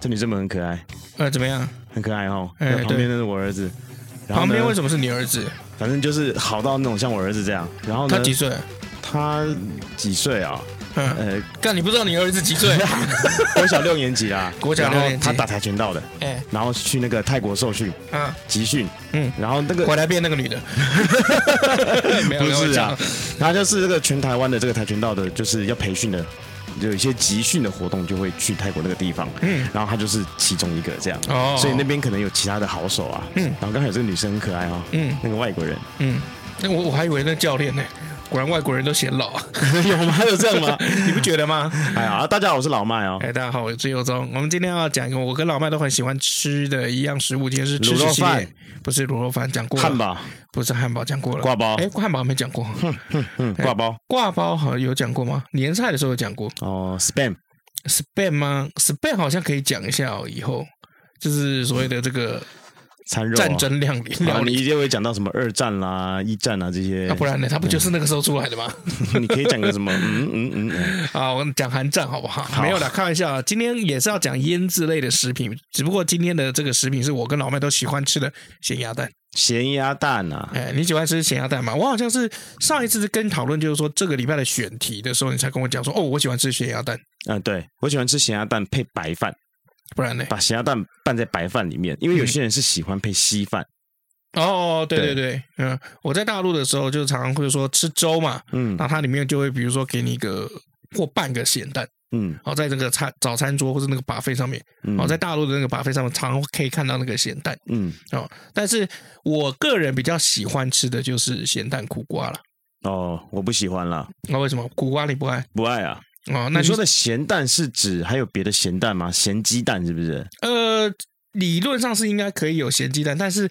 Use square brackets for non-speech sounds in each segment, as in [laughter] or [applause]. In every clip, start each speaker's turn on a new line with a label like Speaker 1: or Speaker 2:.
Speaker 1: 这女生们很可爱，
Speaker 2: 呃，怎么样？
Speaker 1: 很可爱哦。
Speaker 2: 哎
Speaker 1: 那旁
Speaker 2: 对
Speaker 1: 边那是我儿子，然后
Speaker 2: 旁
Speaker 1: 呢
Speaker 2: 边为什么是你儿子？
Speaker 1: 反正就是好到那种像我儿子这样。然后呢
Speaker 2: 他，几岁？
Speaker 1: 他几岁啊？
Speaker 2: 嗯， [laughs]
Speaker 1: 呃，
Speaker 2: 干，你不知道你儿子几 [laughs] 岁？，
Speaker 1: 国小六年级啦
Speaker 2: 国小
Speaker 1: 然后
Speaker 2: 六年级
Speaker 1: 他打跆拳道的，
Speaker 2: 哎，
Speaker 1: 然后去那个泰国受训
Speaker 2: 嗯
Speaker 1: 集训，
Speaker 2: 嗯，
Speaker 1: 然后那个
Speaker 2: 回来变那个女的。 [laughs] 没有
Speaker 1: 不是啊
Speaker 2: 开玩笑
Speaker 1: 他就是这个全台湾的这个跆拳道的，就是要培训的，有一些集训的活动就会去泰国那个地方，
Speaker 2: 嗯，
Speaker 1: 然后他就是其中一个这样，
Speaker 2: 哦，
Speaker 1: 所以那边可能有其他的好手啊，
Speaker 2: 嗯
Speaker 1: 然后刚才有这个女生很可爱哦，
Speaker 2: 嗯
Speaker 1: 那个外国人 [laughs]
Speaker 2: 嗯，那我我还以为那教练呢，果然外国人都显老，啊
Speaker 1: 有吗？有这样
Speaker 2: [laughs]
Speaker 1: 吗？
Speaker 2: 你不觉得吗？
Speaker 1: 哎呀，大家好，我是老麦哦，
Speaker 2: 哎，大家好，我是尤忠。我们今天要讲一个我跟老麦都很喜欢吃的一样食物，今天是吃
Speaker 1: 卤肉
Speaker 2: 食系列
Speaker 1: 饭，
Speaker 2: 不是卤肉饭，讲过了
Speaker 1: 汉，堡、
Speaker 2: 不是汉堡，讲过了。
Speaker 1: 挂包
Speaker 2: 哎，，汉堡还没讲过，
Speaker 1: 嗯，
Speaker 2: 哎
Speaker 1: 挂包
Speaker 2: 挂包好像有讲过吗？年菜的时候有讲过
Speaker 1: 哦，spam，
Speaker 2: ，span 吗？span 好像可以讲一下哦，以后就是所谓的这个
Speaker 1: 餐肉啊
Speaker 2: 战。争料理
Speaker 1: 然
Speaker 2: 料
Speaker 1: 后你
Speaker 2: 理。
Speaker 1: 一定会讲到什么二战啦、一战啊这些
Speaker 2: 那、，不然呢？他不就是那个时候出来的吗？
Speaker 1: [laughs] 你可以讲个什么？嗯嗯嗯嗯，
Speaker 2: 啊，我们讲韩战好不好？
Speaker 1: 好
Speaker 2: 没有啦，开玩笑啊。今天也是要讲腌制类的食品，只不过今天的这个食品是我跟老麦都喜欢吃的咸鸭蛋。
Speaker 1: 咸鸭蛋啊，
Speaker 2: 哎，你喜欢吃咸鸭蛋吗？我好像是上一次跟你讨论，就是说这个礼拜的选题的时候，你才跟我讲说，哦，我喜欢吃咸鸭蛋，
Speaker 1: 嗯，对我喜欢吃咸鸭蛋配白饭。
Speaker 2: 不然呢？
Speaker 1: 把咸鸭蛋拌在白饭里面，因为有些人是喜欢配稀饭，
Speaker 2: 哦，对对
Speaker 1: 对
Speaker 2: 对，嗯，我在大陆的时候就常常会说吃粥嘛，
Speaker 1: 嗯
Speaker 2: 那它里面就会比如说给你一个或半个咸蛋，
Speaker 1: 嗯
Speaker 2: 然后在这个餐早餐桌或者那个把费上面，
Speaker 1: 嗯，
Speaker 2: 哦，在大陆的那个把费上面，常常可以看到那个咸蛋。
Speaker 1: 嗯
Speaker 2: 哦，但是我个人比较喜欢吃的就是咸蛋苦瓜了。
Speaker 1: 哦，我不喜欢啦，
Speaker 2: 那、为什么苦瓜你不爱？
Speaker 1: 不爱啊。
Speaker 2: 哦，那
Speaker 1: 那
Speaker 2: 你
Speaker 1: 你说的咸蛋是指还有别的咸蛋吗？咸鸡蛋是不是？
Speaker 2: 呃，理论上是应该可以有咸鸡蛋，但是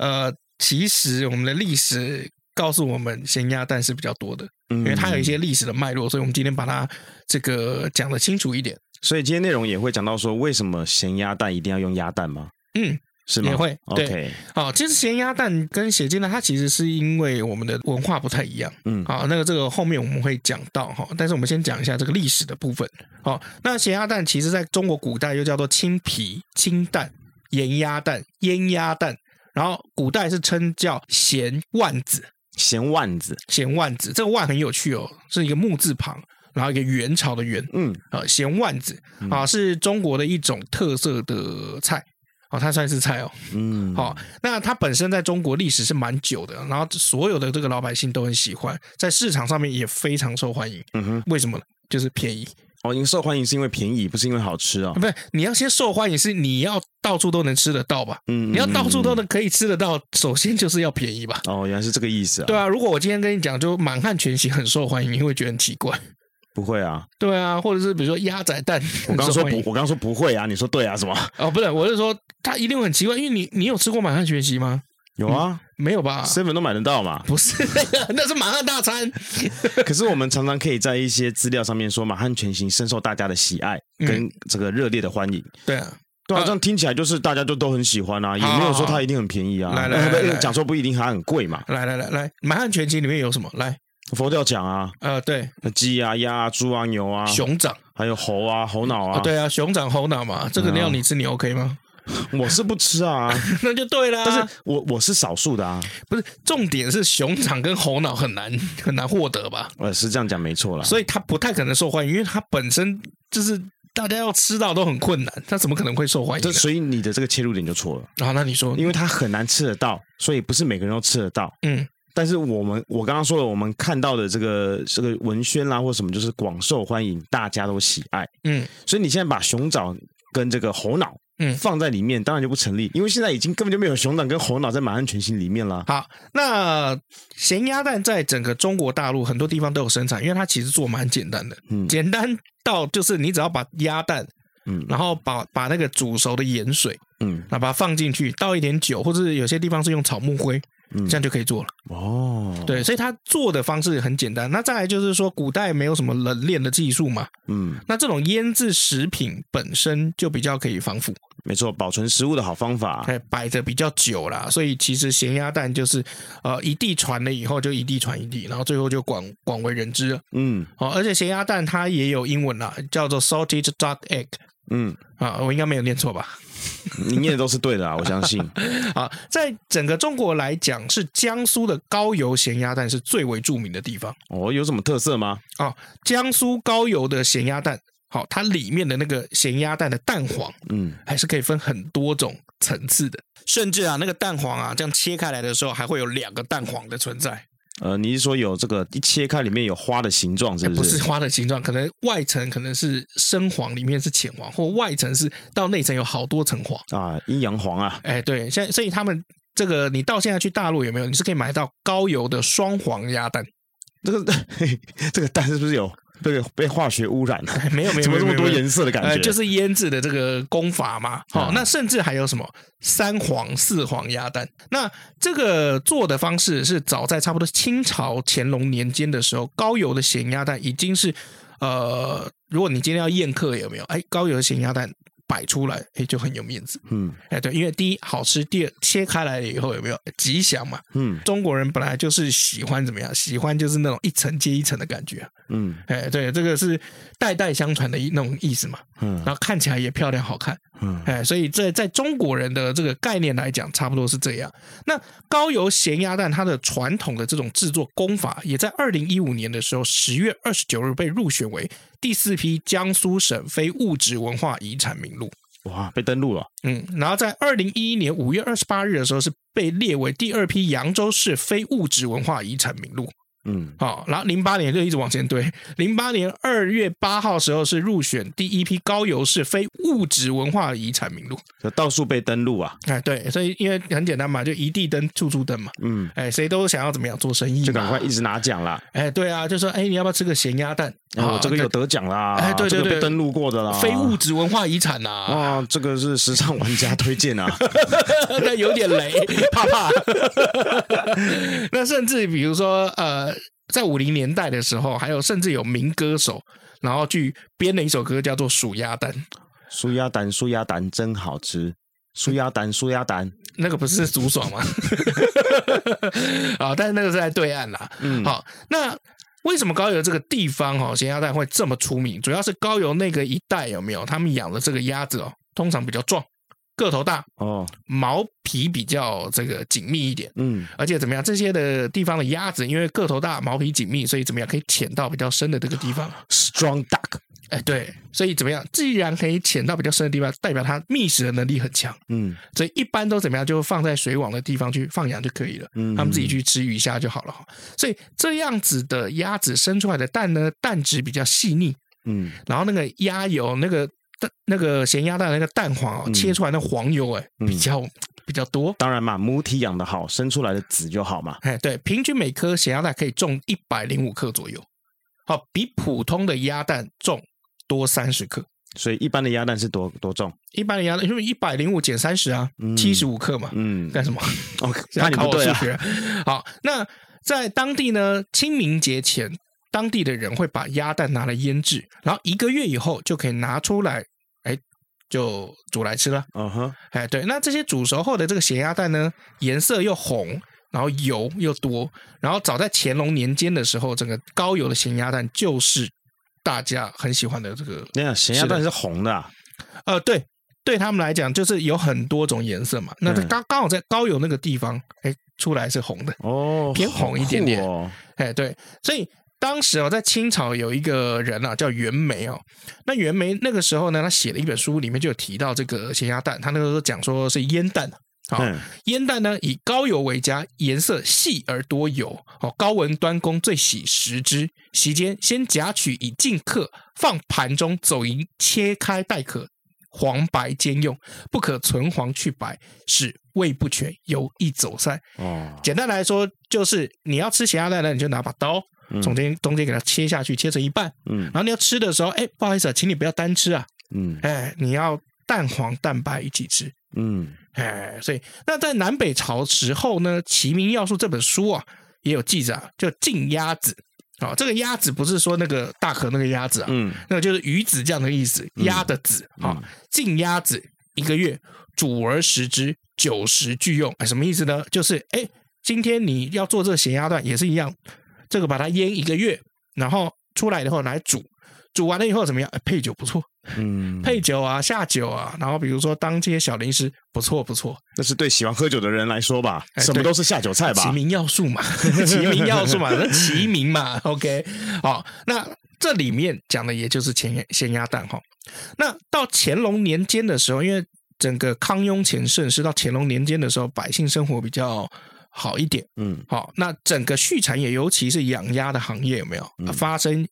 Speaker 2: 呃，其实我们的历史告诉我们咸鸭蛋是比较多的，
Speaker 1: 嗯，
Speaker 2: 因为它有一些历史的脉络，所以我们今天把它这个讲的清楚一点。
Speaker 1: 所以今天内容也会讲到说为什么咸鸭蛋一定要用鸭蛋吗？
Speaker 2: 嗯，
Speaker 1: 是吗？
Speaker 2: 也会对
Speaker 1: OK，
Speaker 2: 哦，其实咸鸭蛋跟咸鸡蛋，它其实是因为我们的文化不太一样。
Speaker 1: 嗯
Speaker 2: 好，那个这个后面我们会讲到哈，但是我们先讲一下这个历史的部分。好，那咸鸭蛋其实在中国古代又叫做青皮、清蛋、盐鸭蛋、腌鸭蛋，然后古代是称叫咸万子、
Speaker 1: 咸腕子，
Speaker 2: 咸万子。这个万很有趣哦，是一个木字旁，然后一个元朝的元，
Speaker 1: 嗯
Speaker 2: 呃，咸万子啊，是中国的一种特色的菜。哦，它算是菜哦。
Speaker 1: 嗯，
Speaker 2: 好、那它本身在中国历史是蛮久的，然后所有的这个老百姓都很喜欢，在市场上面也非常受欢迎。
Speaker 1: 嗯哼，
Speaker 2: 为什么呢？就是便宜，
Speaker 1: 哦，因为受欢迎是因为便宜，不是因为好吃哦
Speaker 2: 啊。不是你要先受欢迎，是你要到处都能吃得到吧？
Speaker 1: 嗯，
Speaker 2: 你要到处都
Speaker 1: 嗯
Speaker 2: 能可以吃得到，首先就是要便宜吧？
Speaker 1: 嗯哦，原来是这个意思啊。
Speaker 2: 对，啊，如果我今天跟你讲，就满汉全席很受欢迎，你会觉得很奇怪。
Speaker 1: 不会啊，
Speaker 2: 对啊，或者是比如说鸭仔蛋，
Speaker 1: 我刚说
Speaker 2: 很受欢
Speaker 1: 不，
Speaker 2: 迎
Speaker 1: 我刚说不会啊，你说对啊，什么？
Speaker 2: 哦，不是，我是说它一定会很奇怪，因为你你有吃过满汉全席吗？
Speaker 1: 有啊，
Speaker 2: 没有吧？
Speaker 1: seven 都买得到嘛。
Speaker 2: 不是 [laughs] 那个，那是满汉大餐。 [laughs]
Speaker 1: 可是我们常常可以在一些资料上面说，满汉全席深受大家的喜爱
Speaker 2: 嗯
Speaker 1: 跟这个热烈的欢迎。
Speaker 2: 对啊，
Speaker 1: 对啊，
Speaker 2: 啊
Speaker 1: 这样听起来就是大家就都很喜欢啊，也
Speaker 2: 好
Speaker 1: 没有说它一定很便宜啊。
Speaker 2: 好来来来来
Speaker 1: 呃讲说不一定它很贵嘛。
Speaker 2: 来来来来，满汉全席里面有什么？来，
Speaker 1: 佛教讲啊，
Speaker 2: 呃，对，
Speaker 1: 鸡啊、鸭啊、猪啊、牛啊，
Speaker 2: 熊掌
Speaker 1: 还有猴啊、猴脑
Speaker 2: 啊，
Speaker 1: 啊。
Speaker 2: 对啊，熊掌猴脑嘛，这个料你吃，你 OK 吗？ [laughs]
Speaker 1: 我是不吃啊，
Speaker 2: 那就对啦。
Speaker 1: 但是我我是少数的啊。
Speaker 2: 不是重点是熊掌跟猴脑很难 [laughs] 很难获得吧，
Speaker 1: 呃，是这样讲没错啦。
Speaker 2: 所以它不太可能受欢迎，因为它本身就是大家要吃到都很困难，它怎么可能会受欢迎
Speaker 1: 这
Speaker 2: 呢？
Speaker 1: 所以你的这个切入点就错了，
Speaker 2: 好，那你说，
Speaker 1: 因为它很难吃得到，所以不是每个人都吃得到。
Speaker 2: 嗯
Speaker 1: 但是我们我刚刚说了，我们看到的这个这个文宣啦、或什么，就是广受欢迎，大家都喜爱。
Speaker 2: 嗯
Speaker 1: 所以你现在把熊掌跟这个猴脑
Speaker 2: 嗯
Speaker 1: 放在里面，当然就不成立，因为现在已经根本就没有熊掌跟猴脑在满汉全席里面啦。
Speaker 2: 好，那咸鸭蛋在整个中国大陆很多地方都有生产，因为它其实做蛮简单的，
Speaker 1: 嗯
Speaker 2: 简单到就是你只要把鸭蛋，
Speaker 1: 嗯
Speaker 2: 然后把把那个煮熟的盐水，
Speaker 1: 嗯
Speaker 2: 那把它放进去，倒一点酒，或者是有些地方是用草木灰，
Speaker 1: 嗯
Speaker 2: 这样就可以做了。
Speaker 1: 哦，
Speaker 2: 对，所以它做的方式很简单。那再来就是说，古代没有什么冷链的技术嘛，
Speaker 1: 嗯，
Speaker 2: 那这种腌制食品本身就比较可以防腐，
Speaker 1: 没错，保存食物的好方法。
Speaker 2: 哎，摆的比较久啦，所以其实咸鸭蛋就是呃一地传了以后就一地传一地，然后最后就广广为人知了。
Speaker 1: 嗯
Speaker 2: 哦，而且咸鸭蛋它也有英文啦，叫做 salted duck egg
Speaker 1: 嗯，
Speaker 2: 啊，我应该没有念错吧？
Speaker 1: 你念的都是对的啊，我相 [laughs] 信。
Speaker 2: 啊，在整个中国来讲，是江苏的高邮咸鸭蛋是最为著名的地方。
Speaker 1: 哦，有什么特色吗？
Speaker 2: 哦，江苏高邮的咸鸭蛋，好、它里面的那个咸鸭蛋的蛋黄
Speaker 1: 嗯，
Speaker 2: 还是可以分很多种层次的，甚至啊，那个蛋黄啊，这样切开来的时候，还会有两个蛋黄的存在，
Speaker 1: 呃，你是说有这个一切开里面有花的形状，是
Speaker 2: 哎不
Speaker 1: 哎不是？
Speaker 2: 是花的形状，可能外层可能是深黄，里面是浅黄，或外层是到内层有好多层黄。
Speaker 1: 啊，阴阳黄啊，
Speaker 2: 哎，对，现在所以他们这个，你到现在去大陆有没有？你是可以买到高邮的双黄鸭蛋。
Speaker 1: 这个这个蛋是不是有被被化学污染了、
Speaker 2: 哎没有没有，
Speaker 1: 怎么这
Speaker 2: 没
Speaker 1: 么
Speaker 2: 有
Speaker 1: 多
Speaker 2: 没有
Speaker 1: 颜色的感觉？
Speaker 2: 呃，就是腌制的这个功法嘛。好、
Speaker 1: 啊
Speaker 2: 那甚至还有什么三黄、四黄鸭蛋？那这个做的方式是早在差不多清朝乾隆年间的时候，高邮的咸鸭蛋已经是呃，如果你今天要宴客，有没有？哎，高邮的咸鸭蛋摆出来，哎，就很有面子。
Speaker 1: 嗯
Speaker 2: 哎，对，因为第一好吃，第二切开来了以后有没有吉祥嘛？
Speaker 1: 嗯
Speaker 2: 中国人本来就是喜欢怎么样？喜欢就是那种一层接一层的感觉。
Speaker 1: 嗯
Speaker 2: 哎，对，这个是代代相传的一那种意思嘛。
Speaker 1: 嗯
Speaker 2: 然后看起来也漂亮好看，
Speaker 1: 嗯
Speaker 2: 哎，所以这在中国人的这个概念来讲，差不多是这样。那高邮咸鸭蛋它的传统的这种制作工法，也在二零一五年的时候十月二十九日被入选为第四批江苏省非物质文化遗产名录。
Speaker 1: 哇，被登录了，
Speaker 2: 嗯，然后在二零一一年五月二十八日的时候，是被列为第二批扬州市非物质文化遗产名录。
Speaker 1: 嗯
Speaker 2: 好、然后零八年就一直往前堆，零八年二月八号时候是入选第一批高邮市非物质文化遗产名录。
Speaker 1: 就到处被登录啊，
Speaker 2: 哎，对，所以因为很简单嘛，就一地登，处处登嘛。
Speaker 1: 嗯，
Speaker 2: 哎，谁都想要怎么样做生意嘛，
Speaker 1: 就赶快一直拿奖啦。
Speaker 2: 哎，对啊，就说哎，你要不要吃个咸鸭蛋？
Speaker 1: 然哦后这个有得奖啦，
Speaker 2: 啊哎对对
Speaker 1: 这个
Speaker 2: 对
Speaker 1: 被登录过的啦，
Speaker 2: 非物质文化遗产呐、啊， [laughs]
Speaker 1: 啊，这个是时尚玩家推荐啊， [laughs]
Speaker 2: 那有点雷， [laughs] 怕怕。那甚至比如说呃，在五零年代的时候，还有甚至有名歌手，然后去编了一首歌叫做《数鸭蛋》。
Speaker 1: 酥鸭蛋，酥鸭蛋真好吃，酥鸭蛋，酥鸭蛋，
Speaker 2: 那个不是竹爽吗？ [laughs] 啊，但是那个是在对岸啦。
Speaker 1: 嗯，
Speaker 2: 好，那为什么高邮这个地方哦，咸鸭蛋会这么出名？主要是高邮那个一带有没有？他们养的这个鸭子哦，通常比较壮，个头大，
Speaker 1: 哦，
Speaker 2: 毛皮比较这个紧密一点。
Speaker 1: 嗯
Speaker 2: 而且怎么样？这些的地方的鸭子，因为个头大、毛皮紧密，所以怎么样可以潜到比较深的这个地方？
Speaker 1: ，strong duck，
Speaker 2: 哎，对，所以怎么样？既然可以潜到比较深的地方，代表它觅食的能力很强。
Speaker 1: 嗯
Speaker 2: 所以一般都怎么样，就放在水网的地方去放养就可以了，
Speaker 1: 嗯
Speaker 2: 他们自己去吃鱼虾就好了哈。所以这样子的鸭子生出来的蛋呢，蛋质比较细腻，
Speaker 1: 嗯，
Speaker 2: 然后那个鸭油那个蛋那个咸鸭蛋那个蛋黄、哦
Speaker 1: 嗯
Speaker 2: 切出来的黄油哎、
Speaker 1: 嗯
Speaker 2: 比较、比较多。
Speaker 1: 当然嘛，母体养的好，生出来的子就好嘛，
Speaker 2: 哎，对，平均每颗咸鸭蛋可以重一百零五克左右，好、比普通的鸭蛋重多三十克。
Speaker 1: 所以一般的鸭蛋是多多重？
Speaker 2: 一般的鸭蛋因为一百零五减三十啊
Speaker 1: 嗯，
Speaker 2: 七十五克嘛，
Speaker 1: 嗯，
Speaker 2: 干什么？
Speaker 1: 哦，
Speaker 2: [laughs] 要
Speaker 1: 怕你
Speaker 2: 考
Speaker 1: 不
Speaker 2: 我
Speaker 1: 对
Speaker 2: 数
Speaker 1: 啊，
Speaker 2: 学。好，那在当地呢，清明节前，当地的人会把鸭蛋拿来腌制，然后一个月以后就可以拿出来，哎，就煮来吃了。
Speaker 1: 嗯哼，
Speaker 2: 哎，对，那这些煮熟后的这个咸鸭蛋呢，颜色又红，然后油又多，然后早在乾隆年间的时候，整个高油的咸鸭蛋就是大家很喜欢的这个，
Speaker 1: 那哎咸鸭蛋是红的啊，
Speaker 2: 呃，对。对他们来讲，就是有很多种颜色嘛。那
Speaker 1: 嗯
Speaker 2: 刚刚好在高油那个地方，哎，出来是红的，
Speaker 1: 哦，
Speaker 2: 偏红一点点
Speaker 1: 好酷哦，
Speaker 2: 哎，对，所以当时哦，在清朝有一个人啊，叫袁枚哦。那袁枚那个时候呢，他写了一本书，里面就有提到这个咸鸭蛋，他那个时候讲说是腌蛋。好，
Speaker 1: 嗯
Speaker 2: 腌蛋呢以高油为佳，颜色细而多油。哦，高文端公最喜食之。席间先夹取以进客，放盘中，走一切开待客，黄白兼用，不可存黄去白，使味不全，油易走散。
Speaker 1: 哦，
Speaker 2: 简单来说，就是你要吃咸鸭蛋呢，你就拿把刀
Speaker 1: 嗯
Speaker 2: 从中中间给它切下去，切成一半。
Speaker 1: 嗯
Speaker 2: 然后你要吃的时候，哎，不好意思、啊，请你不要单吃啊，
Speaker 1: 嗯
Speaker 2: 哎，你要蛋黄蛋白一起吃。
Speaker 1: 嗯
Speaker 2: 哎，所以那在南北朝时候呢，《齐民要术》这本书啊，也有记载啊，叫禁鸭子。哦，这个鸭子不是说那个大壳那个鸭子啊，
Speaker 1: 嗯，
Speaker 2: 那个就是鱼子酱的意思，鸭的子啊、
Speaker 1: 嗯
Speaker 2: 禁鸭子一个月，煮而食之，酒食俱用。哎，什么意思呢？就是哎，今天你要做这个咸鸭蛋也是一样，这个把它腌一个月，然后出来以后来煮，煮完了以后怎么样？哎配酒不错，
Speaker 1: 嗯，
Speaker 2: 配酒啊，下酒啊，然后比如说当这些小零食，不错不错。
Speaker 1: 那是对喜欢喝酒的人来说吧，
Speaker 2: 哎
Speaker 1: 什么
Speaker 2: 对
Speaker 1: 都是下酒菜
Speaker 2: 齐
Speaker 1: 吧。
Speaker 2: 名要素
Speaker 1: [laughs]
Speaker 2: 嘛，齐名要素嘛，那齐名嘛，OK，好，那这里面讲的也就是咸咸鸭蛋哈。那到乾隆年间的时候，因为整个康雍乾盛世，到乾隆年间的时候，百姓生活比较好一点，
Speaker 1: 嗯
Speaker 2: 好，那整个畜产业，尤其是养鸭的行业，有没有、
Speaker 1: 嗯
Speaker 2: 发生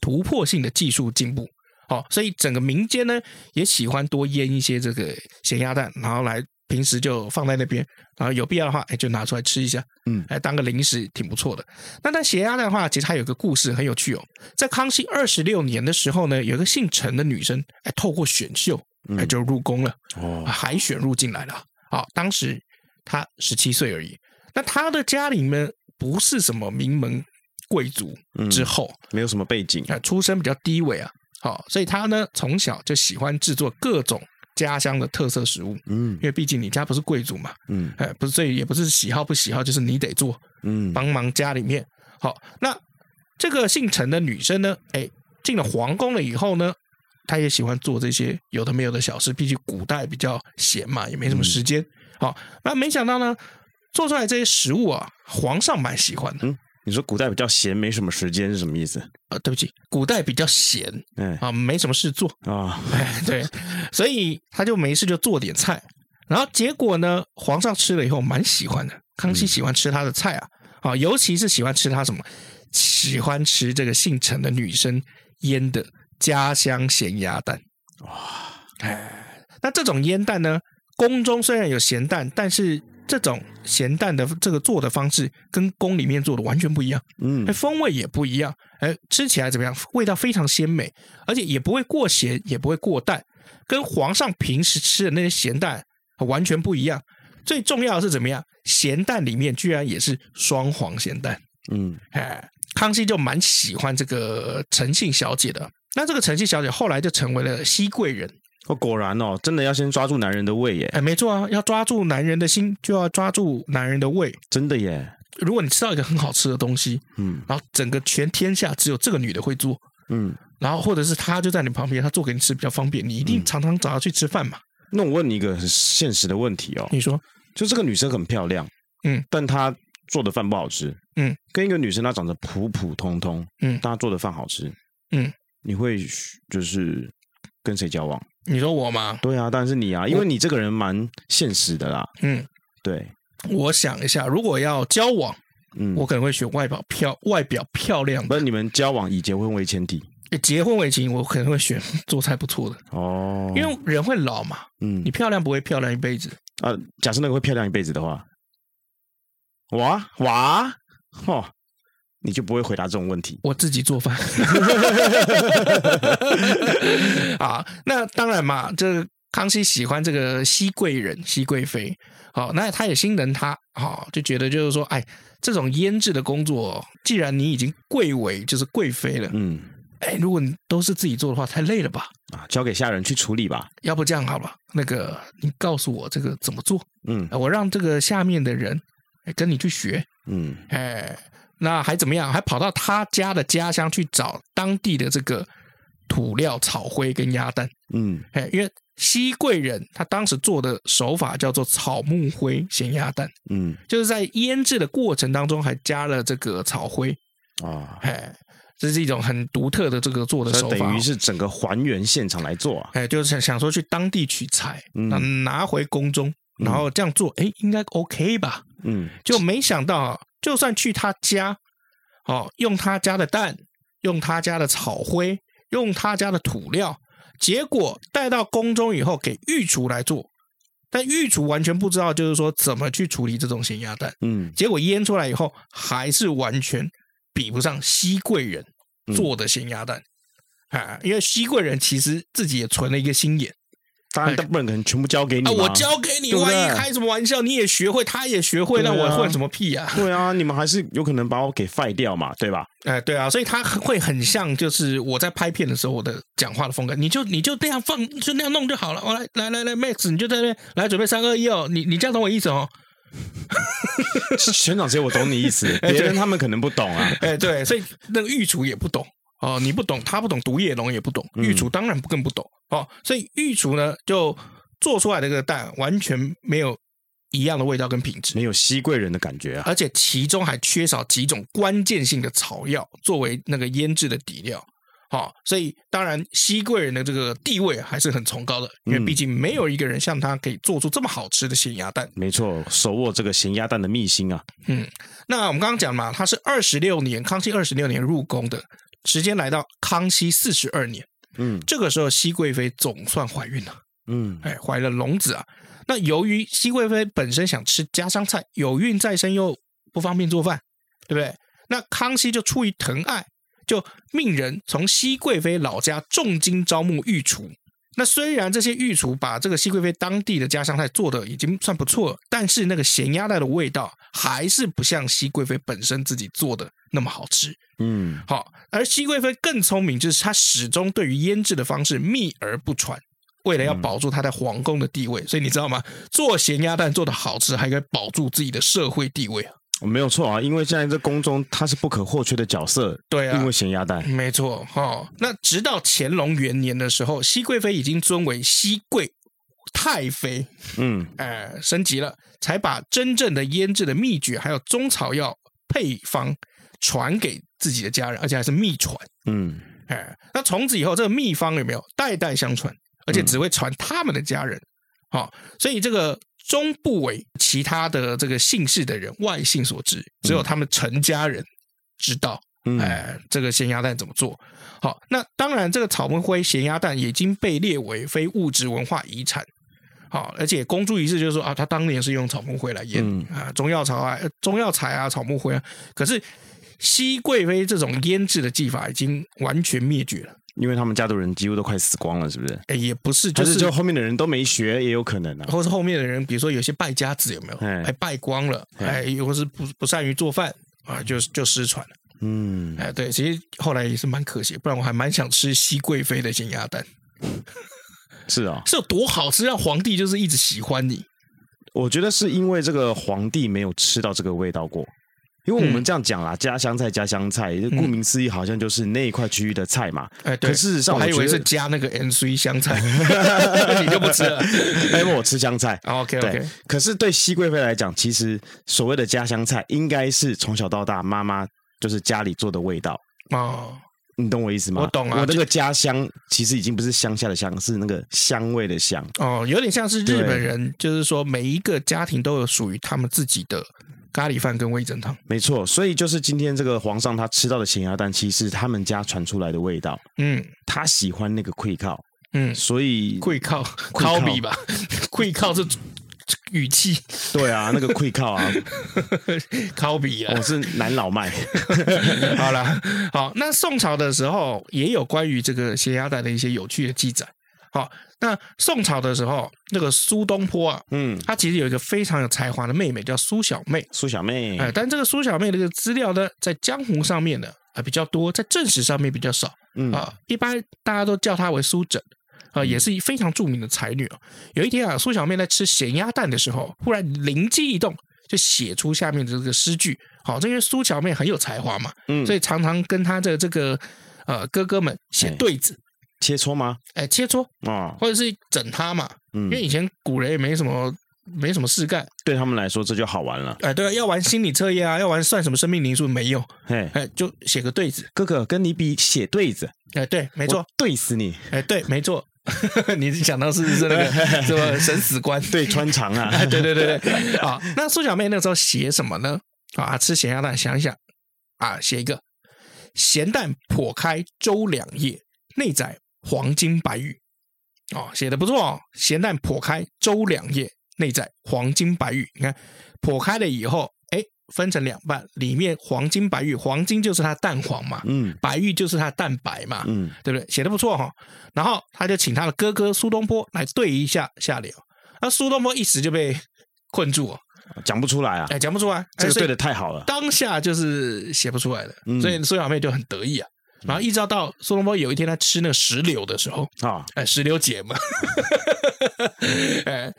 Speaker 2: 突破性的技术进步？好，所以整个民间呢也喜欢多腌一些这个咸鸭蛋，然后来平时就放在那边，然后有必要的话，哎，就拿出来吃一下，
Speaker 1: 嗯
Speaker 2: 哎，当个零食挺不错的。那但咸鸭蛋的话，其实还有个故事很有趣哦，在康熙二十六年的时候呢，有一个姓陈的女生，哎，透过选秀，哎，
Speaker 1: 嗯
Speaker 2: 就入宫了。
Speaker 1: 哦，
Speaker 2: 海选入进来了。好，当时他十七岁而已。那他的家里面不是什么名门贵族，
Speaker 1: 嗯
Speaker 2: 之后
Speaker 1: 没有什么背景
Speaker 2: 啊、出身比较低微啊。好，所以他呢从小就喜欢制作各种家乡的特色食物，
Speaker 1: 嗯
Speaker 2: 因为毕竟你家不是贵族嘛，
Speaker 1: 嗯
Speaker 2: 哎、不是，所以也不是喜好不喜好，就是你得做，
Speaker 1: 嗯
Speaker 2: 帮忙家里面。好，那这个姓陈的女生呢，哎，进了皇宫了以后呢，她也喜欢做这些有的没有的小事，毕竟古代比较闲嘛，也没什么时间。好，那没想到呢，做出来这些食物啊，皇上蛮喜欢的。
Speaker 1: 嗯，你说古代比较闲，没什么时间是什么意思？
Speaker 2: 呃，对不起，古代比较闲
Speaker 1: 哎
Speaker 2: 啊，没什么事做，
Speaker 1: 啊，
Speaker 2: 哎， [laughs] 对，所以他就没事就做点菜，然后结果呢，皇上吃了以后蛮喜欢的，康熙喜欢吃他的菜啊，啊、尤其是喜欢吃他什么，喜欢吃这个姓陈的女生腌的家乡咸鸭蛋，哇，哎，那这种腌蛋呢，宫中虽然有咸蛋，但是这种咸蛋的这个做的方式跟宫里面做的完全不一样。
Speaker 1: 嗯
Speaker 2: 哎，风味也不一样，哎，吃起来怎么样？味道非常鲜美，而且也不会过咸，也不会过淡，跟皇上平时吃的那些咸蛋完全不一样。最重要的是怎么样？咸蛋里面居然也是双黄咸蛋，
Speaker 1: 嗯
Speaker 2: 哎，康熙就蛮喜欢这个陈姓小姐的。那这个陈姓小姐后来就成为了熹贵人，
Speaker 1: 哦，果然哦，真的要先抓住男人的胃耶，
Speaker 2: 哎，没错啊，要抓住男人的心，就要抓住男人的胃。
Speaker 1: 真的耶，
Speaker 2: 如果你吃到一个很好吃的东西，
Speaker 1: 嗯
Speaker 2: 然后整个全天下只有这个女的会做，
Speaker 1: 嗯。
Speaker 2: 然后或者是他就在你旁边，他做给你吃比较方便，你一定常常找他去吃饭嘛。
Speaker 1: 那我问你一个很现实的问题哦，
Speaker 2: 你说，
Speaker 1: 就这个女生很漂亮，
Speaker 2: 嗯，
Speaker 1: 但她做的饭不好吃，
Speaker 2: 嗯，
Speaker 1: 跟一个女生她长得普普通通，
Speaker 2: 嗯
Speaker 1: 但她做的饭好吃，
Speaker 2: 嗯，
Speaker 1: 你会选就是跟谁交往？
Speaker 2: 你说我嘛，
Speaker 1: 对啊，当然是你啊，因为你这个人蛮现实的啦，
Speaker 2: 嗯，
Speaker 1: 对，
Speaker 2: 我想一下，如果要交往，
Speaker 1: 嗯，
Speaker 2: 我可能会选外表漂外表漂亮
Speaker 1: 不
Speaker 2: 的，
Speaker 1: 是你们交往以结婚为前提
Speaker 2: 结婚为情，我可能会选做菜不错的，
Speaker 1: 嗯哦，
Speaker 2: 因为人会老嘛，
Speaker 1: 嗯
Speaker 2: 你漂亮不会漂亮一辈子。
Speaker 1: 啊，假设那个会漂亮一辈子的话，哇哇哦，你就不会回答这种问题，
Speaker 2: 我自己做饭。啊，那当然嘛，这康熙喜欢这个熹贵人、熹贵妃，好、那他也心疼她，好、就觉得就是说，哎，这种腌制的工作，既然你已经贵为就是贵妃了，
Speaker 1: 嗯
Speaker 2: 哎，如果你都是自己做的话，太累了吧？
Speaker 1: 啊，交给下人去处理吧，
Speaker 2: 要不这样好了，那个你告诉我这个怎么做，哎
Speaker 1: 嗯
Speaker 2: 我让这个下面的人哎跟你去学，
Speaker 1: 嗯
Speaker 2: 哎，那还怎么样？还跑到他家的家乡去找当地的这个土料草灰跟鸭蛋。
Speaker 1: 嗯
Speaker 2: 哎，因为熹贵人他当时做的手法叫做草木灰咸鸭蛋，
Speaker 1: 嗯
Speaker 2: 就是在腌制的过程当中还加了这个草灰。
Speaker 1: 啊，
Speaker 2: 哎，这是一种很独特的这个做的手
Speaker 1: 所以
Speaker 2: 法哦
Speaker 1: 等于。是整个还原现场来做啊，
Speaker 2: 哎，就是想想说去当地取材，
Speaker 1: 嗯
Speaker 2: 那、拿回宫中，然后这样做，哎，应该 OK 吧？
Speaker 1: 嗯
Speaker 2: 就没想到啊，就算去他家，哦，用他家的蛋，用他家的草灰，用他家的土料，结果带到宫中以后给御厨来做，但御厨完全不知道就是说怎么去处理这种咸鸭蛋，
Speaker 1: 嗯
Speaker 2: 结果腌出来以后还是完全比不上熹贵人
Speaker 1: 嗯
Speaker 2: 做的咸鸭蛋。啊，因为熹贵人其实自己也存了一个心眼
Speaker 1: 当然，但不能可能全部交给你
Speaker 2: 啊，
Speaker 1: 嘛。
Speaker 2: 我教给
Speaker 1: 嗯
Speaker 2: 你，
Speaker 1: 对不
Speaker 2: 万
Speaker 1: 对
Speaker 2: 一开什么玩笑，你也学会，他也学会，那
Speaker 1: 对啊
Speaker 2: 我混什么屁呀、
Speaker 1: 对啊，你们还是有可能把我给废掉嘛，对吧？ [laughs]
Speaker 2: 哎，对啊，所以他会很像，就是我在拍片的时候我的讲话的风格，你就你就那样放，就那样弄就好了。我来来来来，Max，你就在那边来准备三二一哦，你你这样懂我意思哦。
Speaker 1: 全场只有我懂你意思，别人他们可能不懂啊。
Speaker 2: 哎，对，所以那个御厨也不懂哦，你不懂，他不懂，毒液龙也不懂，御厨当然更不懂哦。所以御厨呢，就做出来的这个蛋完全没有一样的味道跟品质，
Speaker 1: 没有熹贵人的感觉啊。
Speaker 2: 而且其中还缺少几种关键性的草药作为那个腌制的底料。好、所以当然熹贵人的这个地位还是很崇高的，因为
Speaker 1: 嗯
Speaker 2: 毕竟没有一个人像他可以做出这么好吃的咸鸭蛋。
Speaker 1: 没错，手握这个咸鸭蛋的秘辛啊，
Speaker 2: 那我们刚刚讲嘛，他是二十六年，康熙二十六年入宫的，时间来到康熙四十二年，
Speaker 1: 嗯
Speaker 2: 这个时候熹贵妃总算怀孕了。
Speaker 1: 嗯，
Speaker 2: 哎，怀了龙子啊。那由于熹贵妃本身想吃家乡菜，有孕在身又不方便做饭，对不对？那康熙就出于疼爱，就命人从熹贵妃老家重金招募御厨。那虽然这些御厨把这个熹贵妃当地的家乡菜做的已经算不错了，但是那个咸鸭蛋的味道还是不像熹贵妃本身自己做的那么好吃。
Speaker 1: 嗯
Speaker 2: 好，而熹贵妃更聪明，就是她始终对于腌制的方式秘而不传，为了
Speaker 1: 嗯
Speaker 2: 要保住她在皇宫的地位。所以你知道吗？做咸鸭蛋做的好吃，还可以保住自己的社会地位啊。
Speaker 1: 没有错啊，因为现在这宫中它是不可或缺的角色，
Speaker 2: 对啊
Speaker 1: 因为咸鸭蛋，
Speaker 2: 没错，哈、哦。那直到乾隆元年的时候，熹贵妃已经尊为熹贵太妃，
Speaker 1: 嗯
Speaker 2: 呃，升级了，才把真正的腌制的秘诀还有中草药配方传给自己的家人，而且还是秘传。
Speaker 1: 嗯，
Speaker 2: 哎，那从此以后，这个秘方有没有代代相传，而且只会传他们的家人？好、所以这个终不为其他的这个姓氏的人外姓所知，只有他们陈家人知道。
Speaker 1: 嗯
Speaker 2: 哎，这个咸鸭蛋怎么做？好，那当然，这个草木灰咸鸭蛋已经被列为非物质文化遗产。好，而且公诸于世，就是说啊，他当年是用草木灰来腌、
Speaker 1: 嗯
Speaker 2: 啊，中药草啊、呃中药材啊、草木灰啊。可是熹贵妃这种腌制的技法已经完全灭绝了，
Speaker 1: 因为他们家族人几乎都快死光了，是不是？
Speaker 2: 哎，也不是哦就
Speaker 1: 就是是就后面的人都没学，也有可能啊。
Speaker 2: 或是后面的人，比如说有些败家子有没有，
Speaker 1: 哎
Speaker 2: 哎，败光了，哎，或是不不善于做饭啊，就就失传了。
Speaker 1: 嗯，
Speaker 2: 哎，对，其实后来也是蛮可惜，不然我还蛮想吃熹贵妃的咸鸭蛋，
Speaker 1: 是啊，
Speaker 2: 是有多好吃，让皇帝就是一直喜欢你。
Speaker 1: 我觉得是因为这个皇帝没有吃到这个味道过。因为我们
Speaker 2: 嗯
Speaker 1: 这样讲啦，啊家乡菜，家乡菜，顾名思义，好像就是那一块区域的菜嘛。
Speaker 2: 哎，对，
Speaker 1: 可事实上
Speaker 2: 我还以
Speaker 1: 觉
Speaker 2: 为
Speaker 1: 得
Speaker 2: 是加那个 N C 香 [laughs] 菜，你就不吃了。哦
Speaker 1: 哎，因为我吃香菜。
Speaker 2: OK
Speaker 1: 对
Speaker 2: OK，
Speaker 1: 可是对熹贵妃来讲，其实所谓的家乡菜，应该是从小到大妈妈就是家里做的味道，
Speaker 2: 哦，
Speaker 1: 你懂我意思吗？
Speaker 2: 我懂啊
Speaker 1: 我那个家乡其实已经不是乡下的乡，是那个香味的香。
Speaker 2: 哦，有点像是日本
Speaker 1: 对
Speaker 2: 人，就是说每一个家庭都有属于他们自己的咖喱饭跟味噌汤。
Speaker 1: 没错，所以就是今天这个皇上他吃到的咸鸭蛋，其实是他们家传出来的味道。
Speaker 2: 嗯
Speaker 1: 他喜欢那个溃靠，
Speaker 2: 嗯，
Speaker 1: 所以
Speaker 2: 跪靠
Speaker 1: 靠
Speaker 2: 靠比吧，跪靠是语气，
Speaker 1: 对啊，那个溃靠啊，
Speaker 2: 靠比啊
Speaker 1: 我。是男老
Speaker 2: [laughs]
Speaker 1: 麦。
Speaker 2: 好了，好，那宋朝的时候也有关于这个咸鸭蛋的一些有趣的记载。好，那宋朝的时候，那个苏东坡啊，
Speaker 1: 嗯，
Speaker 2: 他其实有一个非常有才华的妹妹叫苏小妹。
Speaker 1: 苏小妹，
Speaker 2: 哎，但这个苏小妹的这个资料呢，在江湖上面呢，啊比较多，在正史上面比较少
Speaker 1: 嗯
Speaker 2: 啊。一般大家都叫她为苏枕啊，也是一非常著名的才女哦。有一天啊，苏小妹在吃咸鸭蛋的时候，忽然灵机一动，就写出下面的这个诗句。好，这因为苏小妹很有才华嘛，
Speaker 1: 嗯
Speaker 2: 所以常常跟她的这个呃哥哥们写
Speaker 1: 哎
Speaker 2: 对子，
Speaker 1: 切磋吗？
Speaker 2: 哎切磋
Speaker 1: 啊，
Speaker 2: 或者是整她嘛，
Speaker 1: 嗯
Speaker 2: 因为，以前古人也没什么没什么事干，
Speaker 1: 对他们来说这就好玩了。
Speaker 2: 哎对啊，要玩心理测验啊，要玩算什么生命灵数没有。
Speaker 1: 嘿，
Speaker 2: 哎，就写个对子。
Speaker 1: 哥哥跟你比写对子，
Speaker 2: 哎，对，没
Speaker 1: 没
Speaker 2: 错，，
Speaker 1: 对死你，
Speaker 2: [laughs] 哎，对，没错。你是想到是是那个什么神死官？
Speaker 1: 对穿肠啊，
Speaker 2: 哎， [laughs] 对对对对。啊，那苏小妹那时候写什么呢？啊，吃咸鸭蛋，想一想啊，写一个咸蛋破开周两叶，内载黄金白玉。哦，写的不错哦。咸蛋剖开，周两叶，内在黄金白玉。你看，剖开了以后，哎，分成两半，里面黄金白玉，黄金就是它蛋黄嘛，
Speaker 1: 嗯
Speaker 2: 白玉就是它蛋白嘛，
Speaker 1: 嗯，
Speaker 2: 对不对？写的不错哈、然后他就请他的哥哥苏东坡来对一下下联哦。那苏东坡一时就被困住哦，
Speaker 1: 讲不出来啊，
Speaker 2: 哎，讲不出来，哎
Speaker 1: 这个
Speaker 2: 所以
Speaker 1: 对的太好了，
Speaker 2: 当下就是写不出来的，
Speaker 1: 嗯
Speaker 2: 所以苏小妹就很得意啊。然后一直到苏东坡有一天他吃那个石榴的时候，
Speaker 1: 啊，
Speaker 2: 哎，石榴姐嘛， [laughs] 哎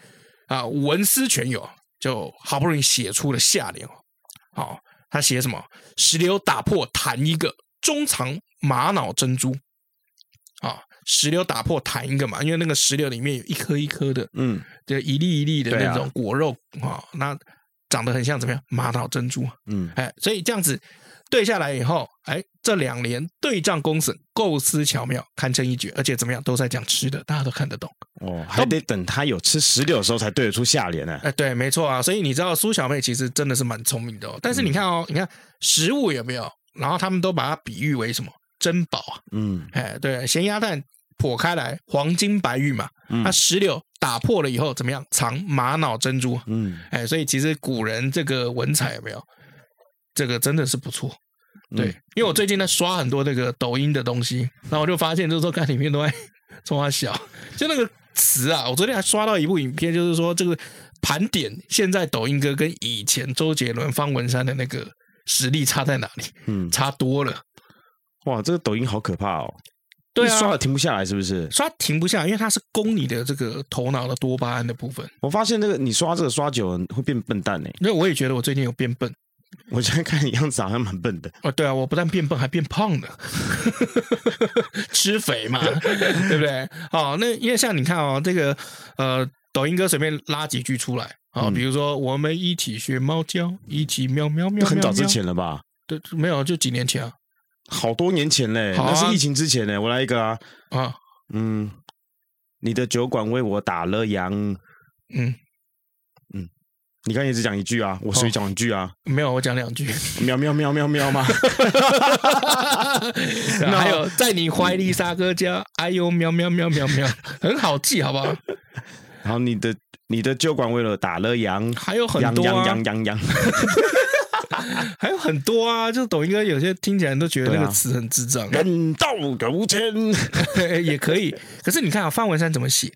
Speaker 2: 啊，文思泉涌，就好不容易写出了下联哦。好、他写什么？石榴打破弹一个，中藏玛瑙珍珠。啊，石榴打破弹一个嘛，因为那个石榴里面有一颗一颗的，
Speaker 1: 嗯，
Speaker 2: 就一粒一粒的
Speaker 1: 对啊
Speaker 2: 那种果肉啊、那长得很像怎么样？玛瑙珍珠啊。
Speaker 1: 嗯
Speaker 2: 哎，所以这样子对下来以后，哎，这两联对仗工整，构思巧妙，堪称一绝。而且怎么样，都在讲吃的，大家都看得懂。
Speaker 1: 哦，还得等他有吃石榴的时候才对得出下联呢。
Speaker 2: 哎，对，没错啊。所以你知道苏小妹其实真的是蛮聪明的哦。但
Speaker 1: 嗯
Speaker 2: 是你看哦，你看食物有没有？然后他们都把它比喻为什么珍宝啊？
Speaker 1: 嗯
Speaker 2: 哎，对，咸鸭蛋剖开来，黄金白玉嘛。
Speaker 1: 嗯
Speaker 2: 那石榴打破了以后怎么样？藏玛瑙珍珠。
Speaker 1: 嗯，
Speaker 2: 哎，所以其实古人这个文采有没有？这个真的是不错。
Speaker 1: 嗯
Speaker 2: 对，因为我最近在刷很多那个抖音的东西，然后我就发现，就是说看里面都在冲他笑，就那个词啊，我昨天还刷到一部影片，就是说这个盘点现在抖音歌跟以前周杰伦、方文山的那个实力差在哪里，
Speaker 1: 嗯，
Speaker 2: 差多了。
Speaker 1: 哇，这个抖音好可怕哦！
Speaker 2: 对
Speaker 1: 一刷
Speaker 2: 啊，
Speaker 1: 了停不下来，是不是？
Speaker 2: 刷停不下，因为它是攻你的这个头脑的多巴胺的部分。
Speaker 1: 我发现这个你刷这个刷久了会变笨蛋呢。
Speaker 2: 因为我也觉得我最近有变笨
Speaker 1: 我现在看你样子好像蛮笨的，
Speaker 2: 哦，对啊，我不但变笨，还变胖了， [laughs] 吃肥嘛，对不对？哦，那因为像你看哦，这个呃，抖音哥随便拉几句出来。哦，
Speaker 1: 嗯
Speaker 2: 比如说我们一起学猫叫，一起喵喵
Speaker 1: 都
Speaker 2: 喵喵
Speaker 1: 很早
Speaker 2: 喵
Speaker 1: 之，前了吧？
Speaker 2: 对，没有，就几年前啊
Speaker 1: 好多年前嘞，
Speaker 2: 好啊
Speaker 1: 那是疫情之前嘞。我来一个啊，
Speaker 2: 啊，
Speaker 1: 嗯，你的酒馆为我打了烊。嗯
Speaker 2: 嗯，
Speaker 1: 你刚才也只讲一句啊，我随
Speaker 2: 哦
Speaker 1: 讲一句啊，
Speaker 2: 没有，我讲两
Speaker 1: [laughs]
Speaker 2: 句，
Speaker 1: 喵喵喵喵喵 [laughs] 嘛。
Speaker 2: 然后还有在你怀里沙哥家，哎呦喵喵喵喵喵，很好记，好不好？
Speaker 1: 然后你的你的酒馆为了打了烊，
Speaker 2: 还有很
Speaker 1: 羊
Speaker 2: 多
Speaker 1: 羊
Speaker 2: 啊，
Speaker 1: 羊羊羊，
Speaker 2: [laughs] 还有很多啊，就是抖音哥有些听起来都觉得那
Speaker 1: 对
Speaker 2: 个
Speaker 1: 啊
Speaker 2: 词很智障，
Speaker 1: 人到如千。
Speaker 2: [laughs] 也可以。可是你看啊，方文山怎么写？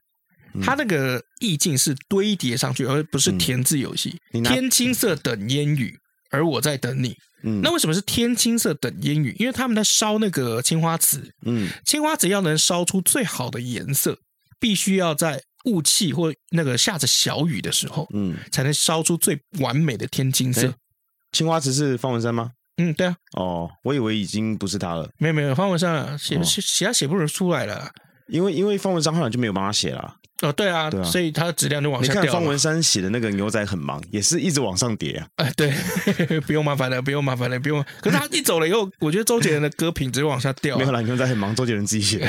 Speaker 1: 嗯
Speaker 2: 他那个意境是堆叠上去，而不是填字游戏。
Speaker 1: 你拿
Speaker 2: 天青色等烟雨，而我在等你。
Speaker 1: 嗯
Speaker 2: 那为什么是天青色等烟雨？因为他们在烧那个青花瓷，
Speaker 1: 嗯
Speaker 2: 青花瓷要能烧出最好的颜色，必须要在雾气或那个下着小雨的时候，
Speaker 1: 嗯，
Speaker 2: 才能烧出最完美的天青色
Speaker 1: 诶。青花瓷是方文山吗？
Speaker 2: 嗯，对啊，
Speaker 1: 哦，我以为已经不是他了，
Speaker 2: 没有没有，方文山啊写
Speaker 1: 哦
Speaker 2: 写写他写不出来了。
Speaker 1: 因为因为方文山后来就没有帮他写了。
Speaker 2: 哦，对啊，
Speaker 1: 对啊
Speaker 2: 所以它的质量就往
Speaker 1: 你
Speaker 2: 哦下
Speaker 1: 看
Speaker 2: 掉了嘛。
Speaker 1: 方文山写的那个牛仔很忙，也是一直往上叠啊。
Speaker 2: 哎，对， [laughs] 不用麻烦了，不用麻烦了，不用。可是他一走了以后，我觉得周杰伦的歌品质往下掉
Speaker 1: 没有
Speaker 2: 了。
Speaker 1: 啦，牛仔很忙，周杰伦自己写的。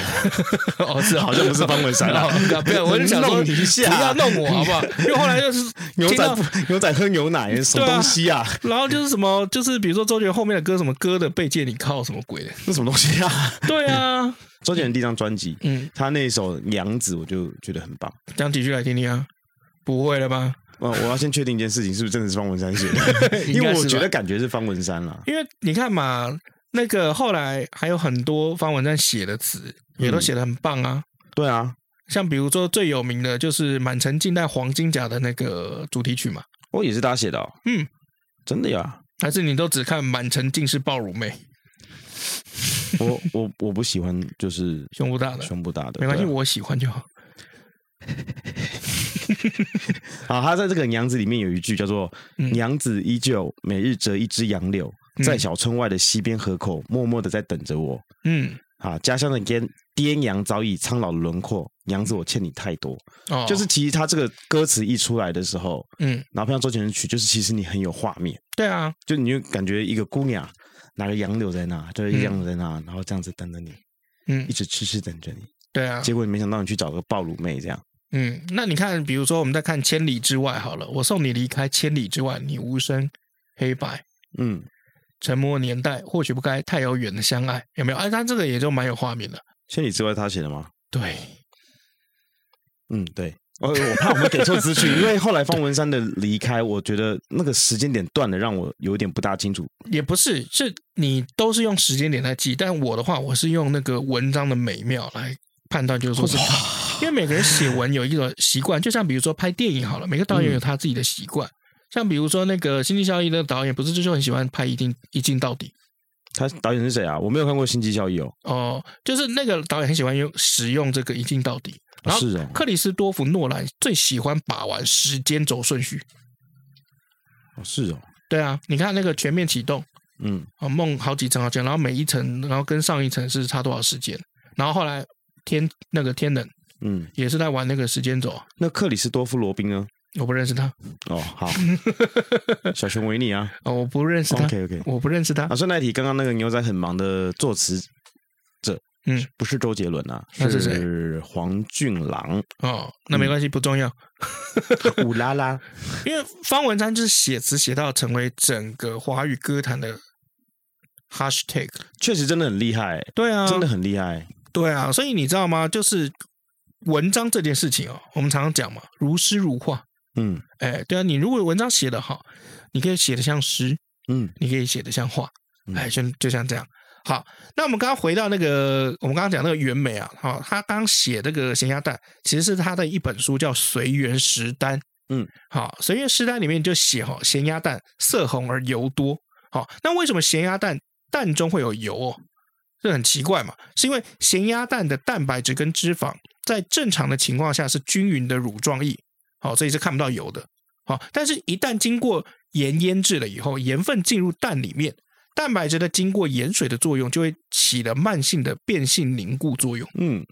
Speaker 2: 哦，是啊
Speaker 1: [laughs] 好
Speaker 2: [laughs]
Speaker 1: 像不是方文山啊
Speaker 2: 哦不要，我就想说，
Speaker 1: [laughs] 弄你一下
Speaker 2: 不要弄我好不好？因为后来就是
Speaker 1: 牛
Speaker 2: 听到
Speaker 1: 仔牛仔喝牛奶，什么
Speaker 2: [laughs] 对啊
Speaker 1: 东西啊？ [laughs]
Speaker 2: 然后就是什么，就是比如说周杰伦后面的歌，什么歌的背借你靠什么
Speaker 1: [laughs]
Speaker 2: 鬼的？
Speaker 1: 那什么东西啊？ [laughs]
Speaker 2: 对啊，
Speaker 1: 周杰伦第一张专辑，
Speaker 2: 嗯，
Speaker 1: 他那首《娘子》，我就觉得很棒。
Speaker 2: 讲几句来听听啊。不会了吧？
Speaker 1: 我我要先确定一件事情，是不是真的是方文山写的？
Speaker 2: [laughs]
Speaker 1: 因
Speaker 2: 应该是吧
Speaker 1: 为我觉得感觉是方文山啦。
Speaker 2: 因为你看嘛，那个后来还有很多方文山写的词，也都写的很棒啊。
Speaker 1: 对啊，
Speaker 2: 像比如说最有名的就是《满城尽带黄金甲》的那个主题曲嘛，
Speaker 1: 哦，也是他写的、哦。
Speaker 2: 嗯，
Speaker 1: 真的呀。
Speaker 2: 还是你都只看《满城尽是爆乳妹
Speaker 1: 我 [laughs] 我我不喜欢就是》
Speaker 2: 胸部大的？
Speaker 1: 胸部大的，
Speaker 2: 没关系，
Speaker 1: 对啊
Speaker 2: 我喜欢就好。
Speaker 1: 好，他在这个《娘子》里面有一句叫做“
Speaker 2: 嗯
Speaker 1: 娘子依旧，每日折一枝杨柳，
Speaker 2: 嗯
Speaker 1: 在小村外的溪边河口，默默的在等着我。
Speaker 2: 嗯，
Speaker 1: 啊，家乡的颠颠阳早已苍老了轮廓，娘子，我欠你太多。
Speaker 2: 哦，
Speaker 1: 就是其实他这个歌词一出来的时候，
Speaker 2: 嗯，
Speaker 1: 然后配上周杰伦的曲，就是其实你很有画面，
Speaker 2: 对啊，
Speaker 1: 就你就感觉一个姑娘拿着杨柳在那，就是一样在那，然后这样子等着你，
Speaker 2: 嗯
Speaker 1: 一，直痴痴等着你。
Speaker 2: 对啊，
Speaker 1: 结果你没想到你去找个暴乳妹这样。
Speaker 2: 嗯。那你看，比如说我们在看《千里之外》好了，我送你离开千里之外，你无声黑白。
Speaker 1: 嗯，
Speaker 2: 沉默年代，或许不该太遥远的啊相爱，有没有？哎，他这个也就蛮有画面的。
Speaker 1: 千里之外他写的吗？
Speaker 2: 对，
Speaker 1: 嗯， [laughs] 对，我我怕我们给错资讯，因为后来方文山的离开，我觉得那个时间点断了，让我有点不大清楚。
Speaker 2: 也不是，是你都是用时间点来记，但我的话，我是用那个文章的美妙来判断，就是说是他，因为每个人写文有一种习惯，就像比如说拍电影好了，每个导
Speaker 1: 嗯
Speaker 2: 演有他自己的习惯。像比如说那个《星际效应》的导演，不是就是很喜欢拍一镜一镜到底
Speaker 1: 他导演是谁啊？我没有看过《星际效益》哦，
Speaker 2: 哦、就是那个导演很喜欢用使用这个一镜到底。然后
Speaker 1: 是哦
Speaker 2: 克里斯多夫诺兰最喜欢把玩时间轴顺序。
Speaker 1: 哦是哦，
Speaker 2: 对啊，你看那个全面启动，
Speaker 1: 嗯，
Speaker 2: 啊，梦好几层好几层，然后每一层，然后跟上一层是差多少时间，然后后来天那个天冷
Speaker 1: 嗯，
Speaker 2: 也是在玩那个时间轴，
Speaker 1: 那克里斯多夫罗宾呢？
Speaker 2: 我不认识他，
Speaker 1: 哦，
Speaker 2: [laughs]
Speaker 1: 好，小熊维尼啊
Speaker 2: 哦，我不认识他
Speaker 1: ，OK OK。
Speaker 2: 我不认识他
Speaker 1: 啊，，顺带提，刚刚那个牛仔很忙的作词者，
Speaker 2: 嗯，
Speaker 1: 不是周杰伦啊，
Speaker 2: 那是谁
Speaker 1: 是黄俊
Speaker 2: [laughs]
Speaker 1: 郎，
Speaker 2: 哦，那没关系，不重要，
Speaker 1: 乌拉拉，
Speaker 2: 因为方文山就是写词写到成为整个华语歌坛的 hashtag，
Speaker 1: 确实真的很厉害，
Speaker 2: 对啊，
Speaker 1: 真的很厉害，
Speaker 2: 对啊，所以你知道吗？就是文章这件事情哦，我们常常讲嘛，如诗如画，
Speaker 1: 嗯
Speaker 2: 哎，对啊，你如果文章写得好，你可以写得像诗，
Speaker 1: 嗯
Speaker 2: 你可以写得像画，
Speaker 1: 嗯
Speaker 2: 哎，就就像这样。好，那我们刚刚回到那个，我们刚刚讲那个袁枚啊，好、他刚刚写那个咸鸭蛋，其实是他的一本书叫《随园食单》。
Speaker 1: 嗯，
Speaker 2: 好，《随园食单》里面就写哈、咸鸭蛋色红而油多。好、那为什么咸鸭蛋蛋中会有油哦？这很奇怪嘛，是因为咸鸭蛋的蛋白质跟脂肪在正常的情况下是均匀的乳状液，好、所以是看不到油的。好、但是一旦经过盐腌制了以后，盐分进入蛋里面，蛋白质的经过盐水的作用，就会起了慢性的变性凝固作用。
Speaker 1: 嗯，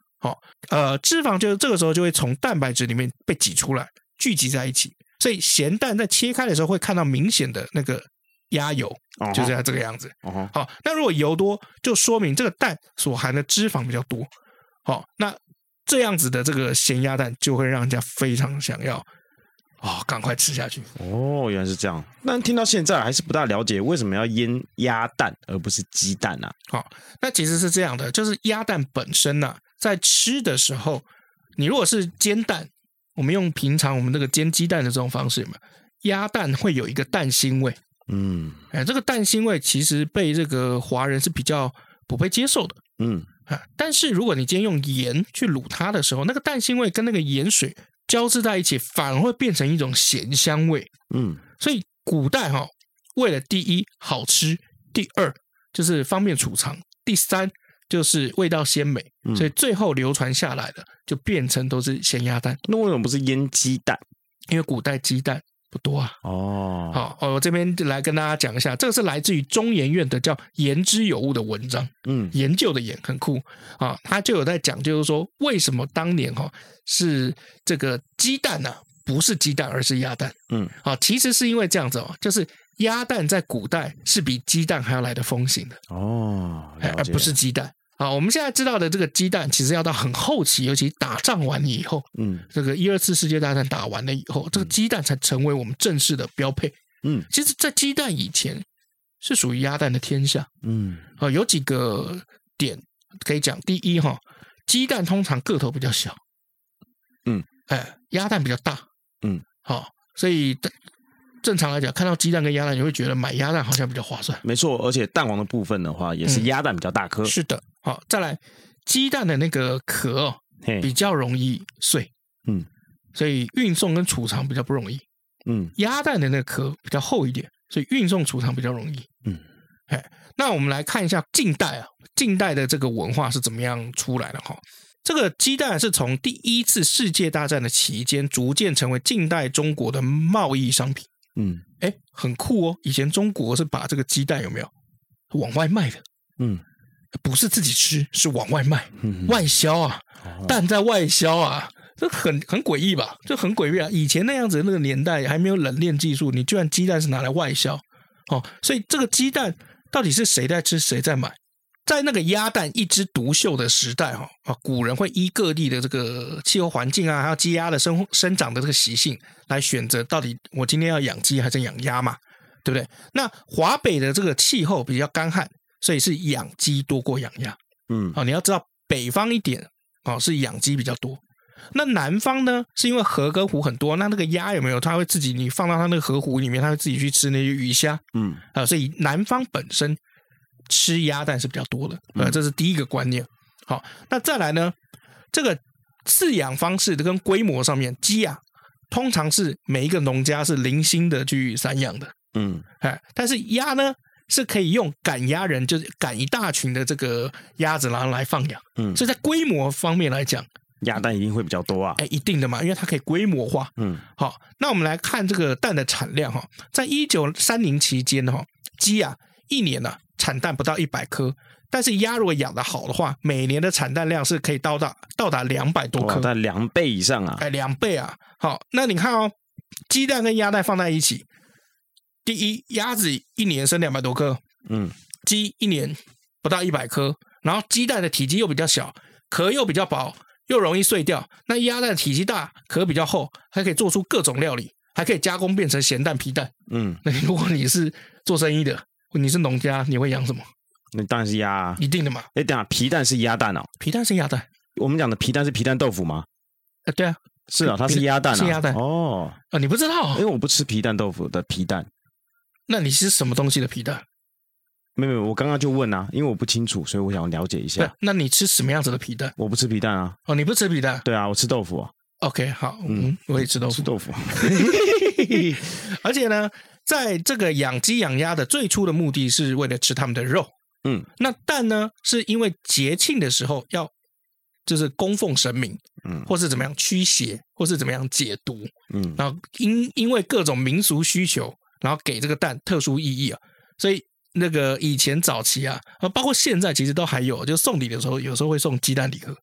Speaker 2: 呃，脂肪就是这个时候就会从蛋白质里面被挤出来，聚集在一起。所以咸蛋在切开的时候会看到明显的那个压油，
Speaker 1: 哦
Speaker 2: 就是要这个样子。
Speaker 1: 哦吼，
Speaker 2: 好，那如果油多，就说明这个蛋所含的脂肪比较多。好，那这样子的这个咸鸭蛋就会让人家非常想要啊、赶快吃下去。
Speaker 1: 哦，原来是这样。但听到现在还是不大了解为什么要腌鸭蛋而不是鸡蛋啊？
Speaker 2: 那其实是这样的，就是鸭蛋本身呢、啊在吃的时候，你如果是煎蛋，我们用平常我们那个煎鸡蛋的这种方式嘛，鸭蛋会有一个蛋腥味。
Speaker 1: 嗯
Speaker 2: 哎，这个蛋腥味其实被这个华人是比较不被接受的
Speaker 1: 嗯，
Speaker 2: 啊。但是如果你今天用盐去卤它的时候，那个蛋腥味跟那个盐水交织在一起，反而会变成一种咸香味。
Speaker 1: 嗯，
Speaker 2: 所以古代哈、为了第一好吃，第二就是方便储藏，第三就是味道鲜美，
Speaker 1: 嗯
Speaker 2: 所以最后流传下来的就变成都是咸鸭蛋，
Speaker 1: 那为什么不是腌鸡蛋？
Speaker 2: 因为古代鸡蛋不多啊。
Speaker 1: 哦，，
Speaker 2: 好、哦，我这边就来跟大家讲一下，这个是来自于中研院的叫“言之有物”的文章，
Speaker 1: 嗯
Speaker 2: 研究的研很酷啊，他就有在讲，就是说为什么当年哈、是这个鸡蛋呢、不是鸡蛋，而是鸭蛋。
Speaker 1: 嗯，
Speaker 2: 啊，其实是因为这样子哦，就是鸭蛋在古代是比鸡蛋还要来的风行的，
Speaker 1: 哦，
Speaker 2: 哎
Speaker 1: 了
Speaker 2: 而
Speaker 1: 解，
Speaker 2: 不是，鸡蛋。啊，我们现在知道的这个鸡蛋，其实要到很后期，尤其打仗完以后，
Speaker 1: 嗯
Speaker 2: 这个一二次世界大战打完了以后，这个鸡蛋才成为我们正式的标配。
Speaker 1: 嗯
Speaker 2: 其实，在鸡蛋以前是属于鸭蛋的天下。
Speaker 1: 嗯
Speaker 2: 呃，有几个点可以讲。第一哈，鸡蛋通常个头比较小，
Speaker 1: 嗯，
Speaker 2: 哎，鸭蛋比较大，
Speaker 1: 嗯，
Speaker 2: 好、所以正正常来讲，看到鸡蛋跟鸭蛋，你会觉得买鸭蛋好像比较划算。
Speaker 1: 没错，而且蛋黄的部分的话，也是
Speaker 2: 嗯
Speaker 1: 鸭蛋比较大颗，
Speaker 2: 是的，好、再来，鸡蛋的那个壳、哦、
Speaker 1: 嘿，
Speaker 2: 比较容易碎，
Speaker 1: 嗯，
Speaker 2: 所以运送跟储藏比较不容易。
Speaker 1: 嗯
Speaker 2: 鸭蛋的那个壳比较厚一点，所以运送储藏比较容易。
Speaker 1: 嗯，
Speaker 2: 哎，那我们来看一下近代啊，近代的这个文化是怎么样出来的哈。这个鸡蛋是从第一次世界大战的期间逐渐成为近代中国的贸易商品。
Speaker 1: 嗯
Speaker 2: 哎，很酷哦！以前中国是把这个鸡蛋有没有往外卖的，
Speaker 1: 嗯
Speaker 2: 不是自己吃，是往外卖，
Speaker 1: 嗯，
Speaker 2: 外销啊，
Speaker 1: 哦
Speaker 2: 蛋在外销啊，这很很诡异吧？这很诡异啊！以前那样子的那个年代还没有冷链技术，你居然鸡蛋是拿来外销哦，所以这个鸡蛋到底是谁在吃，谁在买？在那个鸭蛋一枝独秀的时代，哈啊，古人会依各地的这个气候环境啊，还有鸡鸭的生生长的这个习性来选择，到底我今天要养鸡还是养鸭嘛，对不对？那华北的这个气候比较干旱，所以是养鸡多过养鸭。
Speaker 1: 嗯
Speaker 2: 哦，你要知道北方一点哦是养鸡比较多，那南方呢，是因为河跟湖很多，那那个鸭有没有？它会自己，你放到它那个河湖里面，它会自己去吃那些鱼虾
Speaker 1: 嗯
Speaker 2: 啊、呃所以南方本身吃鸭蛋是比较多的，呃，
Speaker 1: 嗯
Speaker 2: 这是第一个观念。好，那再来呢，这个饲养方式跟规模上面，鸡啊，通常是每一个农家是零星的去散养的，
Speaker 1: 嗯
Speaker 2: 哎，但是鸭呢是可以用赶鸭人，就是赶一大群的这个鸭子，然后来放养，
Speaker 1: 嗯，
Speaker 2: 所以在规模方面来讲，
Speaker 1: 鸭蛋一定会比较多啊。
Speaker 2: 哎，一定的嘛，因为它可以规模化。
Speaker 1: 嗯
Speaker 2: 好，那我们来看这个蛋的产量哈，在一九三零期间哈，鸡啊一年呢、产蛋不到一百颗，但是鸭如果养得好的话，每年的产蛋量是可以到达到达两百多
Speaker 1: 哇，
Speaker 2: 颗，
Speaker 1: 在两倍以上啊。
Speaker 2: 哎，两倍啊！好，那你看哦，鸡蛋跟鸭蛋放在一起，第一，鸭子一年生两百多颗，
Speaker 1: 嗯
Speaker 2: 鸡一年不到一百颗，然后鸡蛋的体积又比较小，壳又比较薄，又容易碎掉。那鸭蛋体积大，壳比较厚，还可以做出各种料理，还可以加工变成咸蛋、皮蛋。
Speaker 1: 嗯，
Speaker 2: 那如果你是做生意的，你是农家，你会养什么？
Speaker 1: 那当然是鸭啊。
Speaker 2: 一定的嘛，
Speaker 1: 哎，等一下皮蛋是鸭蛋哦。
Speaker 2: 皮蛋是鸭蛋。
Speaker 1: 我们讲的皮蛋是皮蛋豆腐吗？
Speaker 2: 呃，对啊，
Speaker 1: 是啊，它是鸭蛋啊。
Speaker 2: 是鸭蛋
Speaker 1: 哦，
Speaker 2: 呃，你不知道、
Speaker 1: 因为我不吃皮蛋豆腐的皮蛋。
Speaker 2: 那你是什么东西的皮蛋？
Speaker 1: 没有没有，我刚刚就问啊，因为我不清楚，所以我想了解一
Speaker 2: 对啊
Speaker 1: 下。，
Speaker 2: 那你吃什么样子的皮蛋？
Speaker 1: 我不吃皮蛋啊，
Speaker 2: 哦，你不吃皮蛋
Speaker 1: 对啊，我吃豆腐啊，
Speaker 2: ？OK，好，
Speaker 1: 嗯
Speaker 2: 嗯，我也吃豆腐
Speaker 1: 吃。豆腐。
Speaker 2: 而且呢，在这个养鸡养鸭的最初的目的是为了吃它们的肉，
Speaker 1: 嗯，
Speaker 2: 那蛋呢，是因为节庆的时候要就是供奉神明，
Speaker 1: 嗯
Speaker 2: 或是怎么样驱邪，或是怎么样解毒，
Speaker 1: 嗯
Speaker 2: 然后因因为各种民俗需求，然后给这个蛋特殊意义啊，所以。那个以前早期啊，啊，包括现在其实都还有，就送礼的时候，有时候会送鸡蛋礼盒，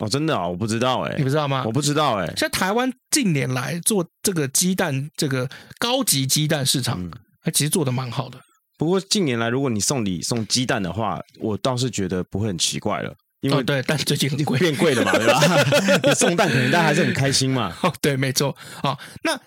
Speaker 1: 哦，真的啊，我不知道哎、
Speaker 2: 你不知道吗
Speaker 1: 我？不知道哎、
Speaker 2: 啊像台湾近年来做这个鸡蛋，这个高级鸡蛋市场
Speaker 1: 嗯，
Speaker 2: 它其实做的蛮好的。
Speaker 1: 不过近年来，如果你送礼送鸡蛋的话，我倒是觉得不会很奇怪了，因
Speaker 2: 哦，
Speaker 1: 为
Speaker 2: 对，但最近很贵。
Speaker 1: 变贵了嘛，对吧？你送蛋，可能大家还是很开心嘛。
Speaker 2: [laughs] 哦，对，没错。哦，那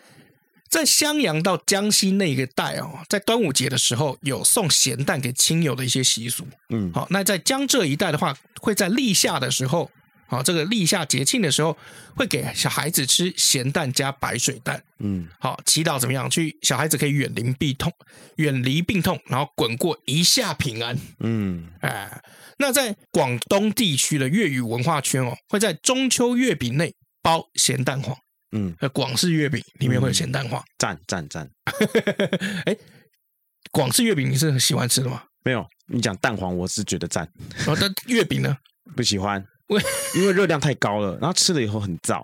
Speaker 2: 在襄阳到江西那一个带哦，在端午节的时候有送咸蛋给亲友的一些习俗。
Speaker 1: 嗯
Speaker 2: 好、那在江浙一带的话，会在立夏的时候，好、这个立夏节庆的时候，会给小孩子吃咸蛋加白水蛋。
Speaker 1: 嗯，
Speaker 2: 好、祈祷怎么样？去小孩子可以远离病痛，远离病痛，然后滚过一下平安。
Speaker 1: 嗯，
Speaker 2: 哎，那在广东地区的粤语文化圈哦，会在中秋月饼内包咸蛋黄。
Speaker 1: 嗯，
Speaker 2: 呃，广式月饼里面会有咸蛋黄。
Speaker 1: 赞赞赞！
Speaker 2: 哎、广式月饼你是很喜欢吃的吗？
Speaker 1: 没有，你讲蛋黄，我是觉得赞，
Speaker 2: 然后但月饼呢？
Speaker 1: 不喜欢
Speaker 2: 为，
Speaker 1: 因为热量太高了，然后吃了以后很燥。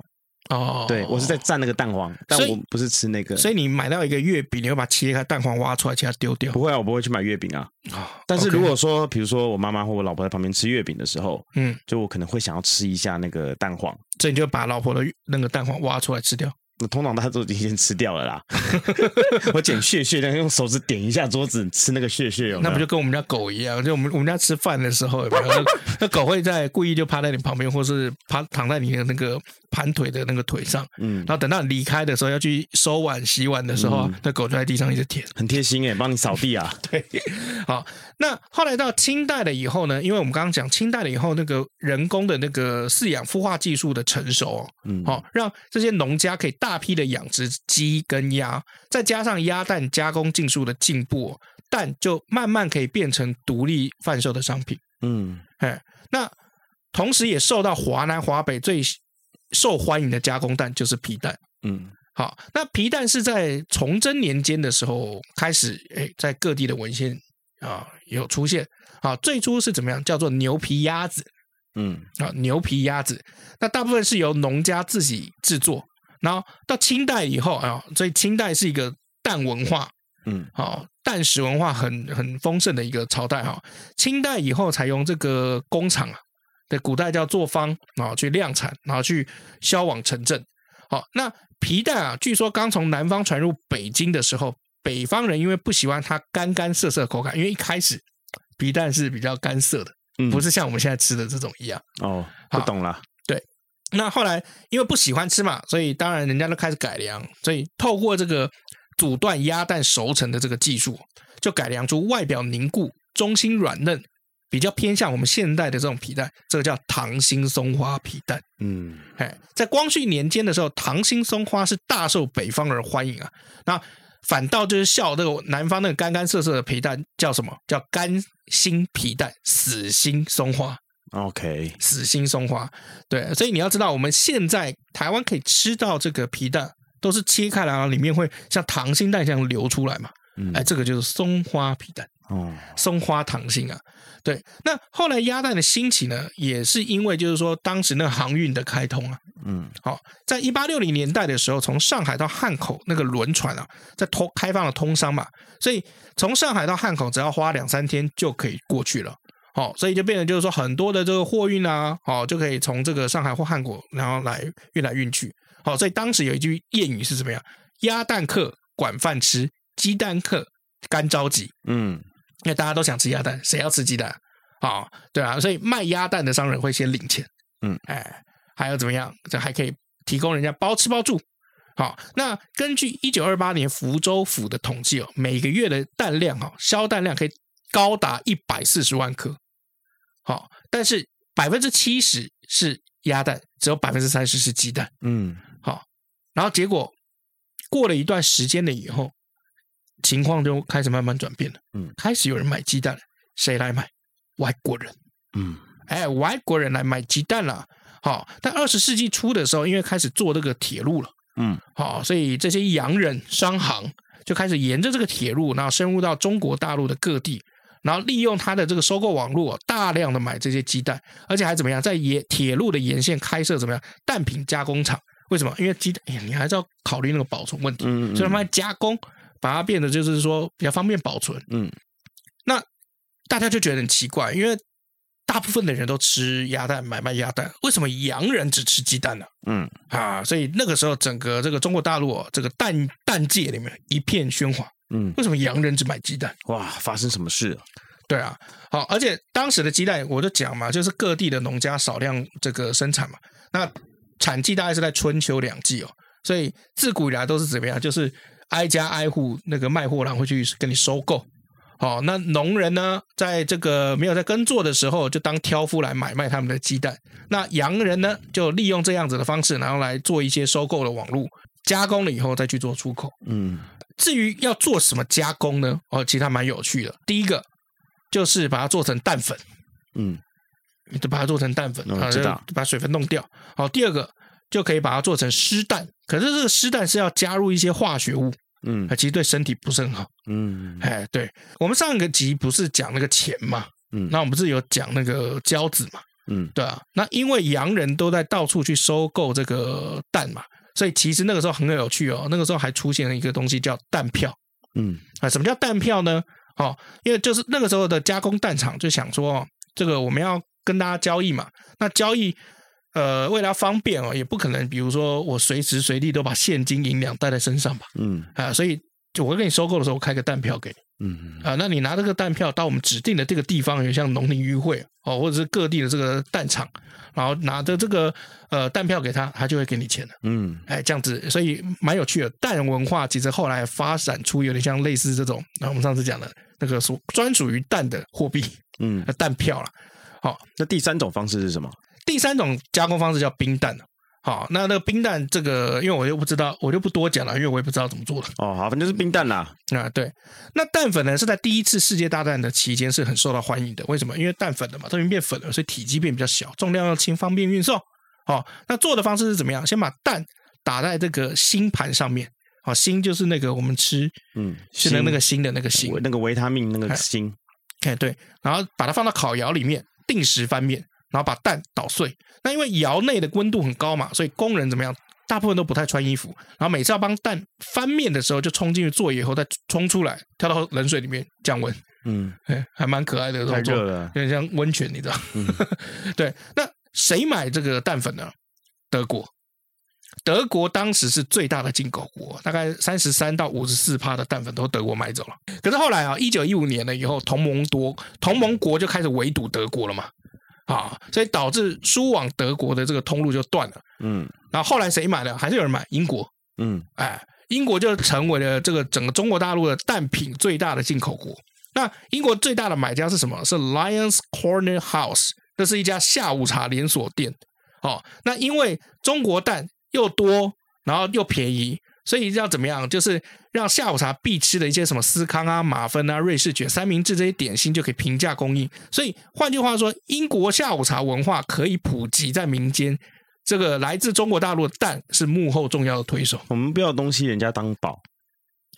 Speaker 1: [laughs]
Speaker 2: 哦，
Speaker 1: 对我是在，蘸那个蛋黄，但
Speaker 2: 所以
Speaker 1: 我不是吃那个。
Speaker 2: 所以你买到一个月饼，你会把切开蛋黄挖出来，其他丢掉
Speaker 1: 不。会啊，我不会去买月饼啊。
Speaker 2: 哦
Speaker 1: 但是
Speaker 2: OK
Speaker 1: 如果说，比如说我妈妈或我老婆在旁边吃月饼的时候，
Speaker 2: 嗯，
Speaker 1: 就我可能会想要吃一下那个蛋黄。
Speaker 2: 所以你就把老婆的那个蛋黄挖出来吃掉。
Speaker 1: 那通常大家都已经先吃掉
Speaker 2: [laughs]
Speaker 1: 了啦。我捡屑屑，然后用手指点一下桌子，吃那个屑屑有没
Speaker 2: 那
Speaker 1: 有
Speaker 2: 不就跟我们家狗一样？就我们我们家吃饭的时候，有没有 [laughs] 那那狗会在故意就趴在你旁边，或是趴躺在你的那个盘腿的那个腿上，
Speaker 1: 嗯
Speaker 2: 然，后等到你离开的时候要去收碗洗碗的时候啊，
Speaker 1: 嗯
Speaker 2: 那狗就在地上一直舔。
Speaker 1: 很贴心哎、帮你扫
Speaker 2: [laughs]
Speaker 1: 地啊。
Speaker 2: 好，那后来到清代了以后呢，因为我们刚刚讲清代了以后，那个人工的那个饲养孵化技术的成熟哦，
Speaker 1: 嗯，
Speaker 2: 好、让这些农家可以大批的养殖鸡跟鸭，再加上鸭蛋加工技术的进步哦、蛋就慢慢可以变成独立贩售的商品。
Speaker 1: 嗯
Speaker 2: 哎，那同时也受到华南、华北最受欢迎的加工蛋就是皮蛋。
Speaker 1: 嗯
Speaker 2: 好，那皮蛋是在崇祯年间的时候开始，哎，在各地的文献啊有出现。啊，最初是怎么样？叫做牛皮鸭子
Speaker 1: 嗯
Speaker 2: 啊，牛皮鸭子。那大部分是由农家自己制作，然后到清代以后啊，所以清代是一个蛋文化
Speaker 1: 嗯
Speaker 2: 哦，蛋食文化很很丰盛的一个朝代哈、清代以后采用这个工厂啊，对，古代叫作坊啊、去量产，然后去销往城镇。好、那皮蛋啊，据说刚从南方传入北京的时候，北方人因为不喜欢它干干涩涩的口感，因为一开始皮蛋是比较干涩的，
Speaker 1: 嗯，
Speaker 2: 不是像我们现在吃的这种一样。
Speaker 1: 哦，
Speaker 2: 好
Speaker 1: 不懂了。
Speaker 2: 那后来因为不喜欢吃嘛，所以当然人家都开始改良，所以透过这个阻断鸭蛋熟成的这个技术，就改良出外表凝固、中心软嫩、比较偏向我们现代的这种皮带，这个叫糖心松花皮带。
Speaker 1: 嗯，
Speaker 2: 哎，在光绪年间的时候，糖心松花是大受北方人欢迎啊。那反倒就是笑这个南方那个干干涩涩的皮带叫什么？叫干心皮带，死心松花，
Speaker 1: OK，
Speaker 2: 死心松花。对，所以你要知道，我们现在台湾可以吃到这个皮带，都是切开来，然后里面会像糖心蛋这样流出来嘛。
Speaker 1: 嗯，
Speaker 2: 哎，这个就是松花皮带。
Speaker 1: 哦，
Speaker 2: 松花糖心啊。对，那后来鸭蛋的兴起呢，也是因为就是说当时那个航运的开通啊。
Speaker 1: 嗯，
Speaker 2: 好、在一八六零年代的时候，从上海到汉口那个轮船啊，在通开放了通商嘛，所以从上海到汉口只要花两三天就可以过去了。好、所以就变成就是说很多的这个货运啊，哦，就可以从这个上海或汉口，然后来运来运去。好、所以当时有一句谚语是怎么样？鸭蛋客管饭吃，鸡蛋客干着急。
Speaker 1: 嗯，
Speaker 2: 因为大家都想吃鸭蛋，谁要吃鸡蛋啊、哦？对啊，所以卖鸭蛋的商人会先领钱，
Speaker 1: 嗯，
Speaker 2: 哎，还有怎么样？这还可以提供人家包吃包住。好、那根据一九二八年福州府的统计哦，每个月的蛋量哦，销蛋量可以高达一百四十万颗。好、但是百分之七十是鸭蛋，只有百分之三十是鸡蛋。
Speaker 1: 嗯，
Speaker 2: 然后结果过了一段时间了以后，情况就开始慢慢转变了。
Speaker 1: 嗯
Speaker 2: 开始有人买鸡蛋了，谁来买？外国人，
Speaker 1: 嗯，
Speaker 2: 哎，外国人来买鸡蛋了。好、但二十世纪初的时候，因为开始做这个铁路了，
Speaker 1: 嗯，
Speaker 2: 好、所以这些洋人商行就开始沿着这个铁路，然后深入到中国大陆的各地，然后利用它的这个收购网络，大量的买这些鸡蛋，而且还怎么样，在沿铁路的沿线开设怎么样蛋品加工厂？为什么？因为鸡蛋，哎呀，你还是要考虑那个保存问题，
Speaker 1: 嗯，
Speaker 2: 所以他们还加工，把它变得就是说比较方便保存。
Speaker 1: 嗯，
Speaker 2: 那大家就觉得很奇怪，因为大部分的人都吃鸭蛋，买卖鸭蛋，为什么洋人只吃鸡蛋呢、
Speaker 1: 嗯，
Speaker 2: 啊，所以那个时候整个这个中国大陆、哦、这个蛋蛋界里面一片喧哗，
Speaker 1: 嗯，
Speaker 2: 为什么洋人只买鸡蛋？
Speaker 1: 哇，发生什么事了？
Speaker 2: 对啊，好，而且当时的鸡蛋，我就讲嘛，就是各地的农家少量这个生产嘛，那产季大概是在春秋两季哦，所以自古以来都是怎么样，就是挨家挨户那个卖货郎会去跟你收购。好，那农人呢，在这个没有在耕作的时候，就当挑夫来买卖他们的鸡蛋。那洋人呢，就利用这样子的方式，然后来做一些收购的网络加工了以后，再去做出口。
Speaker 1: 嗯，
Speaker 2: 至于要做什么加工呢？哦，其实它蛮有趣的。第一个就是把它做成蛋粉，
Speaker 1: 嗯，
Speaker 2: 你就把它做成蛋粉，
Speaker 1: 嗯
Speaker 2: 啊
Speaker 1: 知道
Speaker 2: 就把水分弄掉。好，第二个就可以把它做成湿蛋，可是这个湿蛋是要加入一些化学物，
Speaker 1: 嗯
Speaker 2: 啊，，其实对身体不是很好。
Speaker 1: 嗯，
Speaker 2: 哎，对我们上一个集不是讲那个钱嘛，
Speaker 1: 嗯
Speaker 2: 那我们不是有讲那个胶子嘛，
Speaker 1: 嗯，
Speaker 2: 对啊，那因为洋人都在到处去收购这个蛋嘛，所以其实那个时候很有趣哦，那个时候还出现了一个东西叫蛋票。
Speaker 1: 嗯，
Speaker 2: 啊，什么叫蛋票呢？哦，因为就是那个时候的加工蛋厂就想说，哦这个我们要跟大家交易嘛，那交易。呃，为了要方便哦，也不可能，比如说我随时随地都把现金银两带在身上吧，
Speaker 1: 嗯，
Speaker 2: 啊，所以就我跟你收购的时候，我开个蛋票给你
Speaker 1: 嗯，
Speaker 2: 啊，那你拿这个蛋票到我们指定的这个地方，有像农林渔会哦，或者是各地的这个蛋厂，然后拿着这个呃蛋票给他，他就会给你钱的。
Speaker 1: 嗯，
Speaker 2: 哎，这样子，所以蛮有趣的。蛋文化其实后来发展出有点像类似这种，那我们上次讲的那个属专属于蛋的货币，
Speaker 1: 嗯
Speaker 2: 呃，，蛋票啦。好、
Speaker 1: 那第三种方式是什么？
Speaker 2: 第三种加工方式叫冰蛋。哦好、那那个冰蛋这个，因为我又不知道，我就不多讲了，因为我也不知道怎么做的。
Speaker 1: 哦，好，反正就是冰蛋啦。
Speaker 2: 啊，对，那蛋粉呢是在第一次世界大战的期间是很受到欢迎的。为什么？因为蛋粉了嘛，都已经变粉了，所以体积变比较小，重量要轻，方便运送。哦，那做的方式是怎么样？先把蛋打在这个星盘上面。哦，锌就是那个我们吃
Speaker 1: 嗯，
Speaker 2: 吃的那个锌的那个锌
Speaker 1: 锌，那个维他命那个锌，
Speaker 2: 哎对，然后把它放到烤窑里面，定时翻面，然后把蛋捣碎。那因为窑内的温度很高嘛，所以工人怎么样？大部分都不太穿衣服，然后每次要帮蛋翻面的时候，就冲进去做以后再冲出来，跳到冷水里面降温。
Speaker 1: 嗯，
Speaker 2: 哎，还蛮可爱的
Speaker 1: 太
Speaker 2: 动作，
Speaker 1: 热
Speaker 2: 有
Speaker 1: 了。
Speaker 2: 点像温泉，你知道？
Speaker 1: 嗯
Speaker 2: [laughs] 对，那谁买这个蛋粉呢？德国，德国当时是最大的进口国，大概三十三到五十四趴的蛋粉都德国买走了。可是后来啊，一九一五年了以后，同盟多同盟国就开始围堵德国了嘛，啊，所以导致输往德国的这个通路就断了。
Speaker 1: 嗯
Speaker 2: 然后后来谁买呢？还是有人买英国，
Speaker 1: 嗯
Speaker 2: 哎，英国就成为了这个整个中国大陆的蛋品最大的进口国。那英国最大的买家是什么？是 Lions Corner House，这是一家下午茶连锁店。哦，那因为中国蛋又多，然后又便宜，所以要怎么样？就是让下午茶必吃的一些什么司康啊、马芬啊、瑞士卷、三明治这些点心就可以平价供应。所以换句话说，英国下午茶文化可以普及在民间。这个来自中国大陆的蛋是幕后重要的推手，
Speaker 1: 我们不要东西人家当宝，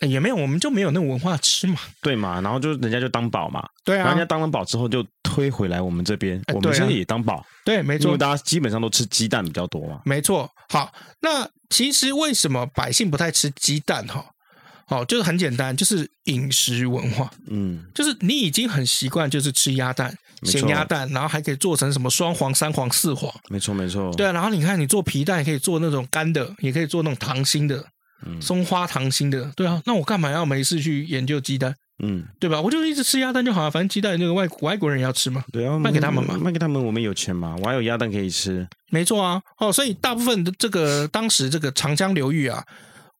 Speaker 2: 哎也没有，我们就没有那文化吃嘛。
Speaker 1: 对嘛？然后就人家就当宝嘛，
Speaker 2: 对
Speaker 1: 然后人
Speaker 2: 啊
Speaker 1: 家，当了宝之后就推回来我们这边，
Speaker 2: 哎
Speaker 1: 我们
Speaker 2: 对啊
Speaker 1: 现在也当宝，
Speaker 2: 对，没
Speaker 1: 因
Speaker 2: 错
Speaker 1: 为，大家基本上都吃鸡蛋比较多嘛。
Speaker 2: 没错。好，那其实为什么百姓不太吃鸡蛋？哈，哦，就是很简单，就是饮食文化。
Speaker 1: 嗯，
Speaker 2: 就是你已经很习惯，就是吃鸭蛋、
Speaker 1: 没错
Speaker 2: 咸鸭蛋，然后还可以做成什么双黄、三黄、四黄，
Speaker 1: 没错没错。
Speaker 2: 对啊。然后你看，你做皮蛋也可以做那种干的，也可以做那种糖心的、
Speaker 1: 嗯
Speaker 2: 松花糖心的，对啊。那我干嘛要没事去研究鸡蛋，
Speaker 1: 嗯，
Speaker 2: 对吧？我就一直吃鸭蛋就好了，啊反正鸡蛋那个外外国人也要吃嘛，
Speaker 1: 对啊，
Speaker 2: 卖给他们嘛
Speaker 1: 卖给他们，我们有钱嘛，我还有鸭蛋可以吃。
Speaker 2: 没错啊。哦，所以大部分的这个当时这个长江流域啊，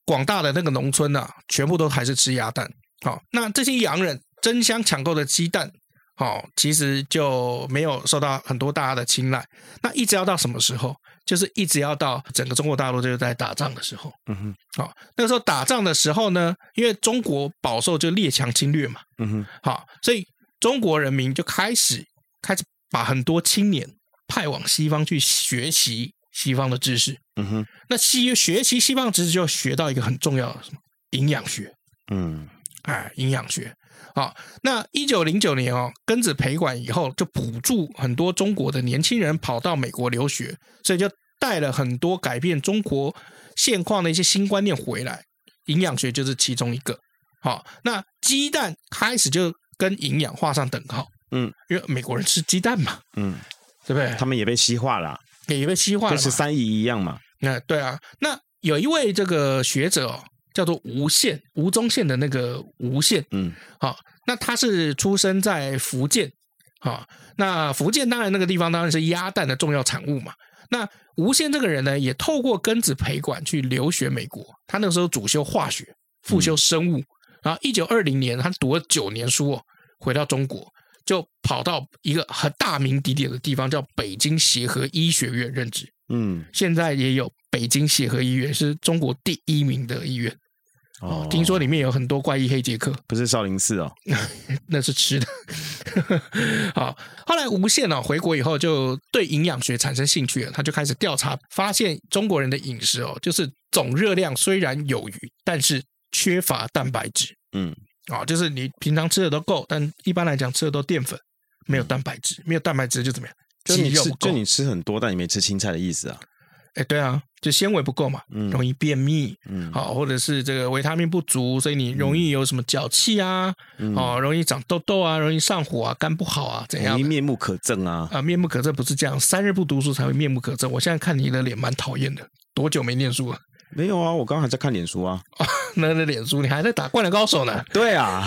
Speaker 2: 广大的那个农村啊，全部都还是吃鸭蛋。好、那这些洋人争相抢购的鸡蛋，好、其实就没有受到很多大家的青睐。那一直要到什么时候？就是一直要到整个中国大陆就是在打仗的时候。
Speaker 1: 嗯哼，
Speaker 2: 好、那个时候打仗的时候呢，因为中国饱受就列强侵略嘛，
Speaker 1: 嗯哼，
Speaker 2: 好，所以中国人民就开始开始把很多青年派往西方去学习西方的知识。
Speaker 1: 嗯哼，
Speaker 2: 那西学习西方的知识，就学到一个很重要的什么营养学，
Speaker 1: 嗯
Speaker 2: 哎，营养学。好，那一九零九年哦，庚子赔款以后，就补助很多中国的年轻人跑到美国留学，所以就带了很多改变中国现况的一些新观念回来，营养学就是其中一个。好，那鸡蛋开始就跟营养画上等号，
Speaker 1: 嗯，
Speaker 2: 因为美国人吃鸡蛋嘛，
Speaker 1: 嗯，
Speaker 2: 对不对？
Speaker 1: 他们也被西化了，
Speaker 2: 也被西化了
Speaker 1: 跟
Speaker 2: 嘛
Speaker 1: 十三姨一样嘛。
Speaker 2: 那对啊，那有一位这个学者哦，叫做吴宪，吴宗宪的那个吴宪，
Speaker 1: 嗯
Speaker 2: 好、那他是出生在福建，好、那福建当然那个地方当然是鸭蛋的重要产物嘛。那吴宪这个人呢，也透过庚子培馆去留学美国，他那个时候主修化学，副修生物，然后一九二零年他读了九年书哦，回到中国。就跑到一个很大名鼎鼎的地方，叫北京协和医学院任职。
Speaker 1: 嗯，
Speaker 2: 现在也有北京协和医院，是中国第一名的医院。
Speaker 1: 哦，
Speaker 2: 听说里面有很多怪异黑杰克，
Speaker 1: 不是少林寺哦。
Speaker 2: 那是吃的。 [laughs] 好，后来吴宪呢、回国以后就对营养学产生兴趣了，他就开始调查，发现中国人的饮食哦，就是总热量虽然有余，但是缺乏蛋白质。
Speaker 1: 嗯，
Speaker 2: 啊、就是你平常吃的都够，但一般来讲吃的都淀粉，没有蛋白质，没有蛋白质就怎么样？
Speaker 1: 嗯就
Speaker 2: 肌
Speaker 1: 你
Speaker 2: 肉
Speaker 1: 吃
Speaker 2: 不，够
Speaker 1: 就你吃很多，但你没吃青菜的意思啊。
Speaker 2: 哎，对啊，就纤维不够嘛，
Speaker 1: 嗯
Speaker 2: 容易便秘。
Speaker 1: 嗯，
Speaker 2: 好，或者是这个维他命不足，所以你容易有什么脚气啊，
Speaker 1: 嗯，
Speaker 2: 哦，容易长痘痘啊，容易上火啊，肝不好啊，怎样
Speaker 1: 你
Speaker 2: 的？
Speaker 1: 面目可憎啊。
Speaker 2: 啊，面目可憎不是这样，三日不读书才会面目可憎。我现在看你的脸蛮讨厌的，多久没念书了？ [laughs]
Speaker 1: 没有啊，我刚刚还在看脸书啊。
Speaker 2: 那那脸书你还在打《灌篮高手》呢？
Speaker 1: [laughs] 对啊，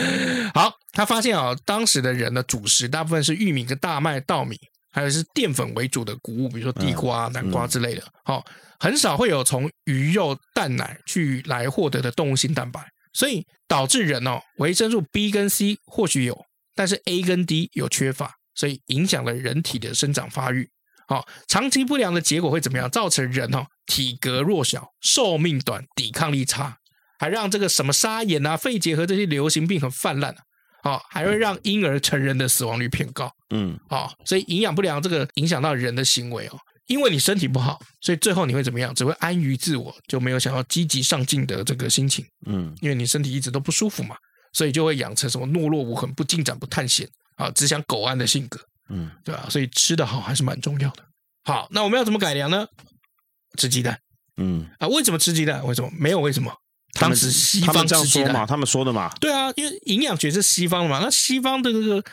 Speaker 2: [laughs] 好，他发现啊、当时的人的主食大部分是玉米跟大麦、稻米，还有是淀粉为主的谷物，比如说地瓜、南瓜之类的。好、很少会有从鱼肉、蛋奶去来获得的动物性蛋白，所以导致人哦维生素 B 跟 C 或许有，但是 A 跟 D 有缺乏，所以影响了人体的生长发育。好、长期不良的结果会怎么样？造成人哦体格弱小、寿命短、抵抗力差，还让这个什么沙眼啊、肺结核这些流行病很泛滥啊哦，还会让婴儿、成人的死亡率偏高
Speaker 1: 嗯
Speaker 2: 哦，所以营养不良这个影响到人的行为哦，因为你身体不好，所以最后你会怎么样？只会安于自我，就没有想要积极上进的这个心情，
Speaker 1: 嗯
Speaker 2: 因为你身体一直都不舒服嘛，所以就会养成什么懦弱无恒、不进展、不探险啊，只想苟安的性格，
Speaker 1: 嗯，
Speaker 2: 对吧、所以吃得好还是蛮重要的。好，那我们要怎么改良呢？吃鸡蛋
Speaker 1: [laughs] 嗯，
Speaker 2: 啊？为什么吃鸡蛋？为什么没有为什么？
Speaker 1: 他
Speaker 2: 当
Speaker 1: 们
Speaker 2: 时西
Speaker 1: 他
Speaker 2: 方
Speaker 1: 们这
Speaker 2: 吃
Speaker 1: 样
Speaker 2: 鸡
Speaker 1: 说
Speaker 2: 蛋
Speaker 1: 嘛，他们说的 [laughs] 嘛。
Speaker 2: 对啊，因为营养学是西方的嘛，那西方的这个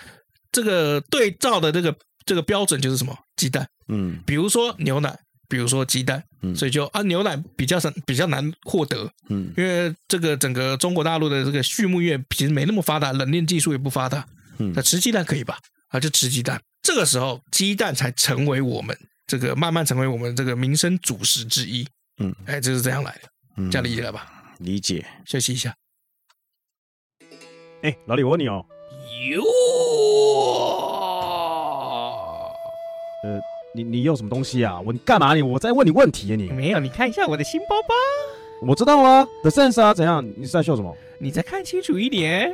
Speaker 2: 这个对照的这个这个标准就是什么？鸡蛋，
Speaker 1: 嗯
Speaker 2: 比如说牛奶，比如说鸡蛋，
Speaker 1: 嗯
Speaker 2: 所以就啊牛奶比较难比较难获得，
Speaker 1: [laughs] 嗯
Speaker 2: 因为这个整个中国大陆的这个畜牧业其实没那么发达，冷链技术也不发达，
Speaker 1: 嗯
Speaker 2: 那吃鸡蛋可以吧？啊，就吃鸡蛋。这个时候，鸡蛋才成为我们这个慢慢成为我们这个民生主食之一。
Speaker 1: 嗯，
Speaker 2: 哎，就是这样来的，
Speaker 1: 嗯，
Speaker 2: 这样理解了吧？
Speaker 1: 理解。
Speaker 2: 休息一下。
Speaker 1: 哎，老李，我问你哦，
Speaker 2: 哟，
Speaker 1: 你你用什么东西啊？我你干嘛你？我在问你问题耶你。
Speaker 2: 没有，你看一下我的新包包，
Speaker 1: 我知道啊，The Sense 啊，怎样？你是在秀什么？
Speaker 2: 你再看清楚一点。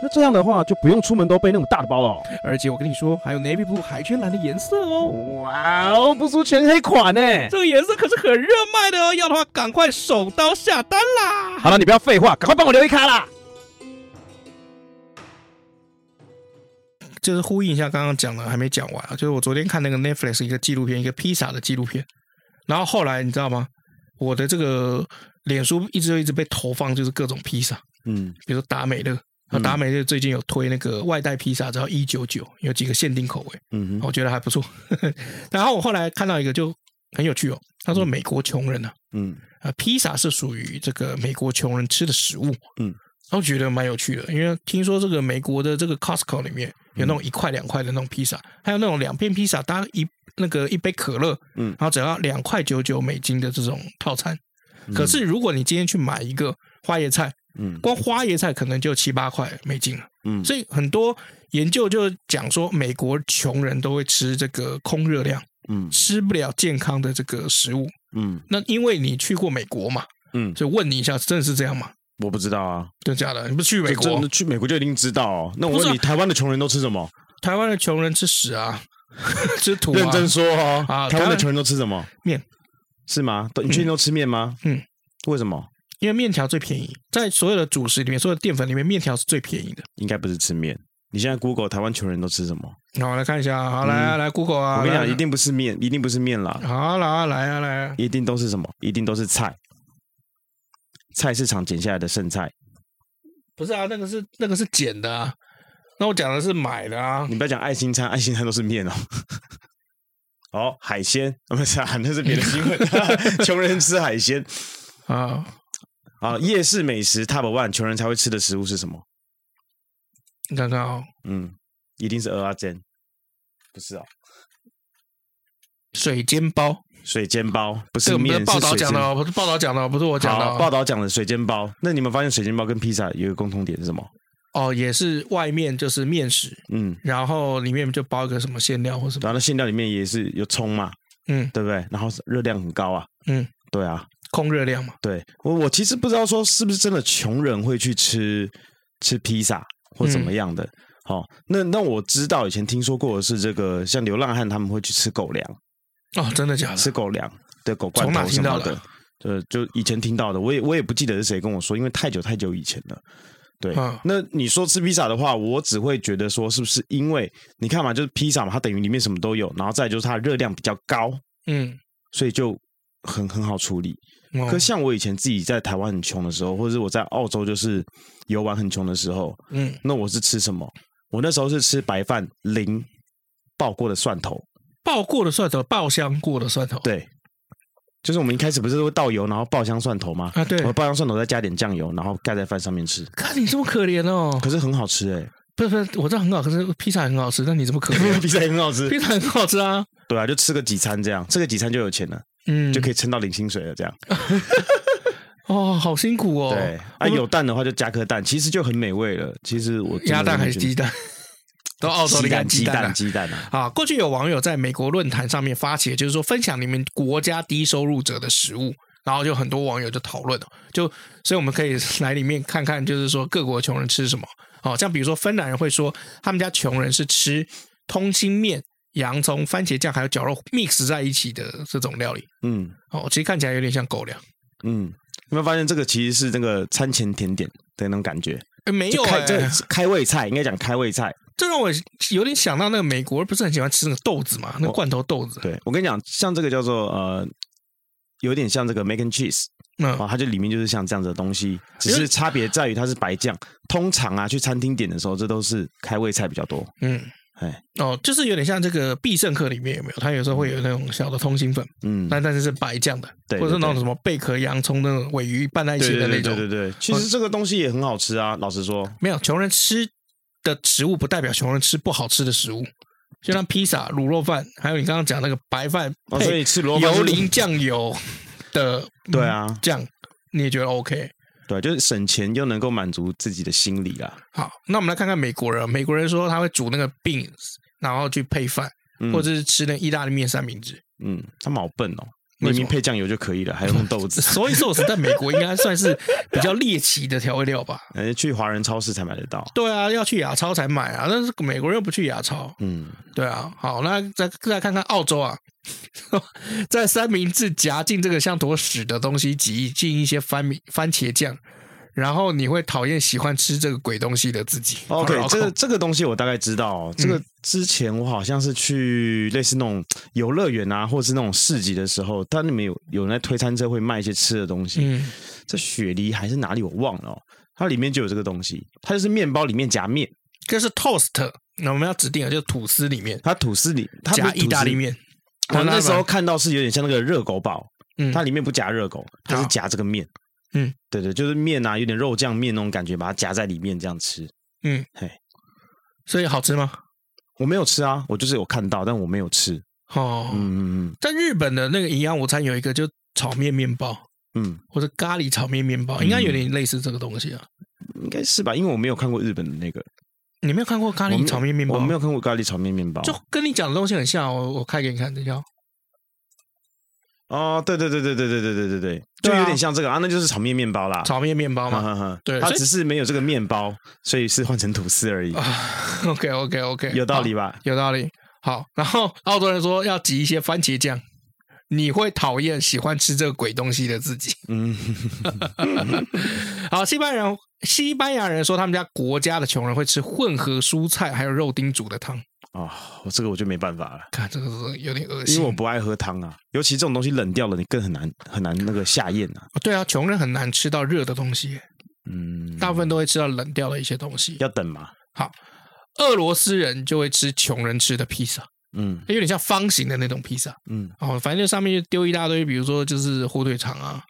Speaker 1: 那这样的话，就不用出门都背那种大的包了哦。
Speaker 2: 而且我跟你说，还有 navy blue 海军蓝的颜色哦，
Speaker 1: 哇哦，不出全黑款呢。
Speaker 2: [laughs] 这个颜色可是很热卖的哦，要的话赶快手刀下单啦！
Speaker 1: 好了，你不要废话，赶快帮我留一卡啦。
Speaker 2: 就是呼应一下刚刚讲的，还没讲完啊。就是我昨天看那个 Netflix 一个纪录片，一个披萨的纪录片，然后后来你知道吗？我的这个脸书一直就一直被投放，就是各种披萨，
Speaker 1: 嗯，
Speaker 2: 比如说达美乐，那
Speaker 1: 嗯
Speaker 2: 达美乐最近有推那个外带披萨，只要一九九，有几个限定口味，
Speaker 1: 嗯哼，
Speaker 2: 我觉得还不错。 [laughs] 然后我后来看到一个就很有趣哦，他说美国穷人呢、啊，
Speaker 1: 嗯，
Speaker 2: 呃，披萨是属于这个美国穷人吃的食物，
Speaker 1: 嗯，
Speaker 2: 然后觉得蛮有趣的，因为听说这个美国的这个 Costco 里面
Speaker 1: 嗯
Speaker 2: 有那种一块两块的那种披萨，还有那种两片披萨搭一那个一杯可乐，
Speaker 1: 嗯
Speaker 2: 然后只要两块九九美金的这种套餐。可是如果你今天去买一个花椰菜，
Speaker 1: 嗯，
Speaker 2: 光花椰菜可能就七八块美金了。
Speaker 1: 嗯
Speaker 2: 所以很多研究就讲说，美国穷人都会吃这个空热量，
Speaker 1: 嗯
Speaker 2: 吃不了健康的这个食物。
Speaker 1: 嗯
Speaker 2: 那因为你去过美国嘛，
Speaker 1: 嗯，
Speaker 2: 所以问你一下，真的是这样吗？
Speaker 1: 我不知道啊，
Speaker 2: 真的假的？你不是去美
Speaker 1: 美
Speaker 2: 国
Speaker 1: 国，去美国就一定知道哦。那我
Speaker 2: 不是啊
Speaker 1: 问你，台湾的穷人都吃什么？
Speaker 2: 台湾的穷人吃屎啊， [laughs] 吃土啊，
Speaker 1: 认真说哦
Speaker 2: 啊，
Speaker 1: 台湾
Speaker 2: 台
Speaker 1: 的
Speaker 2: 湾
Speaker 1: 穷人都吃什么？
Speaker 2: 面，
Speaker 1: 是吗？都你确定都吃面吗？
Speaker 2: 嗯，
Speaker 1: 为什么？
Speaker 2: 因为面条最便宜，在所有的主食里面，所有的淀粉里面，面条是最便宜的。
Speaker 1: 应该不是吃面。你现在 Google 台湾穷人都吃什么？
Speaker 2: 好，来看一下，好来啊来 Google 啊，
Speaker 1: 我跟你
Speaker 2: 来啊
Speaker 1: 讲，一，定不是面，一定不是面啦，
Speaker 2: 好来啊来啊来啊，
Speaker 1: 一定都是什么？一定都是菜。菜市场捡下来的剩菜，
Speaker 2: 不是啊，那个是那个是捡的啊，那我讲的是买的啊，
Speaker 1: 你不要讲爱心餐，爱心餐都是面哦。 [laughs] 哦，海鲜， [laughs] 啊不是啊，那是别的新闻。 [laughs] 穷人吃海鲜
Speaker 2: 啊，
Speaker 1: 啊，夜市美食 Top One，穷人才会吃的食物是什么？
Speaker 2: 你看看哦，
Speaker 1: 嗯，一定是鹅啊煎，不是哦，
Speaker 2: 水煎包，
Speaker 1: 水煎包不
Speaker 2: 这
Speaker 1: 是
Speaker 2: 个不
Speaker 1: 面
Speaker 2: 是报道
Speaker 1: 水
Speaker 2: 讲
Speaker 1: 煎
Speaker 2: 的哦，不是报道讲的哦，不是我讲的
Speaker 1: 好，报
Speaker 2: 哦，
Speaker 1: 道讲的水煎包。那你们发现水煎包跟披萨有一个共同点是什么？
Speaker 2: 哦，也是外面就是面食，
Speaker 1: 嗯，啊
Speaker 2: 然后里面就包一个什么馅料或什么，
Speaker 1: 然后那馅料里面也是有葱嘛，
Speaker 2: 嗯
Speaker 1: 对不对？然后热量很高啊，
Speaker 2: 嗯，
Speaker 1: 对啊，
Speaker 2: 空热量嘛，
Speaker 1: 对我我其实不知道说是不是真的穷人会去吃吃披萨或怎
Speaker 2: 嗯
Speaker 1: 么样的。好、那那我知道以前听说过的是这个，像流浪汉他们会去吃狗粮，
Speaker 2: 哦，真的假的？
Speaker 1: 吃狗粮对狗罐
Speaker 2: 从哪
Speaker 1: 头什
Speaker 2: 听到
Speaker 1: 么
Speaker 2: 的
Speaker 1: 的，呃，就以前听到的，我也我也不记得是谁跟我说，因为太久太久以前了。对，
Speaker 2: 嗯
Speaker 1: 那你说吃披萨的话，我只会觉得说是不是因为你看嘛，就是披萨嘛，它等于里面什么都有，然后再来就是它的热量比较高，
Speaker 2: 嗯，
Speaker 1: 所以就很很好处理。
Speaker 2: 哦
Speaker 1: 可像我以前自己在台湾很穷的时候，或者是我在澳洲就是游玩很穷的时候，
Speaker 2: 嗯，
Speaker 1: 那我是吃什么？我那时候是吃白饭淋爆过的蒜头，
Speaker 2: 爆过的蒜头，爆香过的蒜头，
Speaker 1: 对，就是我们一开始不是会倒油，然后爆香蒜头吗？
Speaker 2: 啊，对，
Speaker 1: 我爆香蒜头再加点酱油，然后盖在饭上面吃，
Speaker 2: 看你这么可怜哦，
Speaker 1: 可是很好吃
Speaker 2: [laughs]
Speaker 1: 哎、
Speaker 2: 不是不是，我知道很好，可是披萨很好吃，但你这么可
Speaker 1: [laughs]
Speaker 2: 怜，
Speaker 1: 披萨也很好吃
Speaker 2: 披，萨很好吃啊，
Speaker 1: 对啊，就吃个几餐这样，吃个几餐就有钱了，
Speaker 2: 嗯，
Speaker 1: 就可
Speaker 2: 以
Speaker 1: 以撑到领薪水了这样。
Speaker 2: 哦，好辛苦哦，
Speaker 1: 对，啊，有蛋的话就加颗蛋，其实就很美味了。其实我真的
Speaker 2: 鸭蛋还是
Speaker 1: 觉得
Speaker 2: 鸡蛋？
Speaker 1: [laughs]
Speaker 2: 到澳洲
Speaker 1: 鸡
Speaker 2: 你看
Speaker 1: 蛋鸡
Speaker 2: 鸡蛋
Speaker 1: 蛋
Speaker 2: 啊。
Speaker 1: 鸡蛋啊，
Speaker 2: 啊，过去有网友在美国论坛上面发起，就是说分享你们国家低收入者的食物，然后就很多网友就讨论了，哦就所以我们可以来里面看看，就是说各国穷人吃什么。哦，像比如说芬兰人会说，他们家穷人是吃通心面、洋葱、番茄酱还有绞肉 mix 在一起的这种料理。
Speaker 1: 嗯。
Speaker 2: 哦，其实看起来有点像狗粮。
Speaker 1: 嗯，有没有发现这个其实是那个餐前甜点的那种感觉？
Speaker 2: 诶没
Speaker 1: 就
Speaker 2: 有、
Speaker 1: 开 [laughs]
Speaker 2: 欸，
Speaker 1: 这个是开胃菜，应该讲开胃菜。
Speaker 2: 这让我有点想到那个美国人不是很喜欢吃那个豆子嘛，那
Speaker 1: 哦
Speaker 2: 个罐头豆子。
Speaker 1: 对我跟你讲，像这个叫做呃，有点像这个 mac and cheese
Speaker 2: 嗯
Speaker 1: 啊，它就里面就是像这样子的东西，只
Speaker 2: 因为
Speaker 1: 是差别在于它是白酱。通常啊，去餐厅点的时候，这都是开胃菜比较多。
Speaker 2: 嗯，
Speaker 1: 哎，
Speaker 2: 哦，就是有点像这个必胜客里面有没有？它有时候会有那种小的通心粉，
Speaker 1: 嗯，
Speaker 2: 但但是是白酱的，
Speaker 1: 对对
Speaker 2: 或者是那种什么贝壳、洋葱那种尾鱼拌在一
Speaker 1: 对
Speaker 2: 起
Speaker 1: 对
Speaker 2: 的那
Speaker 1: 对
Speaker 2: 种
Speaker 1: 对。对对，其实这个东西也很好吃啊，老实说，
Speaker 2: 没有，穷人吃的食物不代表穷人吃不好吃的食物，就像披萨、卤肉饭，还有你刚刚讲那个白饭
Speaker 1: 哦，所
Speaker 2: 配
Speaker 1: 以吃萝卜
Speaker 2: 油
Speaker 1: 是
Speaker 2: 淋酱油的，嗯
Speaker 1: [laughs] 对啊
Speaker 2: 酱你也觉得 OK？
Speaker 1: 对，啊就是省钱又能够满足自己的心理啦，
Speaker 2: 好，那我们来看看美国人，美国人说他会煮那个 beans，然后去配饭，
Speaker 1: 嗯
Speaker 2: 或者是吃那个意大利面三明治。
Speaker 1: 嗯，他们好笨哦，
Speaker 2: 为
Speaker 1: 明
Speaker 2: 什么
Speaker 1: 明配酱油就可以了，还
Speaker 2: [laughs]
Speaker 1: 用豆子，
Speaker 2: 所以说，我是在美国应该算是比较猎奇的调味料吧。
Speaker 1: 呃，去华人超市才买得到，
Speaker 2: 对啊，要去亚超才买啊，但是美国人又不去亚超，
Speaker 1: 嗯，
Speaker 2: 对啊，好，那再再看看澳洲啊， [laughs] 在三明治夹进这个像坨屎的东西，挤进一些番米番茄酱，然后你会讨厌喜欢吃这个鬼东西的自己。然
Speaker 1: OK，
Speaker 2: 后
Speaker 1: 这个这个东西我大概知道、
Speaker 2: 嗯
Speaker 1: 哦。这个之前我好像是去类似那种游乐园啊，或是那种市集的时候，它里面有有人在推餐车会卖一些吃的东西。
Speaker 2: 嗯，
Speaker 1: 这雪梨还是哪里我忘了、哦，它里面就有这个东西，它就是面包里面夹面，
Speaker 2: 这是 toast，那我们要指定的就是吐司里面
Speaker 1: 它吐司里它不是
Speaker 2: 夹
Speaker 1: 吐司
Speaker 2: 意大利。面。
Speaker 1: 我那时候
Speaker 2: 然后
Speaker 1: 看到是有点像那个热狗堡，
Speaker 2: 嗯，
Speaker 1: 它里面不夹热狗，它
Speaker 2: 好
Speaker 1: 是夹这个面。
Speaker 2: 嗯，
Speaker 1: 对对，就是面啊，有点肉酱面那种感觉，把它夹在里面这样吃。
Speaker 2: 嗯
Speaker 1: 嘿，
Speaker 2: 所以好吃吗？
Speaker 1: 我没有吃啊，我就是有看到，但我没有吃。
Speaker 2: 哦，
Speaker 1: 嗯嗯
Speaker 2: 在日本的那个营养午餐有一个就炒面面包
Speaker 1: 嗯嗯。
Speaker 2: 或者咖喱炒面面包，应该有点类似这个东西啊。
Speaker 1: 应该是吧，因为我没有看过日本的那个
Speaker 2: 你没有看过咖
Speaker 1: 我没
Speaker 2: 喱
Speaker 1: 有
Speaker 2: 炒面面包？
Speaker 1: 我没有看过咖喱炒面面包。
Speaker 2: 就跟你讲的东西很像，我我开给你看，等一下哦。
Speaker 1: 啊哦，对对对对对对对对对对，
Speaker 2: 对
Speaker 1: 就
Speaker 2: 啊
Speaker 1: 有点像这个啊，那就是炒面面包啦。
Speaker 2: 炒面面包
Speaker 1: 哈
Speaker 2: 嘛。
Speaker 1: 哈哈，
Speaker 2: 对
Speaker 1: 它
Speaker 2: 所以哦
Speaker 1: 只是没有这个面包，所以是换成吐司而已，
Speaker 2: [laughs] OK OK OK，
Speaker 1: 啊 [laughs] 有道理吧？
Speaker 2: 有道理。好，然后澳洲人说要挤一些番茄酱，你会讨厌喜欢吃这个鬼东西的自己。
Speaker 1: 嗯，
Speaker 2: [laughs] 好，西班牙人西班牙人说他们家国家的穷人会吃混合蔬菜还有肉丁煮的汤，
Speaker 1: 哦，我这个我就没办法了，
Speaker 2: 看这个是有点恶
Speaker 1: 因
Speaker 2: 心。
Speaker 1: 为我不爱喝汤啊，尤其这种东西冷掉了，你更很难很难那个下咽啊。
Speaker 2: 对啊，穷人很难吃到热的东西，
Speaker 1: 嗯，
Speaker 2: 大部分都会吃到冷掉的一些东西。
Speaker 1: 要等嘛。
Speaker 2: 俄罗斯人就会吃穷人吃的披萨，
Speaker 1: 嗯
Speaker 2: 有点像方形的那种披萨。
Speaker 1: 嗯，
Speaker 2: 哦，反正就上面就丢一大堆，比如说就是火腿肠啊，